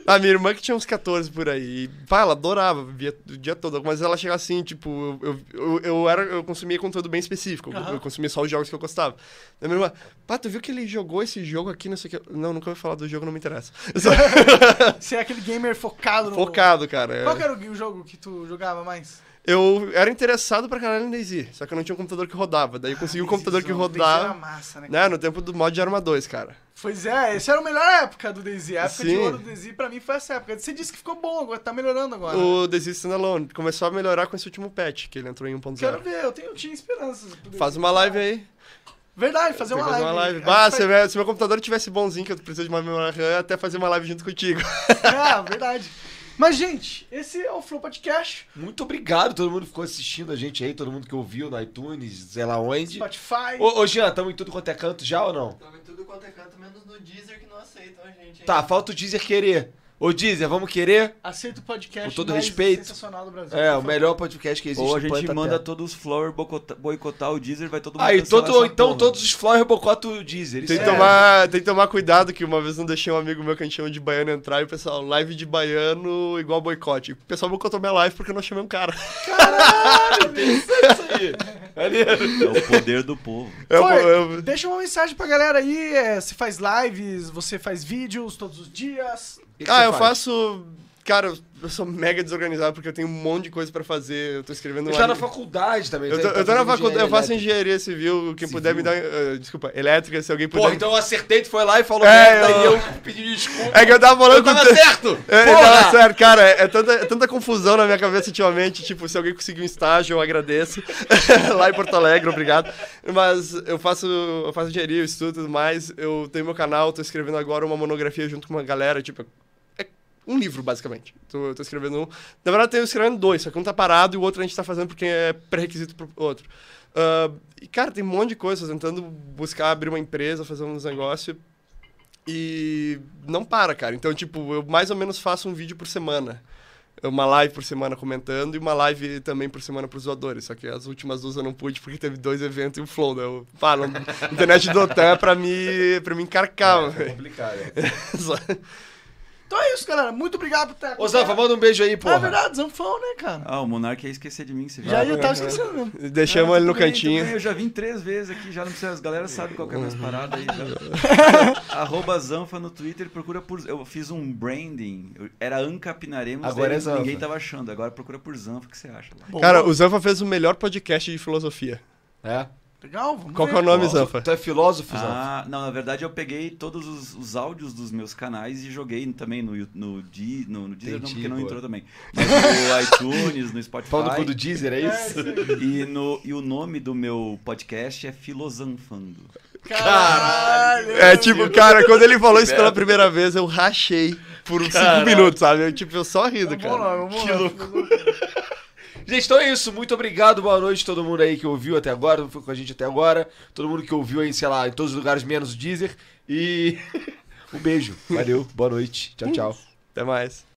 [SPEAKER 4] A minha irmã que tinha uns 14 por aí. E, pá, ela adorava, via o dia todo. Mas ela chegava assim, tipo, eu, eu, eu, era, eu consumia conteúdo bem específico. eu-
[SPEAKER 2] Aham.
[SPEAKER 4] Eu consumia só os jogos que eu gostava. Daí minha irmã, pá, tu viu que ele jogou esse jogo aqui, não sei o que. Não, nunca ouvi falar do jogo, não me interessa. Só-
[SPEAKER 2] Você é aquele gamer focado no.
[SPEAKER 4] Focado, é. cara.
[SPEAKER 2] Qual que é era o jogo que tu jogava mais?
[SPEAKER 4] Eu era interessado pra caralho em Daisy, só que eu não tinha um computador que rodava. Daí eu consegui um computador que
[SPEAKER 2] Ah, Daisy era
[SPEAKER 4] rodava.
[SPEAKER 2] massa, né?
[SPEAKER 4] Né, no tempo do mod de Arma 2, cara.
[SPEAKER 2] Pois é, essa era a melhor época do DayZ. A época de
[SPEAKER 4] Sim.
[SPEAKER 2] ouro do DayZ pra mim foi essa época. Você disse que ficou bom agora, tá melhorando agora.
[SPEAKER 4] O Daisy Standalone começou a melhorar com esse último patch, que ele entrou em
[SPEAKER 2] Quero
[SPEAKER 4] 1.0.
[SPEAKER 2] ver, eu, tenho, eu tinha esperanças. pro DayZ.
[SPEAKER 4] Faz uma live aí.
[SPEAKER 2] Verdade, fazer
[SPEAKER 4] Tem
[SPEAKER 2] uma
[SPEAKER 4] que
[SPEAKER 2] live. É,
[SPEAKER 4] fazer
[SPEAKER 2] A gente
[SPEAKER 4] Bah,
[SPEAKER 2] faz-
[SPEAKER 4] se, meu, se meu computador tivesse bonzinho, que eu preciso de uma memória RAM, eu ia até fazer uma live junto contigo.
[SPEAKER 2] Ah, verdade. Mas, gente, esse é o Flow Podcast,
[SPEAKER 1] Muito obrigado, todo mundo que ficou assistindo a gente aí, todo mundo que ouviu no iTunes, sei lá onde.
[SPEAKER 2] Spotify.
[SPEAKER 1] Ô, ô Jean, tamo em tudo quanto é canto já ou não?
[SPEAKER 2] Tá.
[SPEAKER 7] Tamo em tudo quanto é canto, menos no Deezer que não aceitam a gente. hein?
[SPEAKER 1] Tá, falta o Deezer querer. Ô, Deezer, vamos querer?
[SPEAKER 2] Aceita o podcast
[SPEAKER 1] Com todo
[SPEAKER 2] mais
[SPEAKER 1] respeito.
[SPEAKER 2] sensacional do Brasil.
[SPEAKER 1] É, o
[SPEAKER 2] por favor.
[SPEAKER 1] melhor podcast que existe
[SPEAKER 3] Ou a
[SPEAKER 1] no planeta
[SPEAKER 3] gente manda
[SPEAKER 1] Terra.
[SPEAKER 3] todos os Flower boicota- boicotar o Deezer, vai todo mundo.
[SPEAKER 1] Aí,
[SPEAKER 3] cancelar
[SPEAKER 1] todo,
[SPEAKER 3] essa
[SPEAKER 1] ou então
[SPEAKER 3] porra.
[SPEAKER 1] todos os Flower boicota o Deezer. Isso
[SPEAKER 4] Tem que,
[SPEAKER 1] é.
[SPEAKER 4] tomar, tem que tomar cuidado que uma vez não deixei um amigo meu que a gente chama de baiano entrar e o pessoal, live de baiano igual boicote. O pessoal boicotou minha live porque eu não chamei um cara.
[SPEAKER 3] É o poder do povo.
[SPEAKER 4] Eu-
[SPEAKER 2] Foi.
[SPEAKER 4] eu-
[SPEAKER 2] Deixa uma mensagem pra galera aí. É, você faz lives, você faz vídeos todos os dias.
[SPEAKER 1] O que
[SPEAKER 4] ah,
[SPEAKER 1] você
[SPEAKER 4] eu
[SPEAKER 1] faz?
[SPEAKER 4] faço... Cara, eu sou mega desorganizado porque eu tenho um monte de coisa pra fazer. Eu tô escrevendo...
[SPEAKER 1] Ele
[SPEAKER 4] um
[SPEAKER 1] tá na
[SPEAKER 4] anime.
[SPEAKER 1] faculdade também.
[SPEAKER 4] Eu
[SPEAKER 1] tá-
[SPEAKER 4] tô,
[SPEAKER 1] tá
[SPEAKER 4] eu tô na
[SPEAKER 1] fazendo
[SPEAKER 4] faculdade, eu faço
[SPEAKER 1] engenharia
[SPEAKER 4] engenharia civil, quem puder me dar... eh, desculpa, elétrica, se alguém
[SPEAKER 1] elétrica.
[SPEAKER 4] puder...
[SPEAKER 1] Porra, então eu acertei, tu foi lá e falou
[SPEAKER 4] É,
[SPEAKER 1] merda
[SPEAKER 4] eu-
[SPEAKER 1] e eu pedi desculpa.
[SPEAKER 4] É que eu tava falando
[SPEAKER 1] Eu
[SPEAKER 4] com...
[SPEAKER 1] tava
[SPEAKER 4] tan-
[SPEAKER 1] certo!
[SPEAKER 4] É,
[SPEAKER 1] Porra!
[SPEAKER 4] não, sério, cara, é tanta, é tanta confusão na minha cabeça ultimamente. Tipo, se alguém conseguir um estágio, eu agradeço. Lá em Porto Alegre, obrigado. Mas eu faço, eu faço engenharia, eu estudo e tudo mais. Eu tenho meu canal, tô escrevendo agora uma monografia junto com uma galera. Tipo, é um livro, basicamente. Tô, eu tô escrevendo um. Na verdade, eu tenho escrevendo dois, só que um tá parado e o outro a gente tá fazendo porque é pré-requisito pro outro. Ah, e, cara, tem um monte de coisa, tentando buscar abrir uma empresa, fazer um uns negócios. E não para, cara. Então, tipo, eu mais ou menos faço um vídeo por semana. Uma live por semana comentando e uma live também por semana pros doadores. Só que as últimas duas eu não pude porque teve dois eventos e o Flow, né? Eu falo, internet do OTAN é pra me, pra me encarcar. velho.
[SPEAKER 1] complicado. é.
[SPEAKER 4] Só-
[SPEAKER 2] Então é isso, galera. Muito obrigado por ter
[SPEAKER 1] Ô, Zanfa, manda um beijo aí,
[SPEAKER 2] Na
[SPEAKER 1] porra.
[SPEAKER 2] verdade, Zanfão, né, cara?
[SPEAKER 3] Ah, o Monark ia esquecer de mim, você
[SPEAKER 2] Já eu tava esquecendo mesmo.
[SPEAKER 4] Deixamos ele no cantinho.
[SPEAKER 3] Eu já vim três vezes aqui, já não precisa. As galera sabe qual que é a
[SPEAKER 1] Uhum.
[SPEAKER 3] minha parada aí. já. Arroba Zanfa no Twitter, procura por. Eu fiz um branding. eu- Era Anca Pinaremos,
[SPEAKER 1] Agora
[SPEAKER 3] daí
[SPEAKER 1] é Zanfa.
[SPEAKER 3] ninguém tava achando. Agora procura por Zanfa, o que você acha lá?
[SPEAKER 4] Cara, o Zanfa fez o melhor podcast de filosofia.
[SPEAKER 1] É.
[SPEAKER 2] Legal, vamos
[SPEAKER 4] Qual que é o
[SPEAKER 2] ver.
[SPEAKER 4] nome, Zanfa?
[SPEAKER 1] Tu é filósofo, Zanfa?
[SPEAKER 3] Ah, não, na verdade eu peguei todos os, os áudios dos meus canais e joguei também no, Yu- no, Di- no, no Deezer, não,
[SPEAKER 1] Entendi,
[SPEAKER 3] porque não
[SPEAKER 1] boa.
[SPEAKER 3] entrou também. Mas no iTunes, no Spotify.
[SPEAKER 1] Pau no cu do Deezer, é isso?
[SPEAKER 3] E, no, e o nome do meu podcast é Filozanfando.
[SPEAKER 2] Caralho!
[SPEAKER 4] É tipo, cara, quando ele falou isso pela primeira vez, eu rachei por uns cinco minutos, sabe? Eu, tipo, eu só rindo,
[SPEAKER 2] Vamos
[SPEAKER 4] cara.
[SPEAKER 2] lá, vamos lá.
[SPEAKER 1] Gente, então é isso. Muito obrigado. Boa noite a todo mundo aí que ouviu até agora, foi com a gente até agora. Todo mundo que ouviu aí, sei lá, em todos os lugares, menos o Deezer. E um beijo. Valeu. Boa noite. Tchau, tchau.
[SPEAKER 4] Até mais.